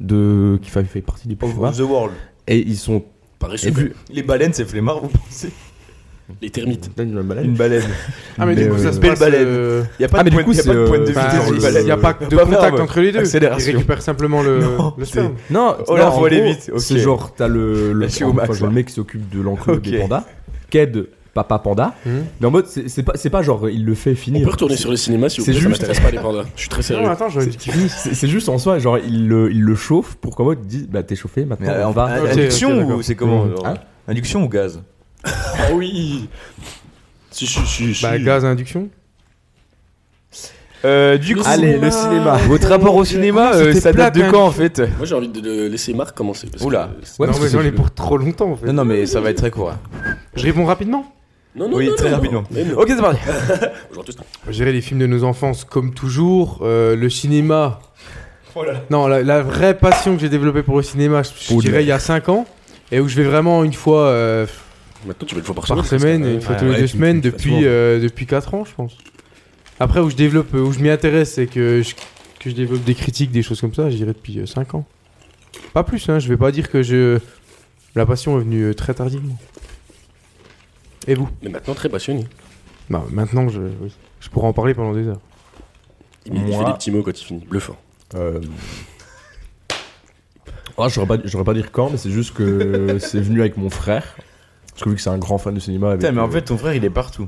de qui fait, fait partie des plus Of flemmards. the world. Et ils sont Paresseux, et vu- Les baleines, c'est flemmard, vous pensez les termites. Une baleine. Ah, mais, du coup, euh, ça se belle passe. baleine. euh, Y a pas de Ah, mais du point coup, y a c'est, pas de point de euh, vue. bah, Putain, sur c'est- le- Il n'y a pas de Pas contact grave. entre les deux. Ils Accélération. récupèrent simplement le, le sperme. Non, Oh non, là, en faut aller gros, vite, ok. C'est genre, t'as le, le, Là, je suis au max, enfin, genre, là. le mec qui s'occupe de l'enclos Ok. Hmm. des pandas, qui aide papa panda. Mhm. Mais en mode, c'est c'est pas, c'est pas genre, il le fait On finir. peut retourner sur le cinéma si vous C'est voulez, ça juste- m'intéresse pas les pandas. Je suis très Non, sérieux. attends, j'aurais dit qu'il C'est c'est juste en soi, genre, il le, il le chauffe pour qu'en mode, il dise, bah, t'es chauffé, maintenant, Mais on va. euh, Ok, Induction ok, ou d'accord. c'est comment Mmh. genre Hein Induction ou gaz Ah oui Si, si, si. si. Bah, gaz à induction. Euh, Du coup, Allez, le cinéma. Votre rapport au cinéma, C'était euh, ça date plate, de hein. quand en fait Moi j'ai envie de- de laisser Marc commencer. parce que- Oula. Ouais, non, parce mais que j'en ai c'est- pour trop longtemps en fait. Non, non, mais ça va être très court. hein. Je réponds rapidement. Non, non, Oui, non, très non, rapidement. Oh. non. Mais non. Ok, c'est parti. Bonjour à tous. Je dirais les films de nos enfances, comme toujours. euh, le cinéma. Non, la, la vraie passion que j'ai développée pour le cinéma, je, je Oh, dirais il y a 5 ans. Et où je vais vraiment une fois euh, Maintenant tu vas une fois par semaine. par semaine, et une fois ouais, tous les ouais, deux tu- semaines, tu- depuis, souvent. euh, depuis 4 ans, je pense. Après, où je développe, euh, où je m'y intéresse et que je, que je développe des critiques, des choses comme ça, je dirais depuis 5 ans. Pas plus, hein, je vais pas dire que je. La passion est venue euh, très tardivement. Et vous Mais maintenant très passionné. Bah, maintenant, je, oui. je pourrais en parler pendant des heures. Il, il Moi- fait des petits mots quand il finit. Bluffant. Euh... Ah, j'aurais pas, j'aurais pas dire quand, mais c'est juste que c'est venu avec mon frère. Parce que vu que c'est un grand fan de cinéma. avec- euh, Putain, mais en fait, ton frère il est partout.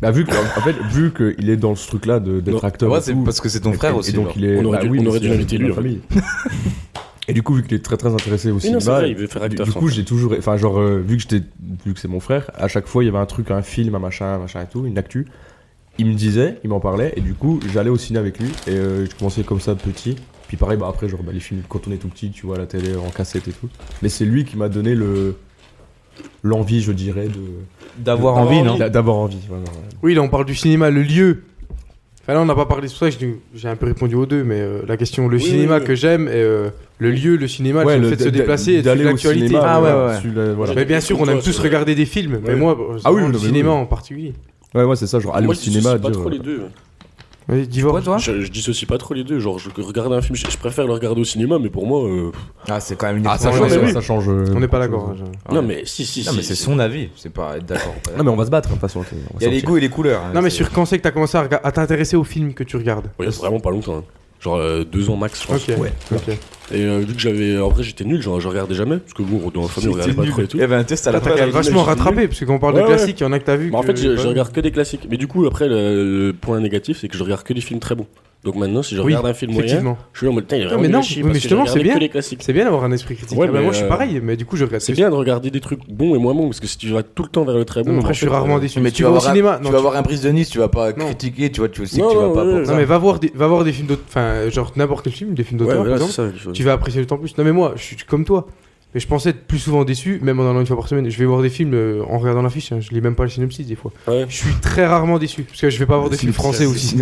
Bah, vu que, en fait, vu qu'il est dans ce truc-là de- d'être acteur. Ouais, et c'est tout, parce que c'est ton et- frère et aussi. donc genre. il est, On aurait bah dû- oui, on mais aurait c'est dû la l'inviter, lui, en fait. famille. Et du coup, vu qu'il est très très intéressé au Mais non, c'est cinéma, vrai, il veut faire acteur. du son coup, frère. j'ai toujours, enfin, genre, euh, vu que j'étais, vu que c'est mon frère, à chaque fois, il y avait un truc, un film, un machin, un machin et tout, une actu. Il me disait, il m'en parlait, et du coup, j'allais au ciné avec lui, et euh, je commençais comme ça petit. Puis pareil, bah après, genre, bah, les films, quand on est tout petit, tu vois, à la télé, en cassette et tout. Mais c'est lui qui m'a donné le l'envie, je dirais, de D'avoir de- envie, non d'a- D'avoir envie. voilà, ouais. Oui, là, on parle du cinéma, le lieu. Enfin, là, on n'a pas parlé, c'est pour ça que j'ai- j'ai un peu répondu aux deux, mais euh, la question, le Oui, cinéma oui, oui. que j'aime, et euh, le lieu, le cinéma, Ouais, le, le- fait de se d'a- déplacer et de d'aller suivre au l'actualité. cinéma, ah ouais, voilà, ouais. sur la- voilà. Mais bien sûr, on aime Toi, tous c'est- regarder des films, mais Ouais. moi, Ah oui, vraiment, non, le mais oui, cinéma oui. en particulier. Ouais, ouais, c'est ça, genre aller Moi, au je cinéma, dissocie pas dire, trop les euh, deux. Vas-y, Quoi, divorce. toi Je, je dissocie pas trop les deux. Genre, je regarde un film, je, je préfère le regarder au cinéma, mais pour moi. euh, Ah, c'est quand même une Ah, ça expérience. change, mais oui. ça change. euh, on n'est pas beaucoup de d'accord. choses. hein, je- Non, mais si, si, Non, si. mais c'est si. son avis. C'est pas être d'accord. Non, mais on va se battre, de toute façon. Il y a les goûts et les couleurs. hein, Non, mais c'est- sur quand c'est que t'as commencé à rega- à t'intéresser aux films que tu regardes Ouais, c'est vraiment pas longtemps. hein. Genre euh, deux ans max, je pense. Ok, ok. Et euh, vu que j'avais. En vrai, j'étais nul, genre, je regardais jamais. Parce que bon, dans la famille, C'était on regardait pas nul. trop et tout. Il y avait un test à la T'as quand fin. même vachement rattrapé, parce que quand on parle Ouais, de ouais. classiques, il y en a que t'as vu. Bah, en que- fait, je, je ouais. regarde que des classiques. Mais du coup, après, le, le point négatif, c'est que je regarde que des films très bons. Donc maintenant, si je Oui, regarde un film moyen, Effectivement. je suis en mode, putain, il est vraiment mais nul à non, chier mais parce que justement, je c'est regardais bien. que les classiques. C'est bien d'avoir un esprit critique. Ouais, Ah bah, mais, moi, je suis euh, pareil, mais du coup, je regarde C'est que bien de regarder des trucs bons et moins bons, parce que si tu vas tout le temps vers le très bon. Non, en après, je suis fait, rarement euh, déçu. Mais tu vas au cinéma, tu non, vas voir un prise de Nice, tu vas pas Non. critiquer, tu vois, tu sais Non, que tu non, vas pas ouais, pour ouais. tu- Non, mais va voir des, va voir des films d'auteur, enfin, genre n'importe quel film, des films Ouais, d'auteur, par voilà, c'est exemple. ça. je- Tu vas apprécier le temps plus. Non, mais moi, je suis comme toi. Mais je pensais être plus souvent déçu, même en allant une fois par semaine. Je vais voir des films euh, en regardant l'affiche, hein. je lis même pas le synopsis des fois. Je suis très rarement déçu, parce que je vais pas voir des films français aussi.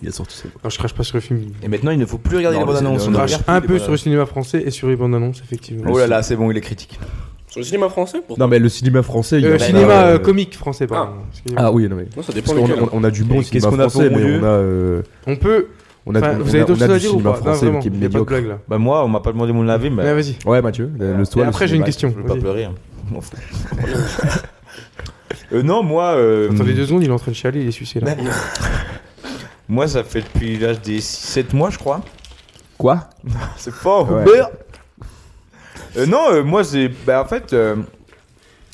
Il a sorti ça. Non, je crache pas sur le film. Et maintenant, il ne faut plus regarder les Non, bandes c'est- annonces. On crache un peu sur le cinéma français et sur les bandes annonces, effectivement. Oh là là, c'est bon, il est critique. Sur le cinéma français pour Non, mais le cinéma français. il y Euh, en a- cinéma euh, euh, comique français, pardon. Excusez-moi. Ah oui, non, mais. Non, ça dépend parce qu'on- lequel. on, on a du bon Et qu'est-ce cinéma qu'on a fait au français, mais milieu on a. euh, On peut. on a, Enfin, on vous a- avez d'autres on a choses à du dire ou cinéma pas Non, français vraiment, qui est il y a pas de médiocre. Bah. blague là. Bah, moi, on m'a pas demandé mon avis, mais. Mais vas-y. Ouais, Mathieu, le- le Et soir, le après, j'ai une cinéma, question. Je veux pas Vas-y. pleurer. hein. Mon frère. Euh, non, moi. euh, Hmm. Attendez deux secondes, il est en train de chialer, il est sucé là. Moi, ça fait depuis l'âge des 7 mois, je crois. Quoi C'est fort, Ouais. Hubert. Euh, Non, euh, moi, c'est. Bah, en fait, euh,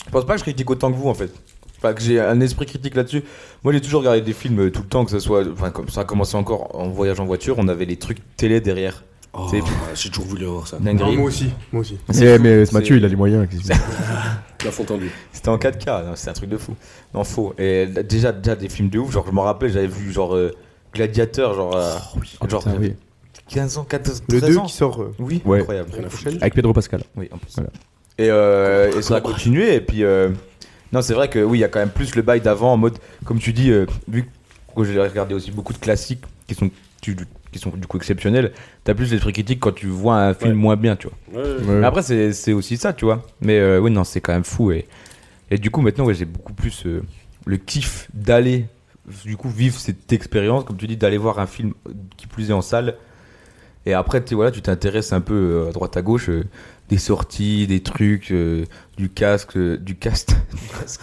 je pense pas que je critique autant que vous, en fait. Enfin, que j'ai un esprit critique là-dessus. Moi, j'ai toujours regardé des films euh, tout le temps, que ça soit. Enfin, comme ça a commencé encore en voyage en voiture, on avait les trucs télé derrière. hein. Oh, C'est- j'ai toujours voulu avoir Bah, ça. Dinguerie. aussi. Ah, Moi aussi. Eh, mais C'est- ce Mathieu, il a les moyens. qu'est-ce que c'est La Fontainebleau. C'était en 4K, non, c'est un truc de fou. Non, faux. Et là, déjà, déjà des films de ouf. Genre, je me rappelle, j'avais vu genre euh, Gladiateur, genre. euh, genre, Putain, oui. 15 ans, 14, Oh, Le 13 2 ans. qui sort. euh, Oui, Ouais. incroyable. Avec Pedro Pascal. Oui, en plus. Voilà. Et, euh, et ça a continué. Et puis, euh, non, c'est vrai que oui, il y a quand même plus le bail d'avant en mode, comme tu dis, euh, vu que j'ai regardé aussi beaucoup de classiques qui sont, tu- qui sont du coup exceptionnels, t'as plus l'esprit critique quand tu vois un film Ouais. moins bien, tu vois. Mm. Mais Après, c'est c'est aussi ça, tu vois. Mais euh, oui, non, c'est quand même fou. Et, et du coup, maintenant, ouais, j'ai beaucoup plus euh, le kiff d'aller, du coup, vivre cette expérience, comme tu dis, d'aller voir un film euh, qui plus est en salle. Et après, tu voilà, tu t'intéresses un peu euh, à droite à gauche, euh, des sorties, des trucs, euh, du casque, euh, du cast,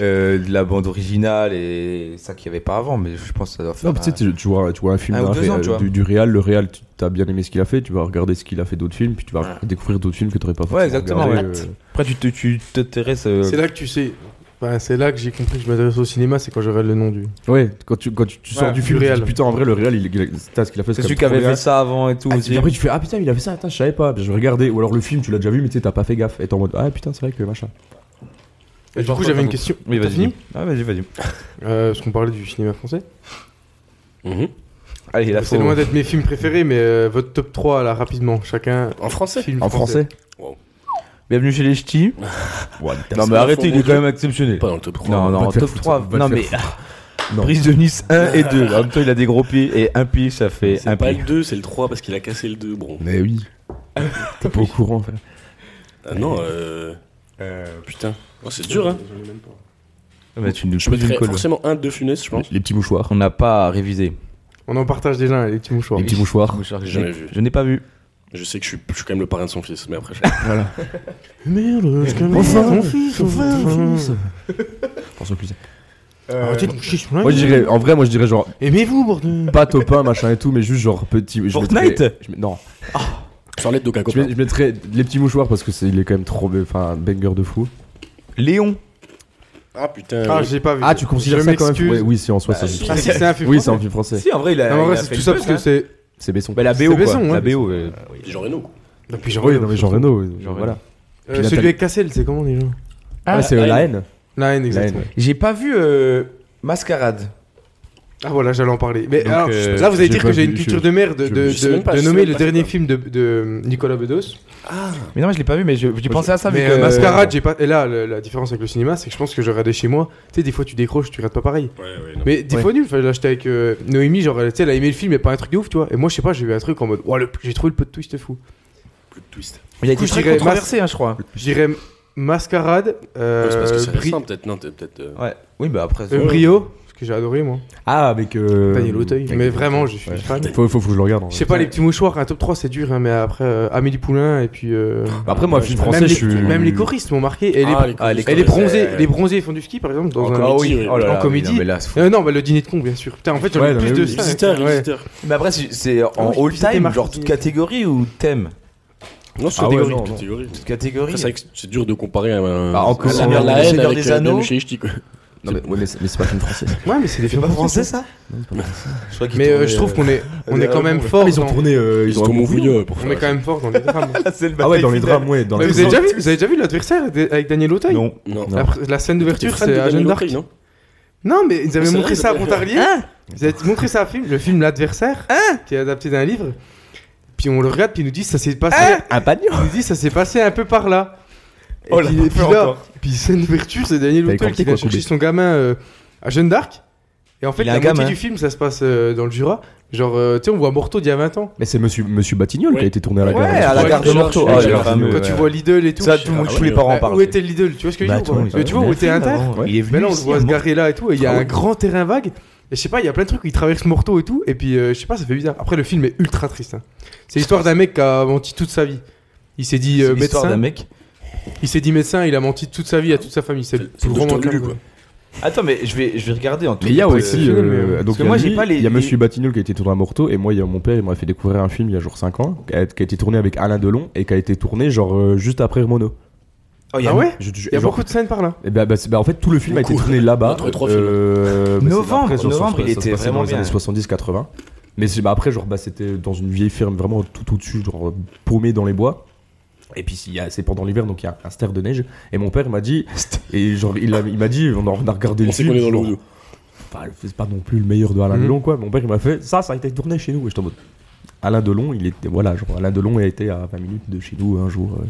euh, de la bande originale et ça qu'il n'y avait pas avant. Mais je pense que ça doit faire. Non, mais tu sais, un- tu- tu vois, tu vois un film un ou d'un deux réal- ans, tu vois. du, du Real, le Real, tu as bien aimé ce qu'il a fait, tu vas regarder ce qu'il a fait d'autres films, puis tu vas Voilà. découvrir d'autres films que tu n'aurais pas Ouais, forcément exactement. regardé, ouais. euh, Après, tu te- tu t'intéresses. euh, C'est là que tu sais. Enfin, c'est là que j'ai compris que je m'adresse au cinéma, c'est quand je regarde le nom du. Ouais, quand tu, quand tu, tu sors Ouais, du du film, tu réel. dis, putain, en vrai, le Real, il, il- putain, ce qu'il a fait, C'est quand celui même qui avait trop fait bien. ça avant et tout. Ah, aussi. puis après, tu fais, ah putain, il a fait ça, attends, je savais pas. Puis je regardais, ou alors le film, tu l'as déjà vu, mais tu sais, t'as pas fait gaffe. Et t'es en mode, ah putain, c'est vrai que machin. Et du coup, j'avais une question. Oui, T'as vas-y. fini Ah, vas-y, vas-y. Euh, Parce qu'on parlait du cinéma français. Mhm. Allez, la C'est faux. loin d'être mes films préférés, mais euh, votre top 3 là, rapidement, chacun. En français Film En français Bienvenue chez les ch'tis. non, c'est mais la arrêtez, faux, il est mon quand Dieu. même exceptionnel. Pas dans le top 3. Non, non, va en te faire top foutre, 3. va te Non, faire mais. Non. Prise de Nice 1 et 2. En même temps, il a des gros pieds et un pied, ça fait C'est un pas pied. le 2, c'est le 3 parce qu'il a cassé le 2. Bon. Mais oui. T'es pas au courant, frère. Ah non, euh. Putain. Oh, c'est dur, hein. Mais tu nous Je poses une mettrais colle. forcément un de Funès, je pense. Les petits mouchoirs. On n'a pas révisé. On en partage déjà les petits mouchoirs. Les petits mouchoirs. J'ai jamais vu. Je n'ai pas vu. Je sais que je suis, je suis quand même le parrain de son fils, mais après. je- Merde, je calme. Enfin, Mon fils, enfin, mon fils. Pense au plus. Arrêtez de me chier sur la Moi, je gueule. dirais, Euh, en vrai, moi, je dirais genre, Aimez-vous, bordel pas top 1, machin et tout, mais juste genre petit. je Fortnite mettrais- je mets- Non. Sans l'aide d'aucun Je, copain. mets- je mettrais les petits mouchoirs parce que c'est, il est quand même trop, enfin, un banger de fou. Léon. Ah putain. Ah, oui. j'ai pas vu. Ah, tu considères Je ça quand même m'excuse. ouais, Oui, si en soi, c'est. Ah, c'est c'est un film Oui, c'est français. un film français. Si, en vrai, il a. Non, mais il en a vrai, fait c'est tout une ça buzz, parce que hein. c'est. C'est Besson. Bah, la c'est BO, quoi. Besson, ouais. La BO. euh, Jean Reno. Non, puis j'en Oui, regarde. non, mais Jean Reno. euh, Jean Voilà. Euh, Puis Celui Nathalie- avec Cassel, c'est comment déjà Ah, c'est euh, la haine. La haine, La exactement. haine. J'ai pas vu euh, Mascarade. Ah voilà, j'allais en parler. Mais Donc, alors, euh, là, vous allez j'ai dire pas que j'ai vu, une culture je- de merde de, je- de, je sais même pas, de je sais nommer même le pas dernier film de, de Nicolas Bedos. Mais non, je l'ai pas vu, mais je- j'ai pensé à ça. vu Mais que- euh, Mascarade, j'ai pas. Et là, le- la différence avec le cinéma, c'est que je pense que je regardais chez moi. Tu sais, des fois, tu décroches, tu regardes pas pareil. Ouais, ouais, non. Mais des Ouais. fois, nul. Enfin, là, j'étais avec euh, Noémie, genre, elle, tu sais, elle a aimé le film, mais pas un truc de ouf, tu vois. Et moi, je sais pas, j'ai eu un truc en mode, Ouah, le- j'ai trouvé le peu de twist fou. Plus de twist. Il a Du coup, été je très dirais controversé, hein, je crois. Je dirais Mascarade, euh, Ouais, c'est parce que c'est Bri- récent, peut-être. Non, t'es peut-être. euh, Ouais. Oui, bah après. euh, Brio, parce que j'ai adoré, moi. Ah, avec. euh, Daniel Auteuil. avec- Mais vraiment, je suis Ouais. fan. Faut, faut, faut que je le regarde. en Je vrai. sais pas, les petits mouchoirs, un top 3, c'est dur, hein, mais après, euh, Amélie Poulain, et puis. euh, Après, moi, film Même français, les- je suis. Même les choristes m'ont marqué. Et les, Ah, les ah, les choristes, et les bronzés, euh, les bronzés font du ski par exemple dans En un. comédie. Oh là en là, oui, comédie. non, mais là, c'est fou. Euh, non, bah, le dîner de con, bien sûr. Putain, en fait, j'en Ouais, ai non, plus mais de oui. ça. Visiteur, ouais. visiteur. Mais après, c'est- c'est en oui, c'était all-time, marqué genre toute catégorie ou thème Non, c'est Ah ouais, catégorie. non, non. catégorie. Toute catégorie Après, c'est vrai que c'est dur de comparer à un. Bah, encore, à on a la, le la haine Seigneur avec des euh, Anneaux. Bienvenue chez les Ch'tis, quoi. Non, mais, ouais, mais c'est mais c'est pas film français. ça. Ouais, mais c'est des C'est films pas français. français ça Mais euh, je trouve qu'on est, on est quand même fort. ils ont dans- tourné. euh, ils ont mon vraiment- vouilleux pour On est faire. quand même fort dans les drames. Ah, ouais, dans les drames, ouais. dans Mais les- vous avez déjà vu, vous avez déjà vu l'adversaire de- avec Daniel Auteuil Non. Non. La, pr- la scène T'es d'ouverture, fan de c'est Daniel Agenda. Auteuil, non Non, mais ils avaient C'est montré vrai, ça à c'est- Hein Pontarlier. Ils avaient montré ça à un film, le film L'adversaire, qui est adapté d'un livre. Puis puis on le regarde, puis il nous dit ça s'est passé. Hein Un panier Il nous dit ça s'est passé un peu par là. Et Oh, la puis, et puis peur là, encore. puis scène d'ouverture, c'est Daniel T'avais Auteuil compris qui va quoi, chercher Kobe son gamin euh, à Jeanne d'Arc. Et en fait, Il a la un moitié gamin. du film, ça se passe euh, dans le Jura. Genre, euh, tu sais, on voit Morteau d'il y a 20 ans. Mais c'est Monsieur, monsieur Batignol qui a Ouais. été tourné à la Ouais, gare. à la Ouais, gare de Georges, Morteau. ouais, Ah, Georges, le fameux, Quand ouais. tu vois Lidl et tout. Ça, je- tout le monde- Ah, tous ouais. les parents Bah, parlent. Où était le Lidl Tu vois ce que je veux Bah, dire tout le monde, Mais Tu vois, il où a était fait un Inter avant, ouais. Il est Mais venu là, on le ici, voit à se Morteau. garer là et tout, et il y a Ah un ouais. grand terrain vague. Et je sais pas, il y a plein de trucs où il traverse Morteau et tout, et puis euh, je sais pas, ça fait bizarre. Après, le film est ultra triste. hein. C'est l'histoire d'un mec qui a menti toute sa vie. Il s'est dit euh, C'est l'histoire d'un médecin. mec. Il s'est dit médecin, il a menti toute sa vie à toute sa famille. C'est le plus C'est le grand docteur menteur, Lulu, quoi. Attends, mais je vais, je vais regarder en tout Mais il y a cas, aussi. euh, Batignolles, euh, mais, euh, donc parce que il y a moi, j'ai lui, pas les- Il y a les- Monsieur Batignol qui a été tourné à Morteau et moi, il y a mon père, il m'a fait découvrir un film il y a genre 5 ans qui a, qui a été tourné avec Alain Delon et qui a été tourné genre euh, juste après Mono. Oh, il y a- Ah ouais Je te jure, Il y a genre- beaucoup de scènes par là. Eh ben, bah, c'est- bah, en fait, tout le film a été Beaucoup. tourné là-bas. On a trouvé trois films. Euh, bah, c'est Novembre, après, genre, novembre, ça se il passait était dans les vraiment bien. années 70-80. Mais c'est- bah, après, genre, bah, c'était dans une vieille ferme, vraiment tout au-dessus, genre paumé dans les bois. Et puis s'il y a- c'est pendant l'hiver, donc il y a un ster de neige. Et mon père m'a dit, et genre il a- il m'a dit, on a, on a regardé On le sait film. qu'on est dans le genre, rouleau. Enfin, c'est pas non plus le meilleur de Alain Mhm. Delon, quoi. Mon père, il m'a fait ça, ça a été tourné chez nous. Et je en mode, Alain Delon, il était, voilà, genre, Alain Delon a été à 20 minutes de chez nous un jour. euh.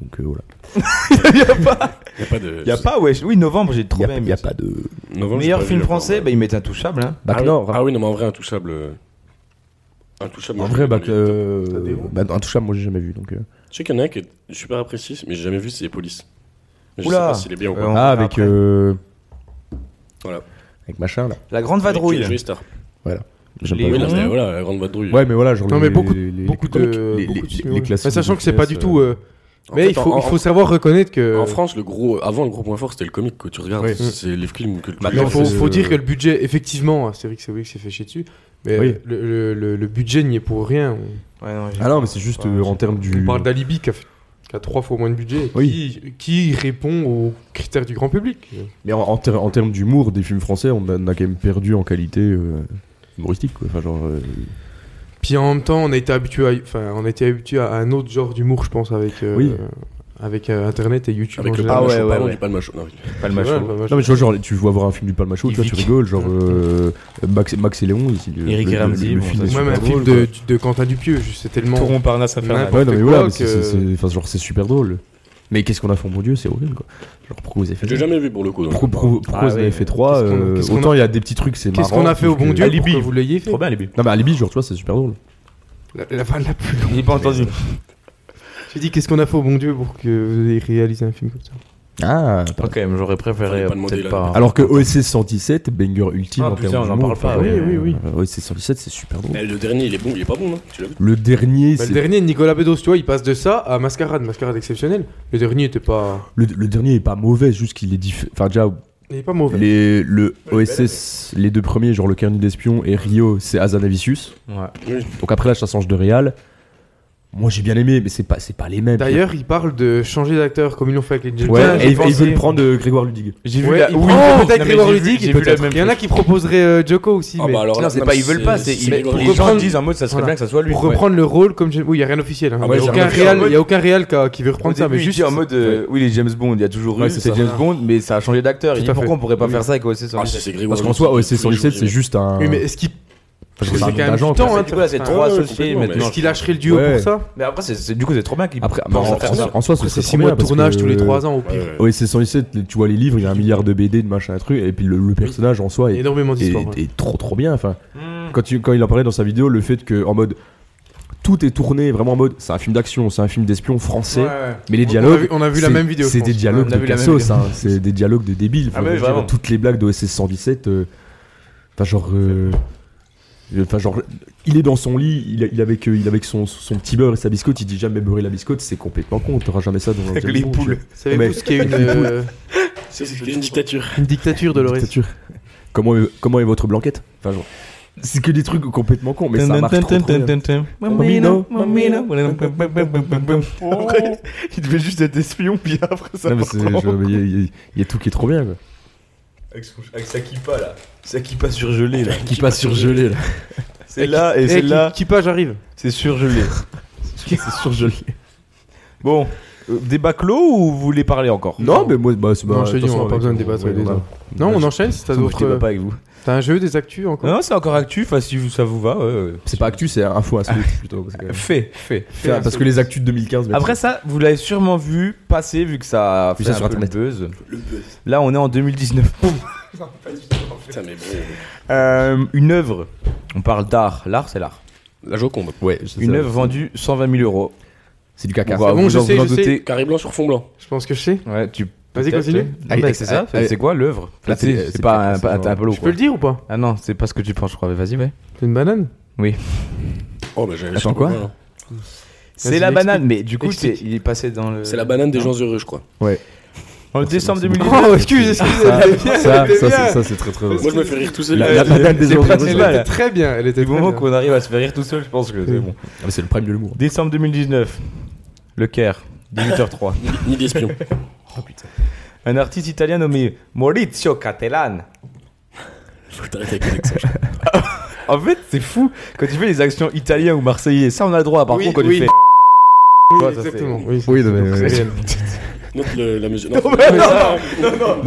Donc euh, voilà. Il a pas de. Il y a pas, wesh. Oui, novembre, j'ai trop Il aimé. n'y a, pas de. Ah Novembre, j'ai Meilleur pas vu film encore, français, ouais. bah, il m'est intouchable, hein. Bac ah, oui- Nord. ah oui, non, mais en vrai, intouchable. euh, Ah Intouchable. En moi, vrai, je- bah, je- euh, Ça déroule. bah, Intouchable, moi j'ai jamais vu. Donc, euh. Je sais qu'il y en a un qui est super apprécié, mais j'ai jamais vu, c'est Police. Mais Je sais Oula. pas s'il est bien ou Euh, on pas. verra Ah, avec. après. euh, Voilà. Avec machin là. La grande vadrouille. Avec Joey Star. J'aime Les- pas Oui, vraiment. non, mais voilà, la grande vadrouille. Ouais, mais voilà, genre. Non, les- mais beaucoup- les- les- Beaucoup les- de. les- beaucoup de les- films, les ouais. classiques Mais sachant que c'est de pas finesse, du tout. euh, En Mais fait, il en- faut, en- il faut savoir reconnaître que. En France, le gros, avant le gros point fort, c'était le comique que tu regardes. Oui. C'est les films que tu Il regardes. faut, c'est- faut dire que le budget, effectivement, c'est vrai que c'est vrai que c'est fait chier dessus, mais Oui. le, le- le- le budget n'y est pour rien. On, Ouais, non, j'ai- Ah non, mais c'est juste euh, en termes on du. parle d'Alibi qui a, fait- qui a trois fois moins de budget, Oui. qui, qui répond aux critères du grand public. Mais en, en ter- en termes d'humour des films français, on a, on a quand même perdu en qualité euh, humoristique, quoi. Enfin, genre. euh, Puis en même temps, on a été habitué, à- enfin, on a été habitué à un autre genre d'humour, je pense, avec euh, Oui. avec euh, Internet et YouTube. en Avec le général. bah, palmachot, Ah ouais, parlons ouais, du palmachot. Non, oui. pas le Ouais, macho. pas mal. Non, mais tu vois, genre, tu vois voir un film du Palmachot, tu vois, tu Yvick. rigoles, genre. euh, Max, Max et Léon, ici. le- Eric et le- le- Ramsey, le bon, ça, film est c'est super Même un drôle, film quoi. de, de Quentin Dupieux, juste, c'est tellement. Toron Parnasse à faire N'importe Ouais, non, mais voilà, quoi mais c'est- que- c'est c'est- enfin, genre, c'est super drôle. Mais qu'est-ce qu'on a fait, mon dieu, c'est horrible, quoi. Genre, pourquoi vous avez fait J'ai ça jamais vu pour le coup. donc. Pourquoi, pourquoi, pourquoi Ah vous en avez ouais. fait Qu'est-ce 3 qu'on- qu'est-ce qu'on Autant il y a des petits trucs, c'est marrant. Qu'est-ce qu'on a fait au sauf bon que- Dieu pour Alibi. que vous l'ayez fait Trop bien, les buts. Non, mais Alibi, genre, tu vois, c'est super drôle. La, la vanne la plus longue. J'ai pas entendu. J'ai dit qu'est-ce qu'on a fait au bon Dieu pour que vous ayez réalisé un film comme ça. Ah, Pas quand même, j'aurais préféré Fallait euh, pas demander peut-être la- pas. Alors que OSC 117, banger ultime Ah, en putain, termes on en d'humour, parle pas, enfin, euh, oui, ouais, oui, ouais, OSC 117, c'est super drôle. Eh, Le dernier, il est bon, il est pas bon, non Tu l'as vu Le dernier, Bah, c'est- le dernier, Nicolas Bedos, tu vois, il passe de ça à Mascarade, Mascarade exceptionnelle. Le dernier était pas. le, le dernier est pas mauvais, juste qu'il est diff... Enfin, déjà, Il est pas mauvais. les, le OSS, les deux premiers, genre le Carnet d'Espions et Rio, c'est Azanavicius. Ouais. Donc après, là, ça change de Real. Moi, j'ai bien aimé, mais c'est pas, c'est pas les mêmes. D'ailleurs, il parle de changer d'acteur comme ils l'ont fait avec les Jedi. Putain, Ouais, j'ai et ils- ils pensé- veulent prendre euh, Grégoire Ludig. J'ai vu Ouais, la. il oui, prend non, peut-être mais Grégory j'ai vu- Ludig, j'ai vu peut-être. la même Il y en a chose. qui proposeraient euh, Joko aussi. Ah mais bah alors là, Non, c'est pas, ils veulent pas. c'est- ils- Grégory Les gens reprendre- disent en mode, ça serait Voilà. bien que ça soit lui. pour ouais. reprendre le rôle comme. Oui, il n'y a rien officiel. hein. Ah Il ouais, n'y j'ai a aucun remarqué réal- en mode- il y a aucun réel qui a- qui veut Au reprendre ça, début, mais juste. juste en mode, euh, oui, les James Bond, il y a toujours Ouais, eu, c'est c'est ça. James Bond, mais ça a changé d'acteur. Tout Il à dit, fait. pourquoi on pourrait pas Oui. faire ça avec OSS Ah, si, c'est Grégory. Parce qu'en soi, OSS Tous les jours, 117, j'y c'est vais. juste un. Oui, mais est-ce qu'il. Parce que c'est c'est quand un même agent, du temps, quoi. hein. Du coup, là, c'est Ah, trois ouais, associés complètement, maintenant. mais- Est-ce qu'il lâcherait le duo Ouais. pour ça Mais après, c'est- c'est- du coup, c'est trop bien qu'il Après, bah, pense en, à faire ça. en soi, ce Après, serait c'est trop 6 mois bien de parce tournage que- tous les 3 ans au Ouais, pire. ouais. OSS 117, tu vois les livres, il y a un milliard de BD, de machin, un truc, et puis le, le personnage en soi est, Énormément est- d'histoires. ouais. Hmm. est trop trop bien. Enfin, quand, tu- quand il en parlait dans sa vidéo, le fait que en mode tout est tourné vraiment en mode c'est un film d'action, c'est un film d'espion français, Ouais, ouais. mais les On a dialogues, vu- On a vu la c'est- même vidéo. je C'est des pense. dialogues On a de vu la même cassos, vidéo. hein, c'est des dialogues de débiles. Ah Enfin, mais je veux dire, vraiment. toutes les blagues de OSS 117, euh, enfin genre. euh, Enfin, genre, il est dans son lit, il, il est avec, euh, il est avec son, son petit beurre et sa biscotte, il dit jamais beurrer la biscotte, c'est complètement con, t'auras jamais ça dans un Avec James les Bond, tu poules. vois. Savez-vous Mais- ce qu'est une, euh, C'est c'est une dictature. une dictature de l'Orient Dictature. Comment, est- comment est votre blanquette Enfin, genre, c'est que des trucs complètement cons, mais ça marche trop, trop bien. Mamino, Après, il devait juste être espion, puis après, ça Non, mais part c'est- en- je- mais Il y, a- il y a- il y a tout qui est trop bien. quoi. Avec son- avec sa kippa là. Sa kippa surgelée là. Qui passe surgelé là. C'est là et Eh, c'est qui- là. Qui page arrive C'est surgelé. C'est surgelé. Bon, euh, débat clos ou vous voulez parler encore Non, mais moi, bah, c'est Non, je te dis, on a pas besoin de débattre, ouais, les hein. on a- autres. Non, on enchaîne si t'as Moi, je d'autres. débat pas avec vous. euh, T'as un jeu des actus encore euh, Non, c'est encore actu, enfin, si vous- ça vous va. ouais, ouais. C'est pas actu, c'est info insolite plutôt. parce que- Fait, fait. Fait, parce que les actus de 2015. merci. Après ça, vous l'avez sûrement vu passer vu que ça a Vu fait ça un sur peu le Internet. buzz. Là, on est en 2019. Putain, mais bon. Euh, une œuvre. On parle d'art. L'art, c'est l'art. La Joconde. ouais, je sais, Une c'est- œuvre vendue 120 000 euros. C'est du caca. Bon, bah, bon, vous je en- sais, vous en je sais. doutez. Carré blanc sur fond blanc. Je pense que je sais. Ouais, tu. Vas-y, peut-être, continue. ouais. Non, Ah, mais c'est ça. Allez, C'est quoi l'œuvre Là, c'est- C'est c'est c'est pas un- peut-être pas ça, un polo Je peux quoi. le dire ou pas Ah non, c'est pas ce que tu penses, je crois. Mais Vas-y, ouais. C'est une banane Oh, mais j'avais Attends, sur- quoi voilà. C'est la explique. banane, mais du coup, Explique. c'est- il est passé dans le. C'est la banane des Non. gens heureux, je crois. En décembre 2018. Oh, excuse, excuse. Ça, elle était bien, ça, elle était ça, bien. c'est- ça, c'est très très drôle. Moi, je me fais rire tout seul. La, Euh, Ah, la banane des c'est gens pas heureux. très Elle mal. était très bien. Elle était Du très moment bien. qu'on arrive à se faire rire tout seul, je pense que c'est bon. Ah, mais C'est le prime de l'humour. Décembre 2019, Le Caire, 18h03. ni- Ni d'espion. Un artiste italien nommé Maurizio Cattelan. Faut t'arrêter avec les accents. En fait, c'est fou quand tu fais les actions italiens ou marseillais. Ça, on a le droit. Par Oui, contre, quand oui. tu fais. Oui, Ouais, ça, c'est- exactement. Oui, Oui, c'est- non, mais- c'est réel. Note le- la mesure. Non, faut- Non,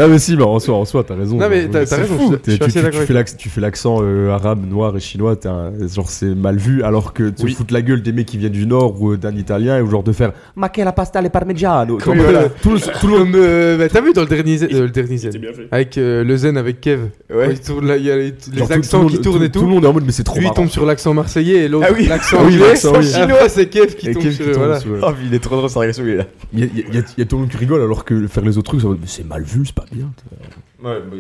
mais si, bah, mais en soi, en soi, t'as raison. Non, mais Oui, t'as- c'est t'as raison, fou. je suis- je T'es- suis tu- assez tu- d'accord tu avec fais l'acc- Tu fais l'accent euh, arabe, noir et chinois, t'as un- genre, c'est mal vu, alors que tu Oui. fous de la gueule des mecs qui viennent du Nord ou d'un Italien, ou genre de faire Ma che la pasta le parmigiano. Comme, euh, tout le, tout le- Comme, euh, bah, t'as vu dans le dernier, euh, le dernier C'était Zen, bien fait. avec euh, le Zen avec Kev, Ouais. Quand il tourne là, il y a les, les Genre, tout- accents tout le qui monde- tournent et Tout tout. le monde est en mode, mais c'est trop Lui il marrant. tombe sur l'accent marseillais et l'autre Ah oui. l'accent Ah oui, anglais. l'accent, oui. Chinois, c'est Kev qui Et tombe Kev qui sur tombe voilà. sur- Oh, il est trop drôle, sa réaction, il est là. Il y, a- il y a- il y a tout le monde qui rigole alors que faire les autres trucs, ça va- c'est mal vu, c'est pas bien.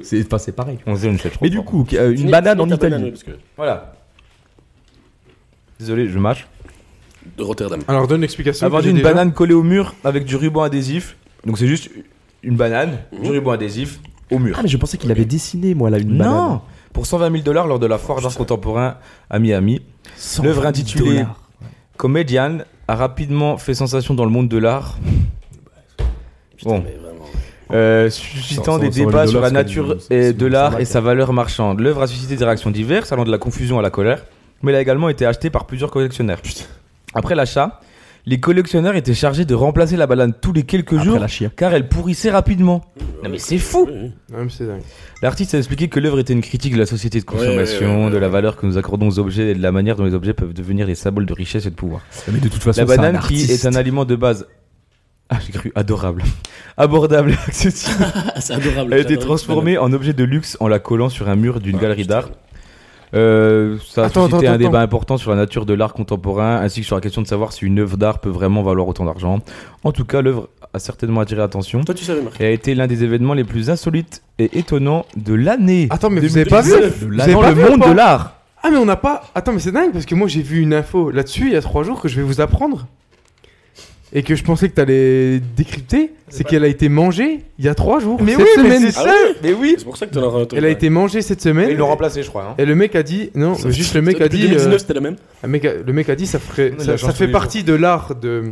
C'est enfin, c'est pareil. On se une Mais du coup, euh, une Finis- banane en finis ta banane, ouais, parce Italie. que- Voilà. Désolé, je mâche. De Rotterdam. Alors donne l'explication. a que vendu j'ai une déjà. banane collée au mur avec du ruban adhésif. Donc c'est juste une banane, du ruban adhésif au mur. Ah, mais je pensais qu'il avait dessiné, moi, là, une banane. non Pour 120 000 dollars lors de la foire d'art contemporain à Miami, l'œuvre intitulée Comedian a rapidement fait sensation dans le monde de l'art. Bon. Euh, suscitant des Cent- cent- cent mille débats sur la dollars, nature c'est quand même- et c'est- de c'est- l'art c'est et sa valeur marchande. L'œuvre a suscité des réactions diverses, allant de la confusion à la colère, mais elle a également été achetée par plusieurs collectionneurs. Après l'achat, les collectionneurs étaient chargés de remplacer la banane tous les quelques jours, Après la chia. car elle pourrissait rapidement. Non mais c'est fou Ah, mais c'est dingue. L'artiste a expliqué que l'œuvre était une critique de la société de consommation, Ouais, ouais, ouais, ouais. de la valeur que nous accordons aux objets et de la manière dont les objets peuvent devenir des symboles de richesse et de pouvoir. Mais de toute façon, La c'est un banane qui artiste. est un aliment de base. Ah, j'ai cru adorable. Abordable, et accessible. Ah, c'est adorable. Elle a été j'adore. transformée en objet de luxe en la collant sur un mur d'une galerie d'art. Euh, ça a Attends, suscité un attends, attends. débat important sur la nature de l'art contemporain ainsi que sur la question de savoir si une œuvre d'art peut vraiment valoir autant d'argent. En tout cas, l'œuvre a certainement attiré l'attention Toi, tu savais, Marc. et a été l'un des événements les plus insolites et étonnants de l'année. Attends, mais vous avez pas vu De avez l'année. Dans pas le vu ou monde pas de l'art. Ah mais on n'a pas. Attends mais c'est dingue parce que moi j'ai vu une info là-dessus il y a trois jours que je vais vous apprendre et que je pensais que t'allais décrypter. C'est qu'elle a été mangée il y a trois jours. Mais oui, mais ça. Mais oui. C'est pour ça que t'en as un Elle a été mangée cette semaine. Ils l'ont remplacé, je crois. hein. Et le mec a dit non, Ça- juste le mec ça, a depuis dit 2019, euh, c'était la même. le mec a- le mec a dit ça ferait On a de la ça, chance ça tous fait les partie de l'art de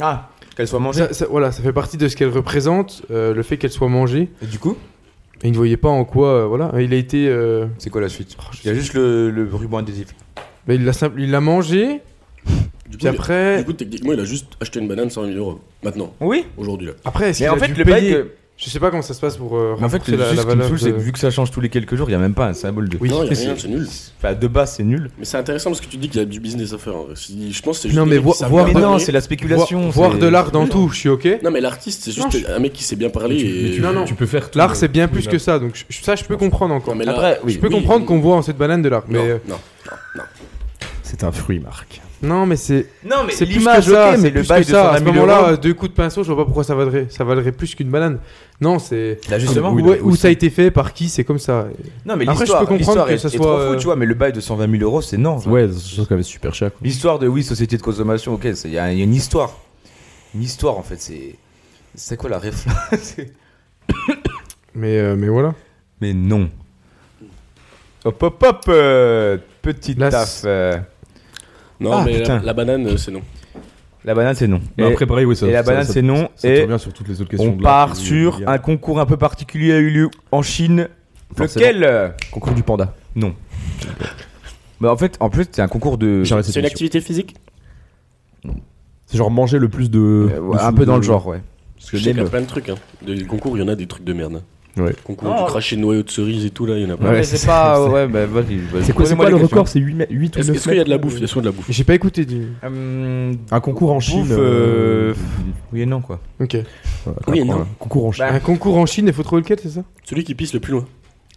Ah, qu'elle soit mangée. ça- ça- voilà, ça fait partie de ce qu'elle représente, euh, le fait qu'elle soit mangée. Et du coup, Et il ne voyait pas en quoi euh, voilà, il a été euh, c'est quoi la suite Il y a juste le, le ruban adhésif. mais bah, il l'a simple- il l'a mangé puis Du coup, il- du après coup, techniquement, il a juste acheté une banane 100 000 euros. Maintenant, Oui. aujourd'hui, là. après est-ce Mais qu'il en a fait, dû le euh, payer mec. Je sais pas comment ça se passe pour. euh, Mais en fait, rembourser le- juste ce qui me saoule, de- c'est que vu que ça change tous les quelques jours, il n'y a même pas un symbole de. Oui. non, il a Mais rien, c'est- c'est nul. Enfin, de base, c'est nul. Mais c'est intéressant parce que tu dis qu'il y a du business à faire. en vrai. Si- Je pense que c'est juste. Non, des mais gens qui vo- savent voir pas Mais de- non, parler. c'est la spéculation. Voir, voir c'est- de l'art dans tout, je suis ok. Non, mais l'artiste, c'est Non, juste un mec qui sait bien parler. Mais et... tu, non. tu peux faire. tout L'art le- c'est bien plus là. que ça, donc je- ça je peux comprendre encore. Non, mais là, Après, oui. Je peux oui, comprendre oui. qu'on voit en cette banane de l'art, mais Non, euh, non, non, C'est un fruit, Marc. non mais c'est Non, mais C'est plus que l'image, ça, ok, c'est mais le plus bail que de ça. 120 À ce 000 moment-là, euros. euh, deux coups de pinceau, je vois pas pourquoi ça valerait, ça valerait plus qu'une banane. Non, c'est. Là, justement. Où, Oui, où ça a été fait, par qui, c'est comme ça. Non, mais Après, l'histoire, je peux comprendre l'histoire que est- ça est soit, trop euh, fou, tu vois, mais le bail de 120 000 euros, c'est non. Ouais, c'est chose quand même super cher. quoi. L'histoire de oui, société de consommation, ok, c'est- il y, a il y a une histoire. Une histoire, en fait, c'est. C'est quoi la ref C'est- Mais, euh, mais voilà. Mais non. Hop, hop, hop euh, Petite La- taf. euh, non, Ah, mais la, putain. la banane, euh, c'est non. la banane, c'est non. Mais Et- Bah, après, pareil, oui, ça, et la ça- banane, ça- c'est non, Ça et revient sur toutes les autres questions. on de l'art, part oui, sur oui, un concours un peu particulier a eu lieu en Chine. Forcément. Lequel euh, Concours du panda. Non. Bah en fait, en plus, c'est un concours de. J'arrête cette C'est une émission. activité physique C'est genre manger le plus de. Euh, ouais, de- un peu dans de- le genre, ouais. Parce Je que je sais qu'il y a l'aime. plein de trucs. Hein. Des concours, il y en a des trucs de merde. Ouais. Concours du crachet de noyaux de cerise et tout, là, il y en a Non, plein. mais c'est pas. Ouais, bah vas-y. vas-y. C'est quoi, c'est Posez-moi quoi le des questions. record C'est 8, ou 9 Est-ce est-ce qu'il y a de la euh, bouffe Il y a souvent de la bouffe. J'ai pas écouté du. Hum, Un concours en Chine. bouffe, euh, Oui et non, quoi. Ok. Oui et non. Un concours en Chine. Un concours en Chine, il faut trouver lequel, c'est ça Celui qui pisse le plus loin.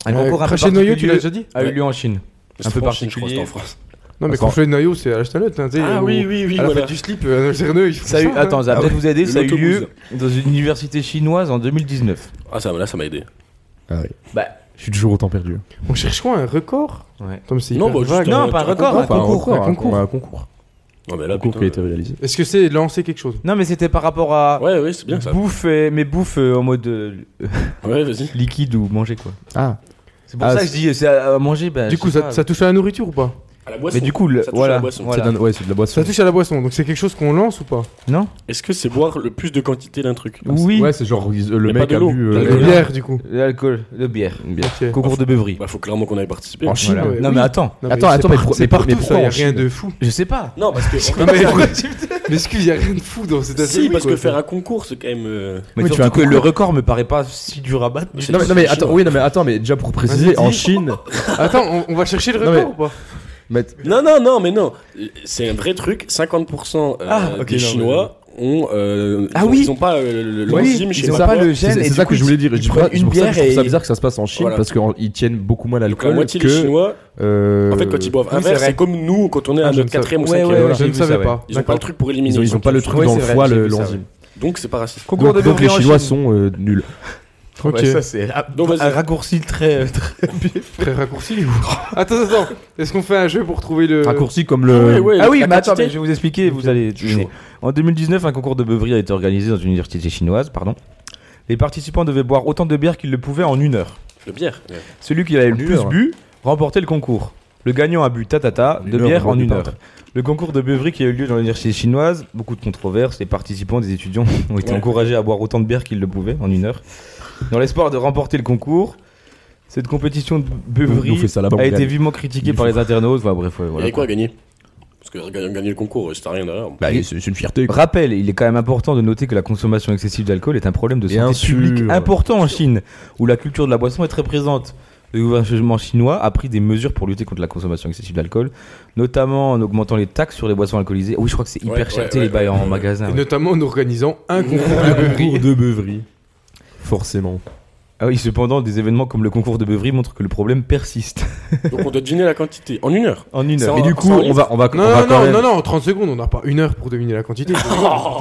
Un concours un peu Cracher noyau, tu l'as particulier Ah déjà dit a eu lieu en Chine. C'est Un peu en Chine, je crois, particulier. c'était en France. Non, mais Attends. cracher noyau, c'est à la chalote. hein, tu sais, Ah où- oui, oui, oui, À la voilà. fête du slip, euh, un noyau, ils font Ça a eu, ça, attends, ça va peut-être vous aider. Le Ça a eu lieu l'autobus. dans une université chinoise en 2019. Ah, ça, là, ça m'a aidé. Je suis toujours autant perdu. hein. On cherche quoi Un record Ouais. Comme c'est Non, hyper bah, juste vague. Ah, un- Non, pas un record, hein. un Enfin, concours. un un concours. concours. Un concours. Non, mais là, Un concours putain, qui a été réalisé. Est-ce que c'est lancer quelque chose Non, mais c'était par rapport à. Ouais, ouais, c'est bien ça. Bouffe, et- mais bouffe euh, en mode euh, Ouais, vas-y. liquide ou manger quoi. Ah. C'est pour Ah, ça que je dis, c'est à, à manger. Bah, Du je coup, sais ça, pas. ça touche à la nourriture ou pas À la boisson. Mais du coup, le- ça touche à voilà. la boisson. voilà. C'est d'un- Ouais, c'est de la boisson. Ça touche à la boisson, donc c'est quelque chose qu'on lance ou pas Non Est-ce que c'est boire le plus de quantité d'un truc Oui. Ouais, c'est genre ils- le Mais mec pas de a l'eau. bu. Pas euh, de La l'eau. le- bière, du coup. L'alcool, de bière. Ok. Concours de beuverie. Bah, faut clairement qu'on ait participé. En Chine. Voilà. ouais. Non, Oui. mais attends. Non, mais Attends, c'est attends, par- mais pour- mais c'est partout, mais pourquoi ça, y a en rien Chine de fou. Je sais pas. Non, parce que. Non, mais, mais excuse, y a rien de fou dans cette Si, affaire, parce quoi. que faire un concours, c'est quand même. euh, Mais Oui, tu surtout as un que concours. le record me paraît pas si dur à battre. c'est- Non mais, non, mais c'est attends, chiant. oui, non mais attends, mais déjà pour préciser, en Chine, Attends, on, on va chercher le Non, record ou pas mais- Non, non, non, mais non. C'est un vrai truc. 50% euh, Ah, ok, des non, Chinois ont. euh, Ah ils ont- oui. Ils ont pas euh, l'enzyme, je ils sais ont pas. pas quoi. le c'est gel. et c'est du ça coup, que je voulais dire. Je ils dis prennent pas- c'est une pour ça que bière je trouve ça et- bizarre que ça se passe en Chine Voilà. parce qu'ils tiennent beaucoup moins Donc la l'alcool moitié des que. Chinois, euh, en fait, quand ils boivent un oui, c'est verre, vrai. c'est comme nous quand on est Ah, à je ne notre sais- quatrième ou Ouais, cinquième. ouais, Je j'ai ne vu ça, savais ouais. pas. Ils ont pas le truc pour éliminer. Ils ont, ils ont pas le truc Ouais, dans c'est le vrai, foie, j'ai le- vu ça, l'enzyme. Donc c'est pas raciste. Concours Donc, de donc beuverie les en Chinois Chine. sont euh, nuls. Ok, Ouais, ça c'est un, Donc, vas-y. un raccourci très, très très raccourci. ou- attends, attends, est-ce qu'on fait un jeu pour trouver le. Raccourci comme Ah ouais, le. ouais, Ah oui, la mais attends, quantité. mais je vais vous expliquer, vous allez deviner. En 2019, un concours de beuverie a été organisé dans une université chinoise, pardon. Les participants devaient boire autant de bière qu'ils le pouvaient en une heure. Le bière. ouais. Celui qui avait le En une plus heure. bu remportait le concours. Le gagnant a bu tatata Une de heure, bière on en une boit heure. Le concours de beuverie qui a eu lieu dans l'université chinoise, beaucoup de controverses, les participants des étudiants ont été Ouais. encouragés à boire autant de bière qu'ils le pouvaient en une heure. Dans l'espoir de remporter le concours, cette compétition de On beuverie fait ça là-bas. on a été gagne. vivement critiquée par les internautes. Enfin, bref, ouais, Il y voilà. avait quoi à gagner Parce que gagner gagner le concours, c'était rien derrière. Bah, c'est c'est une fierté. quoi. Rappel, il est quand même important de noter que la consommation excessive d'alcool est un problème de Bien santé sûr. publique important en Chine, où la culture de la boisson est très présente. Le gouvernement chinois a pris des mesures pour lutter contre la consommation excessive d'alcool, notamment en augmentant les taxes sur les boissons alcoolisées. Oui, je crois que c'est hyper Ouais, ouais, cherté ouais, les bails ouais, en ouais. magasin. Et Ah ouais. notamment en organisant un concours de Concours beuverie. de beuverie. Forcément. Ah oui, cependant, des événements comme le concours de beuverie montrent que le problème persiste. Donc on doit deviner la quantité en une heure. en une C'est heure. en- Mais du coup, en on va, on va, on Non, va non, quand non, même. non, non, en 30 secondes, on n'a pas une heure pour deviner la quantité. Oh.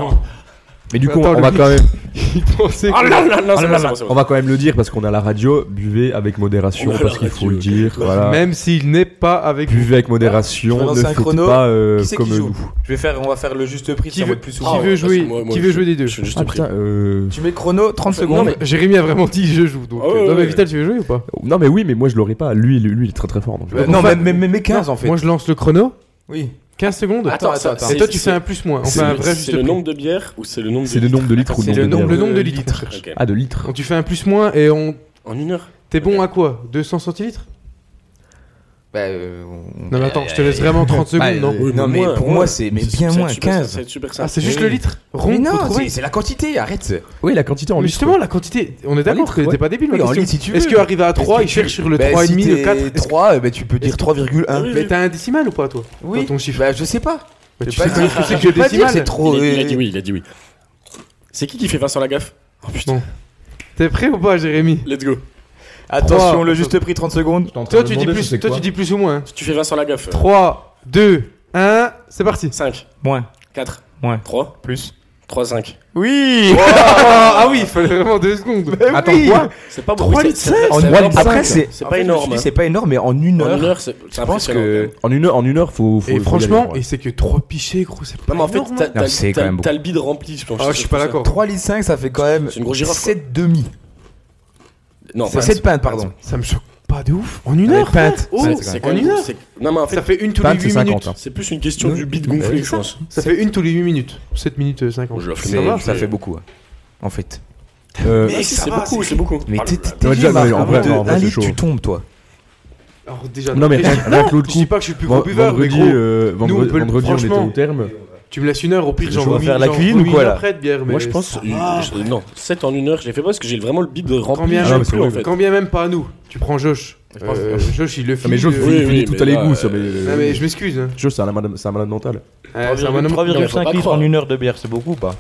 Mais du coup, Attends, on le va mec. quand même, Ah là là là, c'est bon, c'est bon, c'est on bon. va quand même le dire parce qu'on a la radio. Buvez avec modération On a la parce qu'il faut le radio, dire. Voilà. Même s'il n'est pas avec vous. Buvez avec Je vais modération. Ne lancer un faites chrono. pas euh, Qui c'est qui comme joue nous. Je vais faire, on va faire le juste prix. Qui ça va veut- être plus qui souvent. veut jouer- Ah, parce que moi- qui moi, veut je- jouer des deux Je suis juste Ah pris. putain. euh, Tu mets chrono 30 secondes. Non, mais Jérémy a vraiment dit je joue. Donc, Ah ouais, euh, non, mais ouais. Vital, tu veux jouer ou pas Non mais oui, mais moi je l'aurais pas. Lui, lui, lui, il est très très fort. donc je- Euh, on non, fait- mais, mais, mais 15 en fait. Moi, je lance le chrono. Oui. 15 secondes. Attends, attends, attends. Et toi, tu c'est- fais un plus moins. On fait C'est un le- vrai C'est juste le prix. nombre de bières ou c'est le nombre C'est de. le nombre de litres ou C'est le nombre, le de bières. nombre de de litres. litres. Ok. Ah de litres. Donc, tu fais un plus moins et on. En une heure T'es bon à quoi 200 centilitres Bah, euh, on- Non, mais attends, je te laisse vraiment 30 Bah, secondes, non euh, non, mais pour moi, c'est mais bien moins 15. C'est super Ah, simple. c'est juste le litre Rond Mais faut non, trouver. c'est- c'est la quantité, arrête. Oui, la quantité en Mais litres. justement, la quantité, on est d'accord litre, que ouais. t'es pas débile. Oui, la en question. litre, si tu veux. Est-ce qu'arrive à 3, que il tu cherche sur le Bah, 3,5, si le t'es 4 3, bah, tu peux dire 3,1. Ah, Mais t'as un décimal ou pas, toi Dans Oui. ton chiffre Bah, je sais pas. Bah, Je Tu sais sais pas pas ce que c'est que le Pas dire, décimal c'est oh, trop. Il a- il a euh, dit oui, il a dit oui. C'est qui qui fait Vincent Lagaffe Oh putain, Non. T'es prêt ou pas, Jérémy let's go. Attention, Trois. le juste prix 30 secondes. Toi, tu dis plus, toi, tu dis plus ou moins. Si tu fais Vincent Lagaffe, euh, 3, 2, 1, c'est parti. 5, Moins. 4, Ouais. 3, Plus. 3, 5. Oui Ah ah oui, il fallait vraiment 2 secondes. Attends, oui. quoi C'est pas beaucoup. 3 c'est- litres c'est- 5 En c'est une heure, vraiment- Après, Oh, c'est. C'est en pas fait, je me énorme, dis, hein. C'est pas énorme, mais en une En une heure. heure, c'est Je pense que. En une heure, en une heure, faut. faut Et faut y franchement, aller, et ouais. c'est que 3 pichets, gros, c'est pas. Non, mais en fait, énorme, t'as- hein. Non, c'est t'as- quand même t'as t'as le bide rempli, je pense. Ah, je suis pas d'accord. 3 litres 5, ça fait quand même. C'est une grosse girafe, quoi. 7 demi. Non, C'est pas- 7 pintes, pardon. Ça me choque pas de ouf. En une Avec heure frère. pâte. Oh, Ouais, c'est quand En même- une heure c'est- Non, mais en fait, Ça fait une tous les Pinte, c'est 8 minutes. 50. hein. c'est plus une question Non. du bide gonflé, je pense. Ça fait une tous les 8 minutes. 7 minutes euh, 50. Bon, je la fais C'est- pas, Ça mais- fait beaucoup. hein, En fait. Euh, Mais ça c'est va, beaucoup, c'est beaucoup. Mais Ah, t'es- là, là. t'es Ouais, déjà, Marc, mais en au bout vrai, de non, en vrai, un c'est litre, chaud. tu tombes, toi. Alors déjà, Non mais rien rien que je l'autre dis coup. pas que je suis plus gros Ven- buveur, mais Vendredi, gros. euh, nous, on vendre- peut le- vendredi, on était franchement- au terme. Tu me laisses une heure, au pire, Je j'en dois vomis- faire la j'en cuisine ou vomis quoi, une là après de bière, Moi mais je pense. ça va. Euh, je- non, 7 en 1 heure, je l'ai fait pas parce que j'ai vraiment le beat de Quand rempli. bien, j'en même, peux plus, en fait. quand bien même pas à nous, tu prends Josh. pense- Euh, Josh, il le fait. mais Josh, Oui, il oui, finit tout à mais là, l'égout. ça, euh, mais- bah, Non, mais je m'excuse. hein. Josh, c'est un malade c'est un malade mental. Euh, c'est un bonhomme- 3,5 litres en une heure de bière, c'est beaucoup ou pas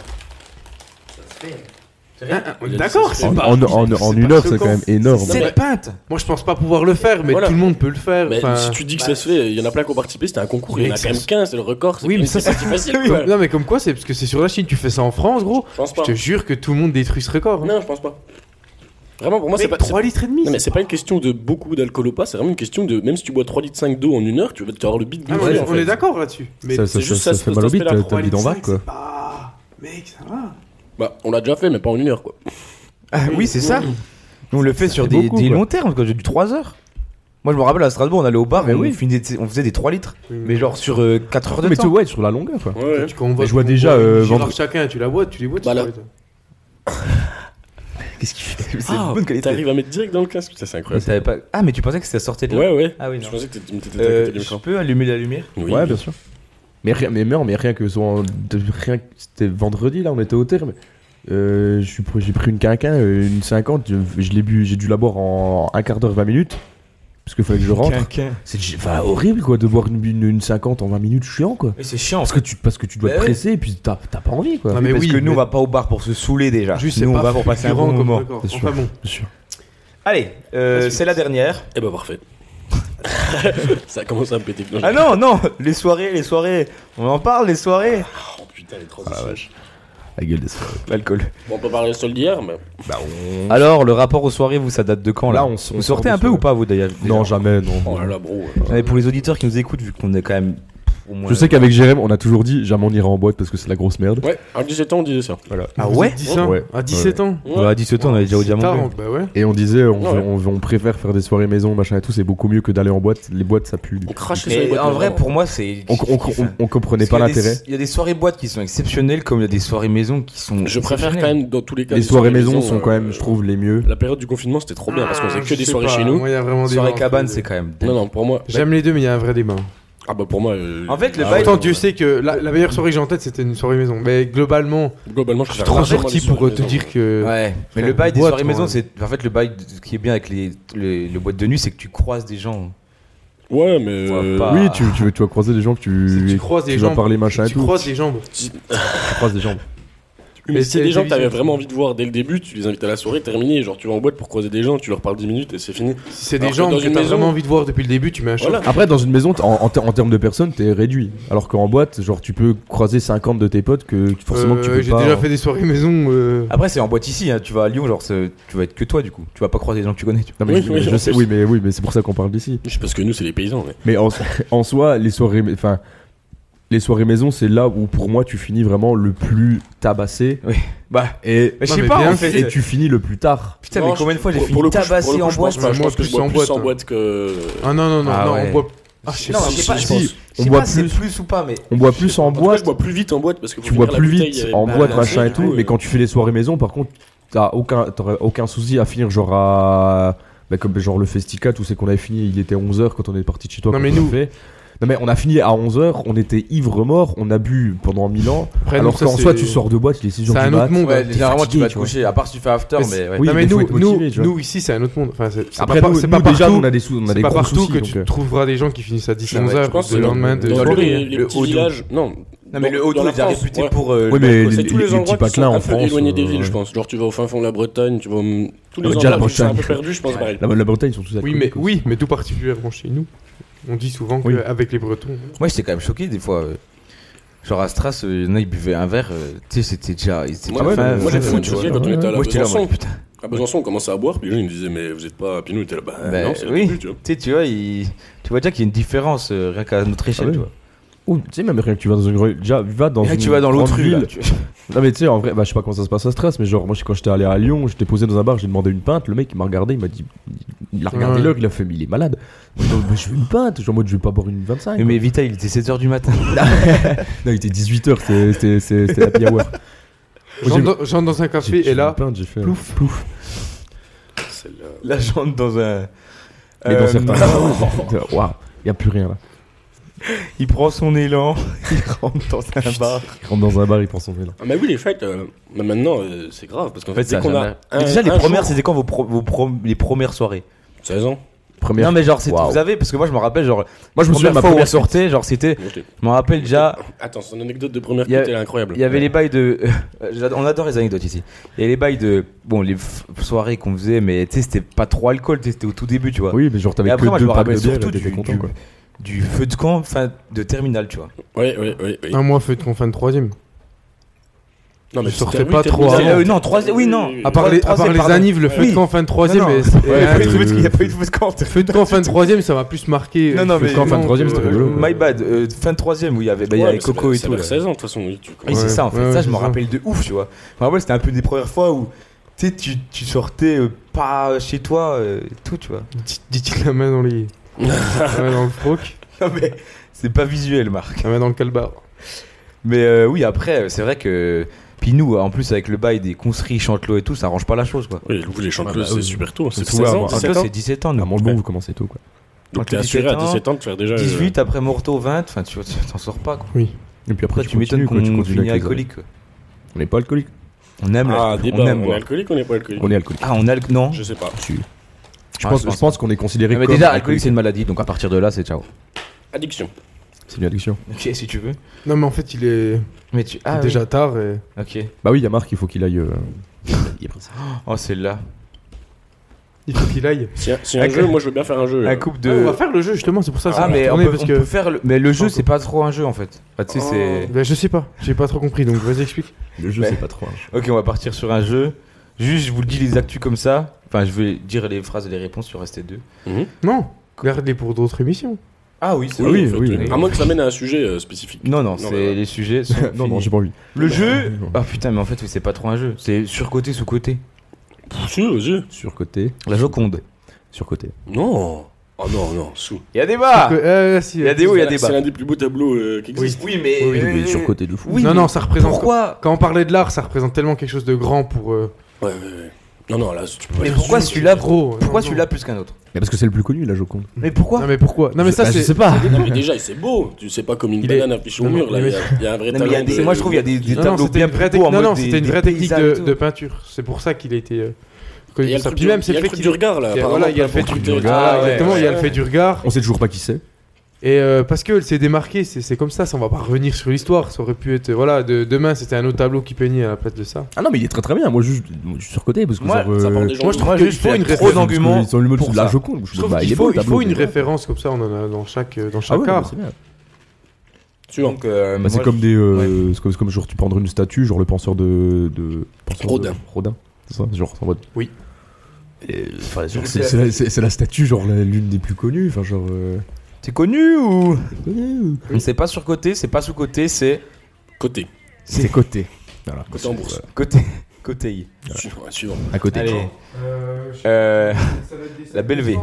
Ah, ah, D'accord, En, c'est pas. en- en- en une heure, c'est quand même énorme. C'est- Cette pinte Moi, je pense pas pouvoir le faire, mais Voilà. tout le monde peut le faire. Mais enfin. si tu dis que ça se fait, il y en a plein qui ont participé, c'était un concours, il y en a Mais quand même ça- 15, c'est le record. c'est Oui, quand mais même- ça, c'est pas si facile Oui, quoi. Non, mais comme quoi, c'est parce que c'est sur la Chine, tu fais ça en France, gros. Je pense Je pas. te jure que tout le monde détruit ce record. Non, je pense pas. Vraiment, pour moi, c'est pas. c'est- 3 litres et demi. Non, mais c'est pas une question de beaucoup d'alcool ou pas, c'est vraiment une question de. Même si tu bois 3 litres 5 d'eau en une heure, tu vas te avoir le beat de Ah, mais bouffer, on en on fait. est d'accord là-dessus. Mais Ça, ça, c'est ça, juste ça ça, fait cet mal au bide, aspect-là, t'as mis dans vague quoi. Ah, mec, ça va. Bah, on l'a déjà fait, mais pas en une heure quoi. Ah oui, c'est ça. On le fait sur fait des, beaucoup, des quoi. longs termes, quoi. J'ai du 3 heures. Moi, je me rappelle à Strasbourg, on allait au bar, Mais on, oui. finissait- on faisait des 3 litres. Oui. Mais genre sur 4 heures de Mais tu temps. ouais, sur la longueur quoi. Ouais, ouais. Quand on voit- je vois on déjà, voit une euh, giroir vendre- chacun, tu la bois, tu les bois, tu Bah, les là- bois, toi. Qu'est-ce qu'il fait C'est Ah, de bonne qualité. T'arrives à mettre direct dans le casque, putain, c'est Mais incroyable. t'avais pas- Ah, mais tu pensais que ça sortait de là Ouais, ouais. Ah oui, non. Je pensais que t'étais t'étais à Euh, côté du je micro. peux allumer la lumière Oui. Ouais, bien sûr. Mais rien, mais merde, mais rien que soit en- de- rien que- c'était vendredi là, on était au terme. Euh, je suis pr- j'ai pris une quinquin, euh, une 50, je, je l'ai bu, j'ai dû la boire en un quart d'heure, 20 minutes, parce qu'il fallait que je rentre. C'est g- enfin, horrible quoi, de boire une, une, une 50 en 20 minutes, chiant quoi. Mais c'est chiant. Parce que tu, parce que tu dois Bah te ouais. presser et puis t'as t'as pas envie quoi. Non, mais parce oui, que nous, mais- on va pas au bar pour se saouler déjà. Juste, c'est nous, on va pas pour passer un fulgurant bon comme moment. record. C'est Enfin sûr. bon. Bien sûr. Allez, euh, Ensuite. c'est la dernière. Eh bah, parfait. Ça commence à me péter. Ah non, non, les soirées, les soirées. On en parle, les soirées. Oh putain, les transitions. La gueule des soirées. L'alcool. Bon, on peut parler de solde d'hier, mais. Alors, le rapport aux soirées, vous, ça date de quand là, Là, on s- on Vous sort sortez des un peu soirées. ou pas, vous d'ailleurs Non, déjà jamais, non. Oh là là, bro. Non, mais pour les auditeurs qui nous écoutent, vu qu'on est quand même. pff, au moins- Je sais qu'avec Jérém, on a toujours dit jamais on ira en boîte parce que c'est la grosse merde. Ouais, à 17 ans, on disait ça. Ah ouais Ouais. À 17 ans Ouais, à 17 ans, on avait déjà au diamant. Tard, bleu. hein, bah ouais. Et on disait, on, Ouais. on- on préfère faire des soirées maison, machin et tout, c'est beaucoup mieux que d'aller en boîte. Les boîtes, ça pue. On crachait sur les Mais boîtes. en mais vrai, vraiment. pour moi, c'est. On, on- on- on comprenait Parce pas qu'il y a des- l'intérêt. Il y a des soirées boîtes qui sont exceptionnelles, comme il y a des soirées maison qui sont. Je préfère quand même, dans tous les cas. Les des soirées maison sont euh, quand même, je trouve, les mieux. La période du confinement, c'était trop bien parce qu'on faisait que Ah, Je des sais soirées pas, chez nous. moi, il y a vraiment des Soirée gens- cabane, c'est quand même. dingue. Non, non, pour moi. J'aime les deux, mais il y a un vrai débat. Ah bah, pour moi. euh, En fait, le ah bail- ouais, Pourtant, Dieu ouais. sait que la, la meilleure soirée que j'ai en tête, c'était une soirée maison. Mais globalement, Globalement, je suis trop sorti pour euh, te dire que. Ouais, mais Frère, le bail des boîte, soirées moi, maison, ouais. c'est. En fait, le bail, de- ce qui est bien avec les, les, les boîtes de nuit, c'est que tu croises des gens. Ouais, mais. Ouais, euh, pas- Oui, tu, tu, tu vas croiser des gens que C'est- tu, tu croises des tu vas gens. parler machin et Tu tout. croises les jambes. Tu croises des gens. Mais si Mais des gens télévision. que t'avais vraiment envie de voir dès le début, tu les invites à la soirée, terminé. Genre, tu vas en boîte pour croiser des gens, tu leur parles 10 minutes et c'est fini. Si c'est des Alors que jambes dans que une t'as maison- vraiment envie de voir depuis le début, tu mets un choc. Voilà. Après, dans une maison, t'es- en, en ter- en termes de personnes, t'es réduit. Alors qu'en boîte, genre, tu peux croiser 50 de tes potes que forcément que tu Euh, peux J'ai pas. déjà fait des soirées maison. euh, Après, c'est en boîte ici, hein, tu vas à Lyon, genre, c'est- tu vas être que toi du coup. Tu vas pas croiser des gens que tu connais. tu- Non, mais Oui, je, oui, je en sais, plus. oui, mais oui, mais c'est pour ça qu'on parle d'ici. Je sais parce que nous, c'est les paysans. Mais... Mais en, en soi, les soirées, enfin, les soirées maison, c'est là où pour moi tu finis vraiment le plus tabassé. Bah, Et, mais je Non, sais mais pas bien, en fait. et tu finis le plus tard. Putain, Non, mais combien de je- fois j'ai pour- fini pour le coup, je- tabassé pour le coup, en je boîte pense pas, je moi, pense que plus je bois en plus en boîte, boîte que. Ah non, non, non, Ah non, ouais. on boit. Ah, je sais Non, pas. je sais pas, si, si, si, je on sais boit pas, c'est plus. plus ou pas, mais. On boit plus en En tout cas, boîte. je bois plus vite en boîte parce que faut tu bois finir la plus bouteille vite avec- en Bah, boîte c'est machin ça, et tout ouais. mais quand tu fais les soirées maison par contre t'as aucun t'aurais aucun souci à finir genre à bah, comme genre le festicat où c'est qu'on avait fini il était 11h quand on est parti de chez toi Non, quand mais on l'a nous- fait. non mais on a fini à 11h on était ivre mort on a bu pendant 1000 ans Après, alors Ah, nous, ça, qu'en c'est- soi tu sors de boîte il est 6h C'est un du autre mat. monde. Ouais, hein. généralement, tu fatigué, vas te tu vois. coucher, à part si tu fais after, Mais mais. c'est- ouais. Oui, non, mais mais faut nous, être motivé, nous- tu vois. nous, ici, c'est un autre monde. Enfin, c'est c'est après pas, nous, c'est pas nous, déjà partout, nous, on a des sous on a c'est des pas gros partout soucis que donc, tu euh, trouveras des gens qui finissent à 10 Non, mais 11 je heures Je pense que le dans- lendemain de dans soirée, les, les le petits Haut-Doubs. villages. Non, Non, mais dans- le dans auto la est déjà France, réputé ouais. pour. euh, Oui, mais l'alcool. C'est tous les- les, les petits endroits qui sont patelins en un peu France, éloignés des euh, villes, ouais. je pense. Genre, tu vas au fin fond de la Bretagne, tu vas. au- Tous les mais déjà, la endroits qui sont un peu Bretagne. perdus, je pense. pareil. la, la Bretagne ils sont tous Oui, alcooliques, mais, quoi. oui, mais tout particulièrement chez nous. On dit souvent Oui. qu'avec les Bretons. Moi, j'étais quand même choqué des fois. euh, Genre à Stras, euh, il y en a, ils buvaient un verre, euh, tu sais, c'était déjà. ils étaient Moi, déjà ouais, fin- mais fin moi, j'ai ouais, fait fou, une ouais, tu soirée vois. quand on était à la Moi, j'étais là, en Besançon. mode, putain. À Besançon, on commençait à boire, puis les gens ils me disaient, mais vous êtes pas à Pinou, t'es là, bah Bah, non, c'est le oui. début, tu vois. Tu sais, tu vois, il- tu vois déjà qu'il y a une différence, euh, rien qu'à notre échelle, Ah tu ouais. vois. Ou, tu sais même rien que tu vas dans une rue- déjà va dans Et là, une tu vas dans grande l'autre rue, là, ville. tu- Non mais tu sais en vrai, bah, je sais pas comment ça se passe à Stras, mais genre moi quand j'étais allé à Lyon, j'étais posé dans un bar, j'ai demandé une pinte, le mec il m'a regardé, il m'a dit, il a regardé Ouais. l'heure, il a fait, mais il est malade. Moi, je dis, mais je veux une pinte, je suis en mode je vais pas boire une 25. Mais Vita, il était 7h du matin. Non il était 18h, c'était- c'était c'était- c'était happy hour. J'entre dans- j'entre dans un J'ai- café j'ai et là, une pinte, j'ai fait, plouf, plouf. Celle-là. La jante dans un. Mais Euh, dans certains. Waouh, y a plus rien là. Il prend son élan, il rentre dans un bar. Il rentre dans un bar, il prend son vélo. Ah, mais oui, les fêtes, euh, mais maintenant, euh, c'est grave. Parce qu'en En fait, fait, ça a dès qu'on jamais- a. un- Mais déjà, les un premières, jour- c'était quand vos, pro- vos pro- les premières soirées 16 ans. Première. Non, mais genre, c'est Waouh. vous avez, parce que moi, je me rappelle, genre, Moi, je me souviens de ma fois où on première sortie. sortait, genre, c'était. Moi, j'étais- Je me rappelle Euh, déjà, Attends, son anecdote de première Il y a- cuite, elle est incroyable. il y avait les bails de. j'adore- on adore les anecdotes ici. Il y a les bails de. Bon, les f- soirées qu'on faisait, mais tu sais, c'était pas trop alcool, tu sais, c'était au tout début, tu vois. Oui, mais genre, Et t'avais après, moi, que je deux me packs de rappelle bière surtout et t'étais du, content, du- quoi. du feu de camp, fin de terminale, tu vois. Ouais, ouais, ouais. ouais. Un mois feu de confin de troisième. Non, mais je tu sortais termines- pas tu trop termines- avant. Euh, non, trois- hein. oui, non. À part Ouais, les, à troisième, part les pardon. anives, le feu Oui. de camp fin de troisième. Non, non. et- et Ouais, un- il faut- parce qu'il n'y a pas eu de fausse compte. Feu de camp fin de troisième, ça m'a plus marqué. Non, non, mais- Quand fin de troisième, c'était euh, rigolo. My bad, euh, fin de troisième où il y avait, bah, il y ouais, avait mais ça Coco va- et ça tout. va là. faire 16 ans, de toute façon. oui, tu- Oui, c'est Ouais, ça en fait, ouais, ça ouais, je c'est me ça. rappelle de ouf, tu vois. Je me rappelle, c'était un peu des premières fois où tu sais, tu, tu sortais euh, pas chez toi euh, et tout, tu vois. dit- Dit-il la main dans les. la main dans le froc, Non, mais c'est pas visuel, Marc. la main dans le calbar. Mais euh, oui, après, euh, c'est vrai que. Puis nous, en plus, avec le bail des conceries, Chantelot et tout, ça arrange pas la chose, quoi. Oui, vous, les chanteuses, bah, c'est oui. super tôt. hein, C'est souvent 16 ans, avant- 17 Chantelot, ans. c'est 17 ans, Ah, nous. mange bon, vous commencez tôt, quoi. Donc t'es Entre assuré 17 à ans, 17 ans de faire déjà. euh, 18 après Morto, 20, enfin, tu vois, tu t'en sors pas, quoi. Et puis après, Après, tu m'étonnes continues, qu'on quoi, tu continues finit avec les alcoolique, quoi. autres. On n'est pas alcoolique. On aime la- Ah, débat, on aime on est boire. alcoolique ou on n'est pas alcoolique On est alcoolique. Ah, on a le. Non. Je sais pas. Je Ah, pense, je pense je pense qu'on est considéré Ah, mais comme déjà, alcoolique, c'est une maladie, donc à partir de là, c'est ciao. Addiction. C'est une addiction. Ok, si tu veux. Non, mais en fait, il est Mais tu. Ah, déjà tard. Et... oui. Ok. Bah oui, il y a Marc, il faut qu'il aille. euh, Oh, celle-là. Il faut qu'il aille. Si un, si un Un jeu, coup- moi je veux bien faire un jeu. Un euh, couple Ah, on de. va faire le jeu justement, c'est pour ça. que Ah, ça mais m'a on tourné, peut, parce on que. peut faire. le- Mais le jeu, c'est pas trop un jeu en fait. Enfin, tu sais, c'est. Bah, je sais pas, j'ai pas trop compris donc vas-y explique. Le jeu, Mais- c'est pas trop. hein. Oh. Ok, on va partir sur un jeu. Juste, je vous le dis les actus comme ça. Enfin, je vais dire les phrases et les réponses sur ST2. Non, garde-les pour d'autres émissions. Ah oui, c'est Oui, en fait, oui, euh, oui. À moins que ça mène à un sujet euh, spécifique. Non, non, c'est bah, ouais. les sujets. sont Non, non, finis. j'ai pas envie. le jeu. Ah putain, mais en fait, oui, c'est pas trop un jeu. C'est surcoté, sous-côté. Pff, Si, vas-y. Surcoté. La Joconde. Surcoté. Non. Oh non, non, sous. Il y a des bas Que- euh, Ah si, Il y a euh, des hauts, il y a des C'est bas. l'un des plus beaux tableaux euh, qui existent. Oui, mais. Oui, oui, euh, Surcoté de fou. oui, non, mais non, ça représente. Pourquoi Quand on parlait de l'art, ça représente tellement quelque chose de grand pour. euh, Ouais, ouais, ouais. Non, non, là, tu peux pas Mais dire pourquoi sous. celui-là gros, non, Pourquoi non. celui-là plus qu'un autre Mais parce que c'est le plus connu, la Joconde. Mais pourquoi Non mais pourquoi Non mais ça Bah, je c'est. sais pas. Non, mais déjà, c'est beau. Tu sais pas comme une Il banane est- affichée au Non, mur. Là, mais- il y a- il y, a un vrai Non, mais il y a talent. des- de- Moi, je trouve qu'il y a des, des Non, non, tableaux c'était bien une vraie beaux en technique, non, mode non, des- c'était une des vraie technique paysages et de, tout. de peinture. C'est pour ça qu'il a été. euh, Il y a reconnu le pour ça. truc Puis du- même, il y c'est a le le fait truc qu'il- du regard, là. Voilà, Euh, apparemment, il y a le fait du pour Twitter. regard, Voilà, ouais, exactement, il y a le Ah, ouais. fait du regard. On sait toujours pas qui c'est. Et euh, parce que elle s'est démarquée, c'est c'est comme ça, ça on va pas revenir sur l'histoire, ça aurait pu être. euh, Voilà, de- demain c'était un autre tableau qui peignait à la place de ça. Ah non, mais il est très très bien. Moi, juste moi, je suis surcoté parce que Moi, genre, euh, Ça parle des gens. Moi, de- je trouve Moi, que juste, il faut il y a une trop référence. parce que d'arguments ils sont le mode pour de la ça. Joconde. Je Je trouve bah, il qu'il est beau, faut, le il tableau, faut une mais- référence comme ça, on en a dans chaque, euh, dans Ah chaque ouais, bah, art. c'est bien. Suivant. Donc, euh, Bah, c'est moi, comme je- des euh, c'est comme, c'est comme genre tu prendrais une statue genre le penseur de, de penseur de- Rodin. Rodin c'est ça genre en mode Oui. Et, enfin, genre, c'est c'est la, c'est- c'est la statue genre la- l'une des plus connues enfin genre euh, T'es connu ou connue, ou- C'est pas surcoté, c'est pas sous-coté, c'est Côté. c'est côté voilà Côté en bourse. côté. Côté I. Suivant, Suivant. à côté Allez. Euh, La belle V.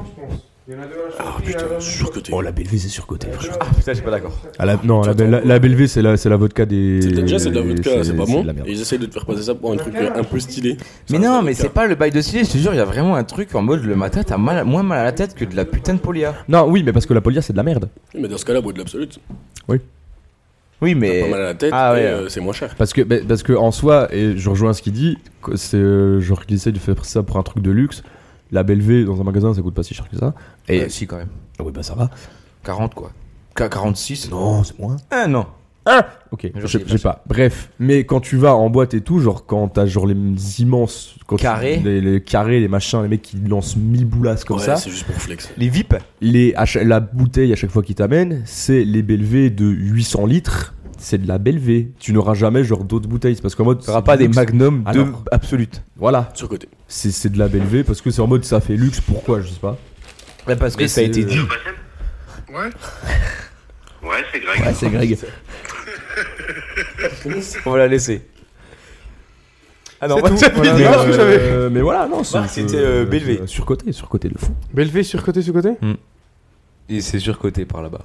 Ah putain, surcoté. oh la belle V c'est surcoté franchement. Ah putain, j'ai pas d'accord. Ah, la- non la, belle- la, la belle V c'est la c'est la vodka des C'est déjà c'est de la vodka, c'est pas c'est bon. de la merde. Et ils essayent de te faire passer ça pour un truc euh, un peu stylé. Mais Ça, de non, la mais vodka. c'est pas le bail de stylé, je te jure, il y a vraiment un truc en mode le matin, t'as mal, moins mal à la tête que de la putain de polia. non oui mais parce que la polia c'est de la merde Oui, Mais dans ce cas-là, bois de l'absolute. Oui, Pas mal mais. à la tête, Ah et, ouais. euh, c'est moins cher. Parce que, bah, parce que en soi, et je rejoins ce qu'il dit, que c'est euh, genre qu'il essaie de faire ça pour un truc de luxe. La belle V dans un magasin, ça coûte pas si cher que ça. Et eh, si, quand même. Ah oui, bah ça va. 40 quoi. Qu'à 46 Non, c'est moins. Ah non. Ok, Mais je genre, je c'est sais pas. Bref, mais quand tu vas en boîte et tout, genre quand t'as genre les immenses quand tu- Carrés. les, les carrés, les machins, les mecs qui lancent mille boulasses comme Ouais, ça, C'est juste pour flex. Les VIP. les à chaque- la bouteille à chaque fois qu'ils t'amènent, c'est les belles V de 800 litres. C'est de la belle V. Tu n'auras jamais genre d'autres bouteilles. C'est parce qu'en mode, T'auras pas des magnums de Alors. absolute. Voilà, Surcoté. c'est, c'est de la belle V parce que c'est en mode ça fait luxe, pourquoi je sais pas. Ouais, parce que Mais ça a c'est- été dit. Ouais, c'est Greg. c'est Greg. Ah, On va la laisser. Ah non, C'est bah, tout, ça voilà, finit. non, je savais. mais voilà, non, Marc, c'était, euh, belle V. Surcoté, surcoté de fou. Belle V sur côté, sous côté Et c'est surcoté par là-bas.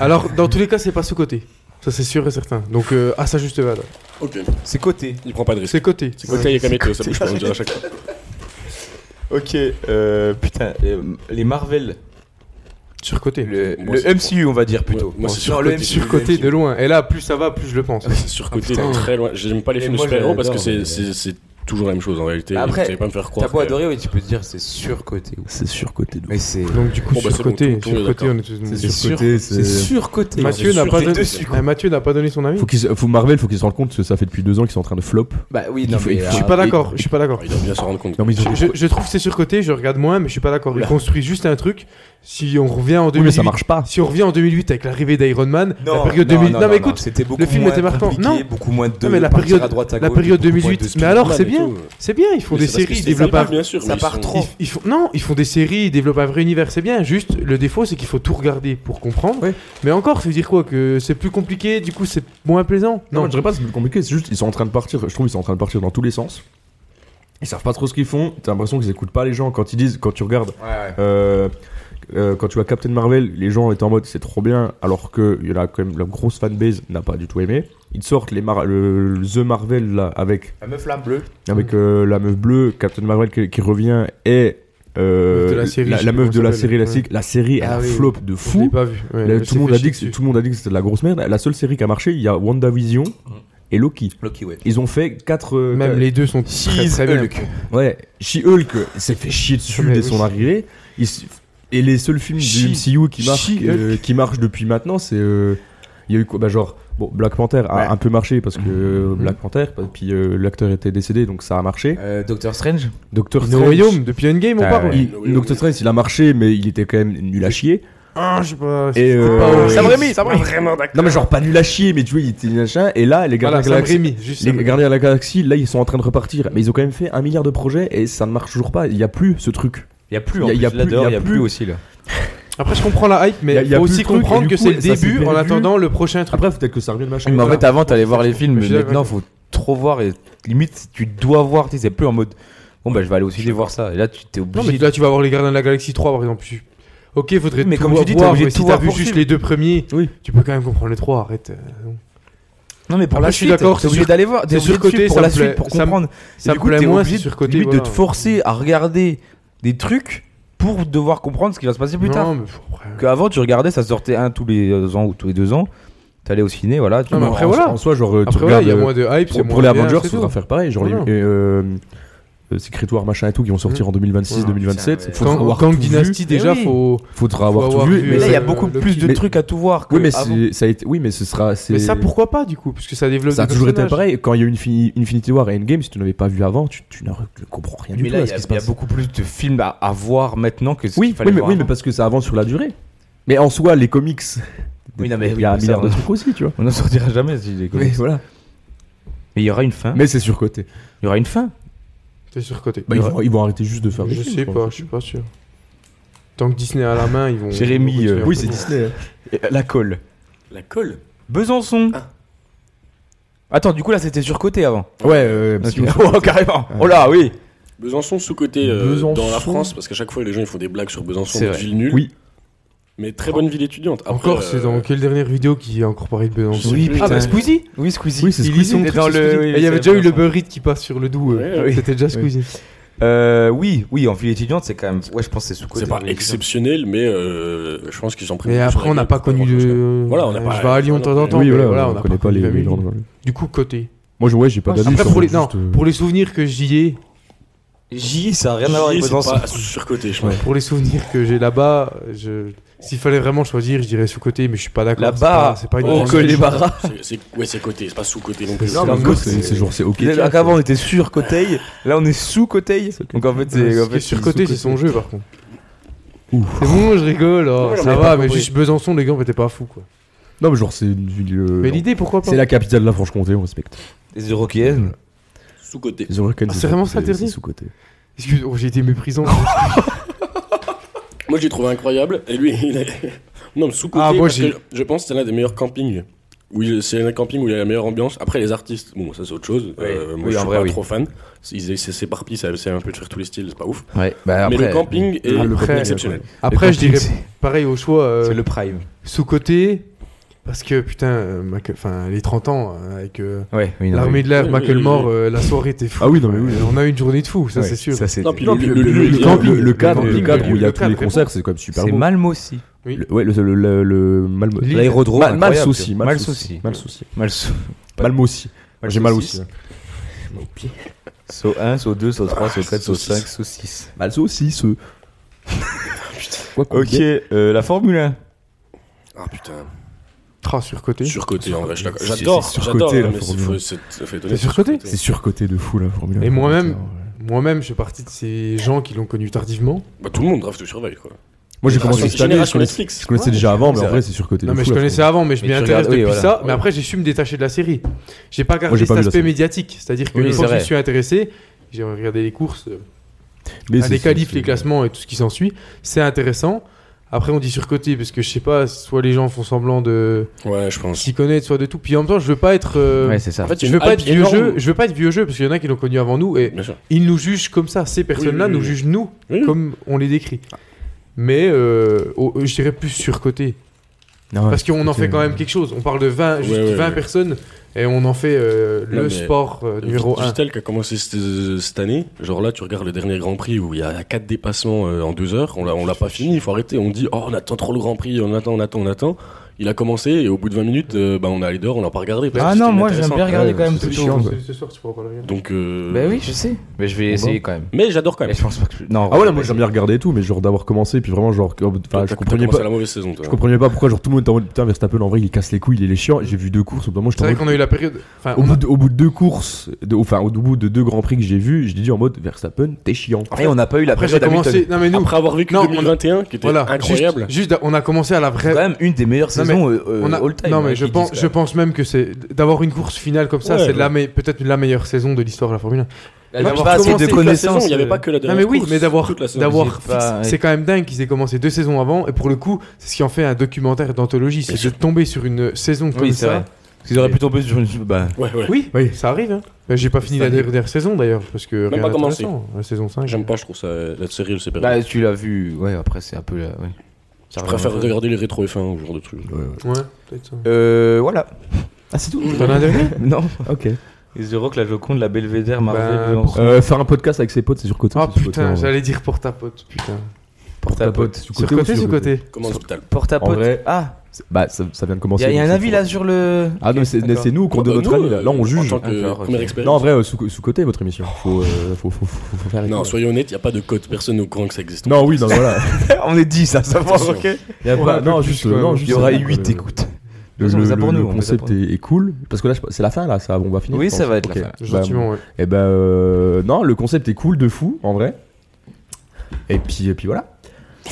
Alors, dans tous les cas, c'est pas sous côté. Ça, c'est sûr et certain. Donc, euh, à sa juste valeur. Ok. C'est coté. Il prend pas de risque. C'est côté. C'est côté, il y a qu'à mettre, ça bouge pas, on dirait à chaque fois. Ok, euh, putain, euh, les Marvel. Surcoté. Le, Moi, le c'est- MCU, on va dire plutôt. Moi, moi, c'est Oh, Genre le surcoté. MCU. Surcoté de loin. Et là, plus ça va, plus je le pense. C'est surcoté Ah, putain. de très loin. J'aime pas les Et films de moi, super-héros parce que j'adore, mais- c'est- c'est c'est toujours la même chose en réalité. Bah Vous après, savez pas me faire croire. T'as beau que- adorer, oui, tu peux te dire c'est surcoté. ouf. C'est surcoté de Mais c'est. Donc du coup, Bon, bah, c'est surcoté. bon, tout- tout le monde est surcoté, on est tous C'est sûr- surcoté, C'est c'est- surcoté. Mathieu c'est n'a sûr, pas c'est donné. dessus, Ah, Mathieu n'a pas donné son avis. Faut qu'ils se- faut Marvel, faut qu'ils se rendent compte que ça fait depuis deux ans qu'ils sont en train de flop. Bah oui, Il non, faut- mais, il Ah, faut- ah, Je suis pas d'accord. Je suis pas d'accord. Il doit bien se rendre compte. Non mais ils ont- Je, je trouve que c'est surcoté, je regarde moins, mais je suis pas d'accord. Il construit juste un truc. Si on revient en 2008, Oui, mais ça marche pas. si on revient en 2008 avec l'arrivée d'Iron Man, Non, la période non, 2008. non, Non, non, mais non, écoute, c'était beaucoup le film moins était marquant. compliqué, Non, beaucoup moins de Non, mais la partir période- à droite, à la gauche, période beaucoup moins de 2008, skin. mais alors, Ouais, c'est mais bien. tout, euh, c'est bien. Ils font mais des c'est parce que séries, ils c'est développent un. développé, bien sûr, ça mais ils part sont- trop. Ils, ils font, non, ils font des séries, ils développent un vrai univers, c'est bien. Juste, le défaut, c'est qu'il faut tout regarder pour comprendre. Oui. Mais encore, ça veut dire quoi Que c'est plus compliqué, du coup, c'est moins plaisant Non, je dirais pas que c'est plus compliqué, c'est juste ils sont en train de partir, je trouve ils sont en train de partir dans tous les sens. Ils savent pas trop ce qu'ils font, t'as l'impression qu'ils écoutent pas les gens quand ils disent, quand tu regardes, euh, euh, quand tu vois Captain Marvel, les gens étaient en mode c'est trop bien, alors que il y en a quand même la grosse fanbase n'a pas du tout aimé. Ils sortent les Mar- le, le The Marvel là avec, La meuf là, bleue. avec euh, la meuf bleue, Captain Marvel qui, qui revient et euh, Meuf de la série, je sais meuf plus de comment la elle série, la, s'appelle, la série elle Ah a oui. flop de Je l'ai fou. pas vu. Ouais, Là, elle tout, s'est le monde fait a dit que chier c'est- tout le monde a dit que c'était de la grosse merde. La seule série qui a marché, il y a WandaVision et Loki. Loki, ouais. Ils ont fait 4 dessus. Mm. Même les deux sont très, très bien. Ouais, She-Hulk euh, s'est fait chier dessus Ouais, dès oui. son arrivée. Il s- Et les seuls films She- du MCU qui marchent, She-Hulk. euh, qui marchent depuis maintenant, c'est euh, il y a eu quoi bah genre bon Black Panther a Ouais. un peu marché parce que Mm-hmm. euh, Black Panther puis euh, l'acteur était décédé donc ça a marché. Euh, Doctor Strange. Doctor Nos Strange. royaumes, depuis Endgame, on Ah, parle. ouais. Il- Doctor Strange il a marché mais il était quand même nul à chier. Ah, je sais pas. Et euh, Sam Raimi, Sam Raimi. Vraiment d'accord. non mais genre pas nul à chier mais tu vois il était machin et là les Voilà, Gardiens de Sam la Galaxie- Raimi, juste Les Sam- Gardiens de la Galaxie, là, ils sont en train de repartir, mais ils ont quand même fait un milliard de projets et ça ne marche toujours pas. Il n'y a plus ce truc. Il y a plus, en en plus, là, dehors, il y a plus aussi là. Après, je comprends la hype, mais Y a- il y a faut plus aussi le truc, comprendre et que du c'est coup, le ça s'est début en perdu. attendant le prochain truc. Après, peut-être que ça revient de machin. Mais en Voilà. fait, avant, t'allais voir les films. Mais je suis d'accord. Maintenant, faut trop voir. Et limite, tu dois voir. Tu sais, c'est plus en mode. Bon, bah, je vais aller aussi les voir ça. Et là, tu t'es Non, mais obligé. là, tu vas voir les Gardiens de la Galaxie 3, par exemple. Tu- Ok, faudrait Mais tout comme tu dis, t'es voir, obligé mais de si tout t'as voir vu pour juste suivre. les deux premiers, Oui. tu peux quand même comprendre les trois, arrête. euh, non. Non, mais pour Après, la Ah, je suis suite, d'accord, T'es c'est obligé sur- d'aller voir. c'est T'es obligé de surcoté, suivre ça pour la me plaît- suite, pour ça me- comprendre. ça Et du me coup, plaît t'es moins, obligé c'est surcoté, limite de voilà. te forcer à regarder des trucs pour devoir comprendre ce qui va se passer plus tard. Non, mais faut- après, Qu'avant, tu regardais, ça sortait un tous les euh, ans ou tous les deux ans. T'allais au ciné, voilà. Tu Non, mais vois, après, en, voilà. En soi, genre, euh, tu après, ouais, regardes, il y a euh, moins de hype. c'est pour, pour moins les bien, Avengers, c'est ça tout. va faire pareil. Genre, Voilà. les euh, euh, Secret War, machin et tout, qui vont sortir en 2026, Voilà. 2027. Tiens, Faut Quand- avoir Quand tout vu. Dynasty, déjà, oui. faut. Faudra avoir faut tout avoir vu. vu, Mais Mais là, il y a Euh, beaucoup Loki. plus de Mais- trucs à tout voir que. oui, mais avant. c'est- ça a été. Oui, mais ce sera. c'est- Mais ça, pourquoi pas, du coup Parce que ça développe. Ça a des toujours été personnages. pareil. Quand il y a eu Infini- Infinity War et Endgame, si tu ne l'avais pas vu avant, tu, tu ne re- tu ne comprends rien du Mais tout là, à il ce y, a- qui se il y a passe. beaucoup plus de films bah, à, à voir maintenant que ce Oui, qu'il oui, fallait mais, voir. oui, mais avant. parce que ça avance sur la durée. Mais en soi, les comics, Oui, non, mais il y a un oui, milliard ça, de trucs aussi, tu vois. On n'en sortira jamais si les Mais comics. voilà. Mais il y aura une fin. Mais c'est surcoté. Il y aura une fin. C'est surcoté. Bah, ils, vont, ils vont arrêter juste de faire des Je films, sais quoi. pas, je suis pas sûr. Tant que Disney a la main, ils vont. Jérémy, ils euh, vont continuer à Oui, faire c'est ça. Disney. euh, La colle. La colle. Besançon. Attends, du coup là c'était surcoté avant. Ouais, ouais, ouais, parce que- oh carrément. Ah. Oh là oui. Besançon sous-côté euh, Besançon. dans la France parce qu'à chaque fois les gens ils font des blagues sur Besançon, C'est une vrai. ville nulle. Oui. Mais très bonne ville étudiante. Après, Encore, c'est euh, dans quelle dernière vidéo qui est encore parlé de Besançon Oui, putain. Ah, bah Squeezie Oui Squeezie. Oui, c'est Il lit Squeezie. son est truc, dans le- Squeezie. oui, Et il y c'est avait déjà eu le Besançon. Burrit qui passe sur le doux. euh, Ouais, ouais. C'était déjà Squeezie. Euh, oui oui en ville étudiante c'est quand même. Ouais je pense que c'est sous côté. C'est pas exceptionnel, mais euh, je pense qu'ils sont prennent. Mais beaucoup sur après, la on n'a gueule, pas connu vraiment, parce que- de. Voilà, on n'a pas- Je vais à Lyon de temps en temps, Oui, mais voilà, voilà, on connaît pas connu les la les ville. gens dans le- Du coup, côté. Moi, je- ouais, j'ai pas d'avis. Après, sur pour les, juste, non, euh, pour les souvenirs que j'y ai, J ça a rien à voir J, avec c'est Besançon. pas surcoté, je pense. pour les souvenirs que j'ai là-bas, je... s'il fallait vraiment choisir, je dirais sous côté, mais je suis pas d'accord. Là-bas, c'est pas, c'est pas une oh grande que ville. les barras. C'est- c'est- Ouais, c'est coté, c'est pas sous-coté non plus. c'est- mais c'est- moi, c'est- C'est genre, c'est ok. Là, Avant on était sur Coteil, là on est sous Coteil. Donc en fait c'est en Ce qui fait est surcoté, c'est sous son Coteil. jeu par contre. Ouh. C'est bon, je rigole, oh, Ouais, on ça avait va, pas mais compris. juste Besançon, les gars, on était pas fous quoi. Non, mais genre, c'est une ville. euh, Mais genre, l'idée, pourquoi pas C'est la capitale de la Franche-Comté, on respecte. Et c'est Rockies. Sous-coté. Ils ont reconnu- Ah, c'est vraiment ça, c'est- interdit c'est sous-côté. Excuse, oh, j'ai été méprisant. Moi, je l'ai trouvé incroyable. Et lui, il est. Non, mais sous-côté, Ah, moi, parce j'ai- que je pense que c'est l'un des meilleurs campings. Oui, c'est un camping où il y a la meilleure ambiance. Après, les artistes, bon, ça c'est autre chose. Euh, moi, Oui, je en suis vrai, pas oui. trop fan. Ils c'est- s'éparpillent, ça essaie un peu de faire tous les styles, c'est pas ouf. Ouais. Bah Mais après. le camping est après, exceptionnel. Après, je camping, dirais c'est- pareil au choix, euh, C'est le prime. sous-côté, Parce que putain, euh, Mac- enfin les 30 ans euh, avec euh, Ouais, oui, non, l'armée oui. de l'air, Oui, oui, Macklemore, oui, euh, la soirée était fou. Euh, Ah oui, non, mais oui. On a eu une journée de fou, ça Ouais, c'est sûr. Ça, c'est. Non, puis Non, le, puis le- le- le le- lieu le est camp- bien. le, le cadre, le- le cadre où il y le a tous cadre les est bon. concerts, c'est quand même super C'est beau. Malmo aussi. Oui. Le- ouais, le, le, le, le Malmo- L'île. L'aérodrome. Mal, mal incroyable, souci, tu vois. mal Mal souci. souci. Mal souci. Mal souci. Mal aussi. J'ai mal aussi. hein. Saut 1, saut 2, saut 3, saut 4, saut 5, saut 6. Mal aussi, ce. euh. Quoi qu'on Ok, dise. euh, la Formule 1. Ah putain, Tra surcoté. surcoté en vrai, je C'est- l'accorde. j'adore, c'est surcoté, j'adore, la mais c'est- Formule faut- un. c'est- ça fait C'est étonner. surcoté. C'est surcoté de fou la Formule 1. Et moi-même, Ouais. moi-même, je fais partie de ces gens qui l'ont connu tardivement. Bah, tout le monde draft ou surveille quoi. Moi j'ai commencé Génération- cette année, je génération connaissais, Netflix. je connaissais déjà avant, mais en vrai c'est surcoté. Non, de mais fou, je la connaissais Formule avant, mais je Mais m'y tu intéresse regardes- oui, depuis voilà. ça. Mais après, j'ai su me détacher de la série. J'ai pas gardé j'ai pas cet vu la aspect série. médiatique. C'est-à-dire que Oui, une c'est fois que vrai. je suis intéressé, j'ai regardé les courses, euh, Mais les c'est- qualifs, c'est- les classements et tout ce qui s'ensuit. C'est intéressant. Après, on dit surcoté parce que je sais pas, soit les gens font semblant de Ouais, je pense. s'y connaître, soit de tout. Puis en même temps, je veux pas être. euh, Ouais, c'est ça. En fait, il y a je une veux pas hype être vieux énorme. jeu, je veux pas être vieux jeu parce qu'il y en a qui l'ont connu avant nous et Bien sûr. ils nous jugent comme ça. Ces personnes-là oui, oui, nous oui. jugent nous Oui, oui. comme on les décrit. Mais euh, au- je dirais plus surcoté Non, parce qu'on en fait surcoté, quand même quelque chose. On parle de 20, juste Ouais, ouais, 20 ouais. personnes et on en fait euh, Non, le mais- sport euh, numéro 1. Vitel qui a commencé cette, euh, cette année, genre là tu regardes le dernier Grand Prix où il y a quatre dépassements euh, en deux heures, on l'a on l'a pas fini, il faut arrêter, on dit oh on attend trop le Grand Prix, on attend, on attend, on attend. Il a commencé et au bout de 20 minutes, euh, bah, on est allé dehors, on l'a pas regardé. parce Ah que non, c'était moi j'aime inintéressant. bien regarder Ouais, quand même c'est tout chiant, le quoi. Ce soir, tu pourras pas le regarder. Donc, euh, Bah oui, Bah, je sais. Mais je vais essayer quand même. Mais j'adore quand Mais même. je pense pas que. Non, Ah ouais, voilà, non, moi j'aime bien regarder et tout, mais genre d'avoir commencé, puis vraiment, genre, comme- enfin, Toi, je t'as- comprenais t'as commencé pas. la mauvaise saison, toi. Je comprenais pas pourquoi, genre, tout le monde était en mode putain, Verstappen en vrai, il casse les couilles, il est chiant. J'ai vu deux courses, au bout d'un moment, C'est j'étais en vrai mode. qu'on a eu la période. Enfin, Au on a- bout, de, au bout de deux courses, de, enfin au bout de deux grands prix que j'ai vus, j'ai dit en mode Verstappen, t'es chiant. Ah, Et on n'a pas eu la après j'ai période Hamilton. commencé. Non mais nous, Après avoir vécu Non, on a- 2021, qui était voilà, incroyable. Juste, juste, on a commencé à la vraie. Quand même une des meilleures Non, mais saisons euh, euh, On a- all-time. non hein, mais je qui pense, disent, je pense même que c'est d'avoir une course finale comme ça, Ouais, c'est la ouais. me- peut-être la meilleure saison de l'histoire de la Formule 1. quand même. Non, D'avoir mais pas je assez commence de avec la saison, connaissances. il n'y avait euh, pas que la Non dernière mais oui, course, mais d'avoir toute la saison. d'avoir J'ai pas- fixe, ouais. c'est quand même dingue qu'ils aient commencé deux saisons avant et pour le coup, c'est ce qui en fait un documentaire d'anthologie, c'est de tomber sur une saison comme Oui, c'est ça. vrai. Parce qu'ils auraient pu tomber sur une. Bah, Ouais, ouais. Oui, ça arrive. hein. Mais J'ai pas fini la arrive. dernière saison d'ailleurs parce que rien pas d'intéressant, hein, la saison 5. J'aime pas, je trouve ça. La série, elle s'est perdue. bah, tu l'as vu. Ouais, après, c'est un peu. euh, ouais. Je préfère regarder les rétro F1 ou ce genre de trucs. Ouais, peut-être ça. Euh, voilà. Ah, c'est tout T'en as un dernier Non. Ok. Les The Rock, la Joconde, la Belvédère, Marvel, Bah, Besançon. Euh, faire un podcast avec ses potes, c'est surcoté. Ah c'est surcoté, en putain, vrai. j'allais dire pour ta pote, putain. Porte à pote. Sur Surcoté ou côté, sur surcoté côté. Comment l'hôpital Porte à En pote. vrai, Ah, C'est- Bah ça, ça vient de il y commencer. a, y a donc un c'est avis trop- là sur le. Ah non, c'est D'accord. c'est nous qu'on donne Bah, notre nous, avis là. Là, on euh, juge. En tant que D'accord, ok. première Non en expérience. vrai euh, sous- sous-côté votre émission. Faut, euh, faut, faut, faut- faut faire. les Non, couilles. soyons honnêtes, il n'y a pas de code, personne n'est au courant que ça existe. Non oui non mais voilà. on est 10 à savoir, Attention. ok Y a On pas- a un peu non plus, juste quand euh, même. non juste. Il y aura euh, 8 le- écoutes. Le, On le- les a pour nous, le on les a concept pour nous. est, est cool parce que là je- c'est la fin là ça on va finir. Oui, je pense. ça va être la Ok. fin, là. Bah, Gentiment, ouais. Et ben euh, non, le concept est cool de fou en vrai. Et puis et puis voilà.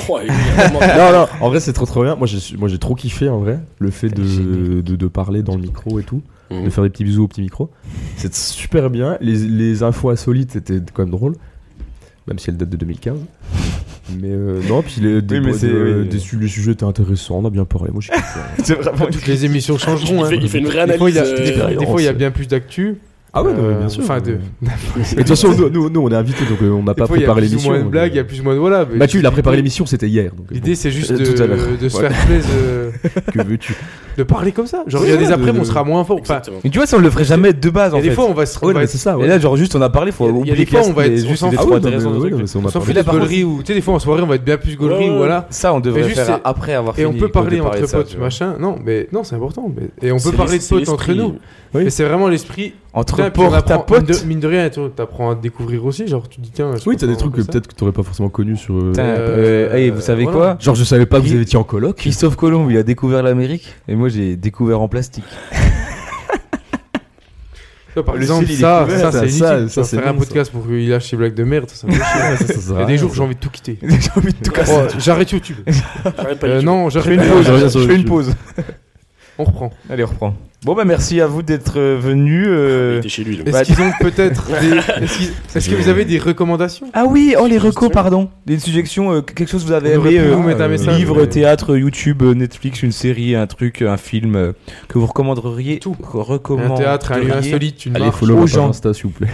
Oh, il y a vraiment- non non, en vrai c'est trop trop bien. Moi j'ai moi j'ai trop kiffé en vrai le fait de, de, de parler dans le micro et tout, Mhm. de faire des petits bisous au petit micro. C'est super bien. Les, les infos insolites c'était quand même drôle. Même si elles datent de 2015. Mais euh, non, puis les, des, Oui, mais des- c'est- oui. des su- les sujets étaient intéressants, on a bien parlé. Moi, je Euh, suis C'est vraiment. Toutes les émissions Il changeront. fait- hein. il fait Bah, une vraie Des fois, il y a- analyse, des euh, fois- des fois, il y a bien plus d'actu. Ah ouais, non, mais Euh, bien sûr. Enfin, de. Et de toute façon, nous, nous, nous, on est invités, donc euh, on n'a Des pas fois, il y a préparé plus ou l'émission. moins de donc, euh, blagues, il y a plus ou moins de. Voilà. mais Mathieu, il a préparé l'émission, c'était hier. donc, L'idée, c'est juste Euh, de, tout à l'heure. de se faire plaisir, euh, bon, que veux-tu de parler comme ça. Genre, il y a des après, on sera moins fort. Enfin, Exactement. Mais tu vois, ça on le ferait jamais de base en il y a des fait. fois, on va se. on Ouais, va mais être- c'est ça. Et Ouais. là, genre, juste on a parlé, faut Il y a- il y a oublier des qu'il fois, on va c'était être- on juste s'en des fout. trop Ah intéressants, des trucs. on s'en fait de gaulerie ou. Tu sais, des fois, en soirée, on va être bien plus gaulerie Ouais, ou ouais. voilà. Ça, on Mais devrait juste, faire c'est- après avoir Et on fini, peut plutôt de parler entre de ça, potes, tu vois. machin. Non, mais non, c'est important. mais- Et on peut C'est parler l'es- de c'est potes entre l'esprit. nous. Oui. Mais c'est vraiment l'esprit. Entre Putain, puis on potes, ta apprend- pote. Mine de, mine de rien, tu apprends à découvrir aussi. Genre, tu te dis, tiens. je Oui, comprends t'as des trucs que comme ça. peut-être que t'aurais pas forcément connu sur. euh, Putain, Euh, euh, hey, vous savez voilà. quoi Genre, je savais pas que Qui- vous étiez en coloc. Christophe Colomb, il a découvert l'Amérique et moi j'ai découvert en plastique. Ça, par Le exemple, style, il est ça, couvert, ça, ça, c'est inutile. ça, Tu ça, vas c'est faire un bon, ça. podcast pour qu'il lâche ses blagues de merde. Ça, me fait chier. Il y a des jours, j'ai envie de tout quitter. j'ai envie de tout casser. Oh, j'arrête YouTube. J'arrête pas Euh, YouTube. non, j'arrête une pause, je reviens sur Je fais une YouTube. pause. On reprend. Allez, on reprend. Bon, bah merci à vous d'être euh, venus. Il euh, Ah, était chez lui. donc. Est-ce Bah, qu'ils ont peut-être des... Est-ce qu'ils- est-ce que vous avez des recommandations Ah oui, oh les recos, pardon. Des suggestions, euh, quelque chose que vous avez On aurait aimé. pu euh, vous mettre un euh, message, livre, mais- théâtre, YouTube, euh, Netflix, une série, un truc, un film euh, que vous recommanderiez. Tout. Un théâtre, un lieu insolite, une Allez, marche. follow aux ma page gens. Insta, s'il vous plaît.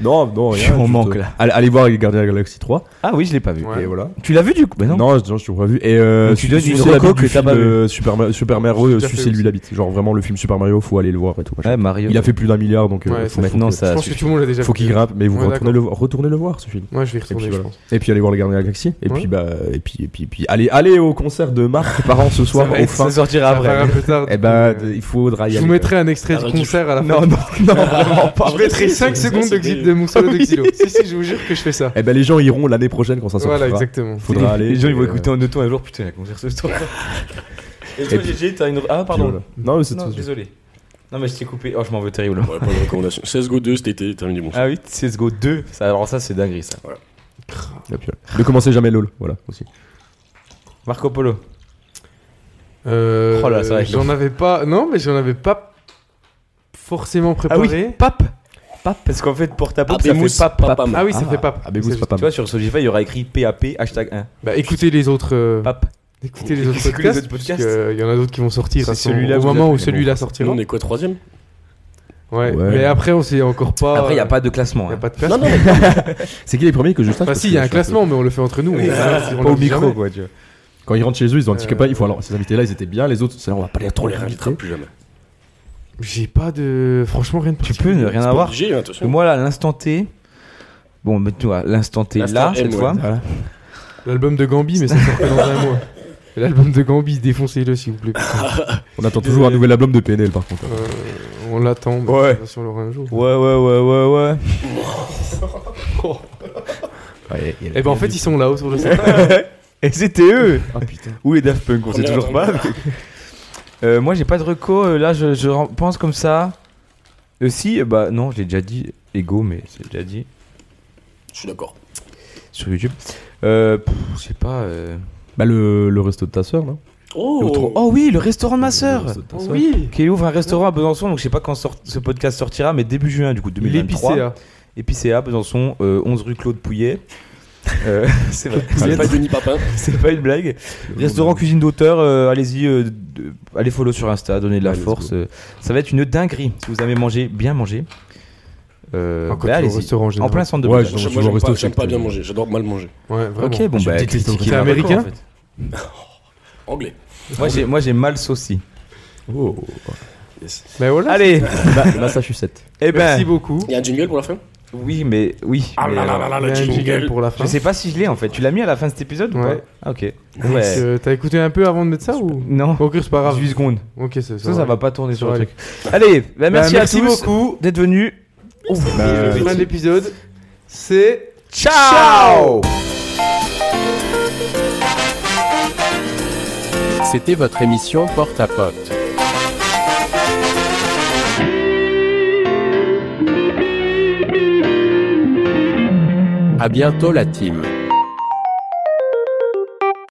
Non, non, Je rien. suis en juste, manque euh, là. Allez, allez voir les Gardiens de la Galaxie 3. Ah oui, je l'ai pas vu. Ouais. Et voilà. Tu l'as vu du coup Bah non. Non, je- non, je t'ai pas vu. Et euh, Donc, tu donnes sucer une la bite reco du que t'as film, pas vu. euh, Super, Ma- Super Mario, J'ai euh, déjà fait sucez-lui aussi. la bite. Genre vraiment, le film Super Mario, faut aller le voir et tout. machin. Ouais, Mario. Il a fait plus d'un milliard, donc euh, Ouais, faut ça, maintenant. Maintenant, Je ça. pense que tout le monde l'a déjà Faut fait. qu'il grimpe, mais vous Ouais, retournez le, retournez le voir ce film. Moi, je vais y Et puis, retourner, je voilà. pense. et puis allez voir les Gardiens de la Galaxie. Et puis bah et puis et puis, et puis allez allez au concert de Marc Parent ce soir va au être- fin. sortira Ça va un peu tard. Et bah il faudra y Je aller. vous mettrai un extrait du Arrête, tu- concert à la fin. Non non non vraiment pas. Je mettrai 5 secondes de, c'était- de Moussoula de Xylo. si, si, je vous jure que je fais ça. Et bah les gens iront l'année prochaine quand ça sortira. Voilà, exactement. Faudra aller. Les gens ils vont et, euh, écouter en auto un jour, putain, la concert ce soir. Et toi, puis- GG, t'as une. Ah, pardon. puis voilà. Non mais c'est Non, tout. désolé. Non, mais je t'ai coupé. Oh, je m'en veux terrible. Ouais, pas de recommandation. CSGO 2 cet été, terminé bon. Ah oui, CSGO 2. Ça, alors, ça, c'est dinguerie ça. Et puis, voilà. Ne commencez jamais LOL, voilà aussi. Marco Polo. Euh, Oh là, ça va être j'en avais pas. Non, mais j'en avais pas forcément Ah oui, préparé. pape. Pape, parce qu'en fait, porte à porte, ça Abemous, fait pape, pape. papam. Ah oui, ça fait pas. Ah mais vous c'est pas Tu vois, sur Spotify, il y aura écrit PAP, hashtag 1. Bah, écoutez les autres. euh, Pape. Écoutez les autres Écoutez les podcasts. autres parce podcasts. que Il y en a d'autres qui vont sortir. Ça, à c'est son- celui-là au que vous moment avez où fait, celui-là sortira. Sinon, on est quoi, troisième Ouais. Ouais. Mais après, on s'est encore pas. Après, il n'y a pas de Il classement. y a hein. pas de Non, classement. non, C'est qui les premiers que je sache Enfin, parce Bah, si, que il y a je un suis peu- classement, mais on le fait entre nous. on- on Pas le au dit micro, jamais. quoi, tu vois. Quand ils rentrent chez eux, ils ont un ticket Euh, pas, ils font alors ces invités là, ils étaient bien, les autres, c'est là, on va pas les On trop les les réinvitera invités. plus jamais. J'ai pas de. Franchement, rien de Tu peux ne rien C'est pas avoir. obligé, hein, Parce que attention. moi, là, à l'instant T. Bon, mais tu vois, l'instant T L'instant là, M, cette ouais. fois. L'album de Gambi, mais ça sort que dans un mois. L'album de Gambi, défoncez-le s'il vous plaît. On attend toujours un nouvel album de PNL par contre. Euh, on l'attend, mais Ouais. si on l'aura un jour. Ouais, ouais, ouais, ouais, ouais. Et ben en fait, ils sont là autour de ça. Et c'était eux Ah putain. Ou les Daft Punk, on sait toujours pas. Euh, moi, j'ai pas de reco. euh, Là, je, je ren- pense comme ça. Euh, si, euh, bah non, je l'ai déjà dit. Ego, mais c'est déjà dit Je suis d'accord. sur YouTube. Euh, pff, je sais pas. euh, Bah le, le resto de ta sœur là. le tro- Oh Oh oui, le restaurant de ma sœur. Le resto de ta sœur. Oui Qui ouvre un restaurant à Besançon. Donc, je sais pas quand sort- ce podcast sortira, mais début juin, du coup, 2023. L'épicéa. Ah, Épicéa, Besançon, euh, 11 rue Claude Pouillet. Euh, c'est vrai. C'est pas Denis Papin. C'est pas une blague. Restaurant cuisine d'auteur, euh, allez-y, euh, de- allez follow sur Insta, donnez de la Ouais, let's force. euh, ça va être une dinguerie si vous avez mangé, bien mangé. Euh, Encore bah, au allez-y. restaurant en En général. plein centre de Ouais, Bretagne. je- Moi, toujours j'aime resto pas, j'aime chef, pas t'es- bien manger. J'adore mal manger. Ouais, vraiment. Ok, bon, Je bah, déteste les critiquez restaurants. les T'es records, américain en Anglais. fait. Moi, j'ai- Moi, j'ai mal sauci. Oh. Bah voilà. Allez, Massachusetts. eh ben, Merci Ah beaucoup. Il y a un jingle pour la fin oui, mais oui. mais alors, Il y a un jingle pour la fin. je sais pas si je l'ai en fait. Tu l'as mis à la fin de cet épisode ou Ouais. pas Ah, ok. Donc, Ouais. euh, T'as écouté un peu avant de mettre ça ou Non, Ok, c'est pas grave. 18 secondes. Ok, c'est ça. Ça, ça va pas tourner sur le Ouais. truc. Allez, bah, merci, merci à tous beaucoup. d'être venus. Bah, Ouf. Fin de l'épisode. C'est. Ciao C'était votre émission Porte à Pote. À bientôt la team.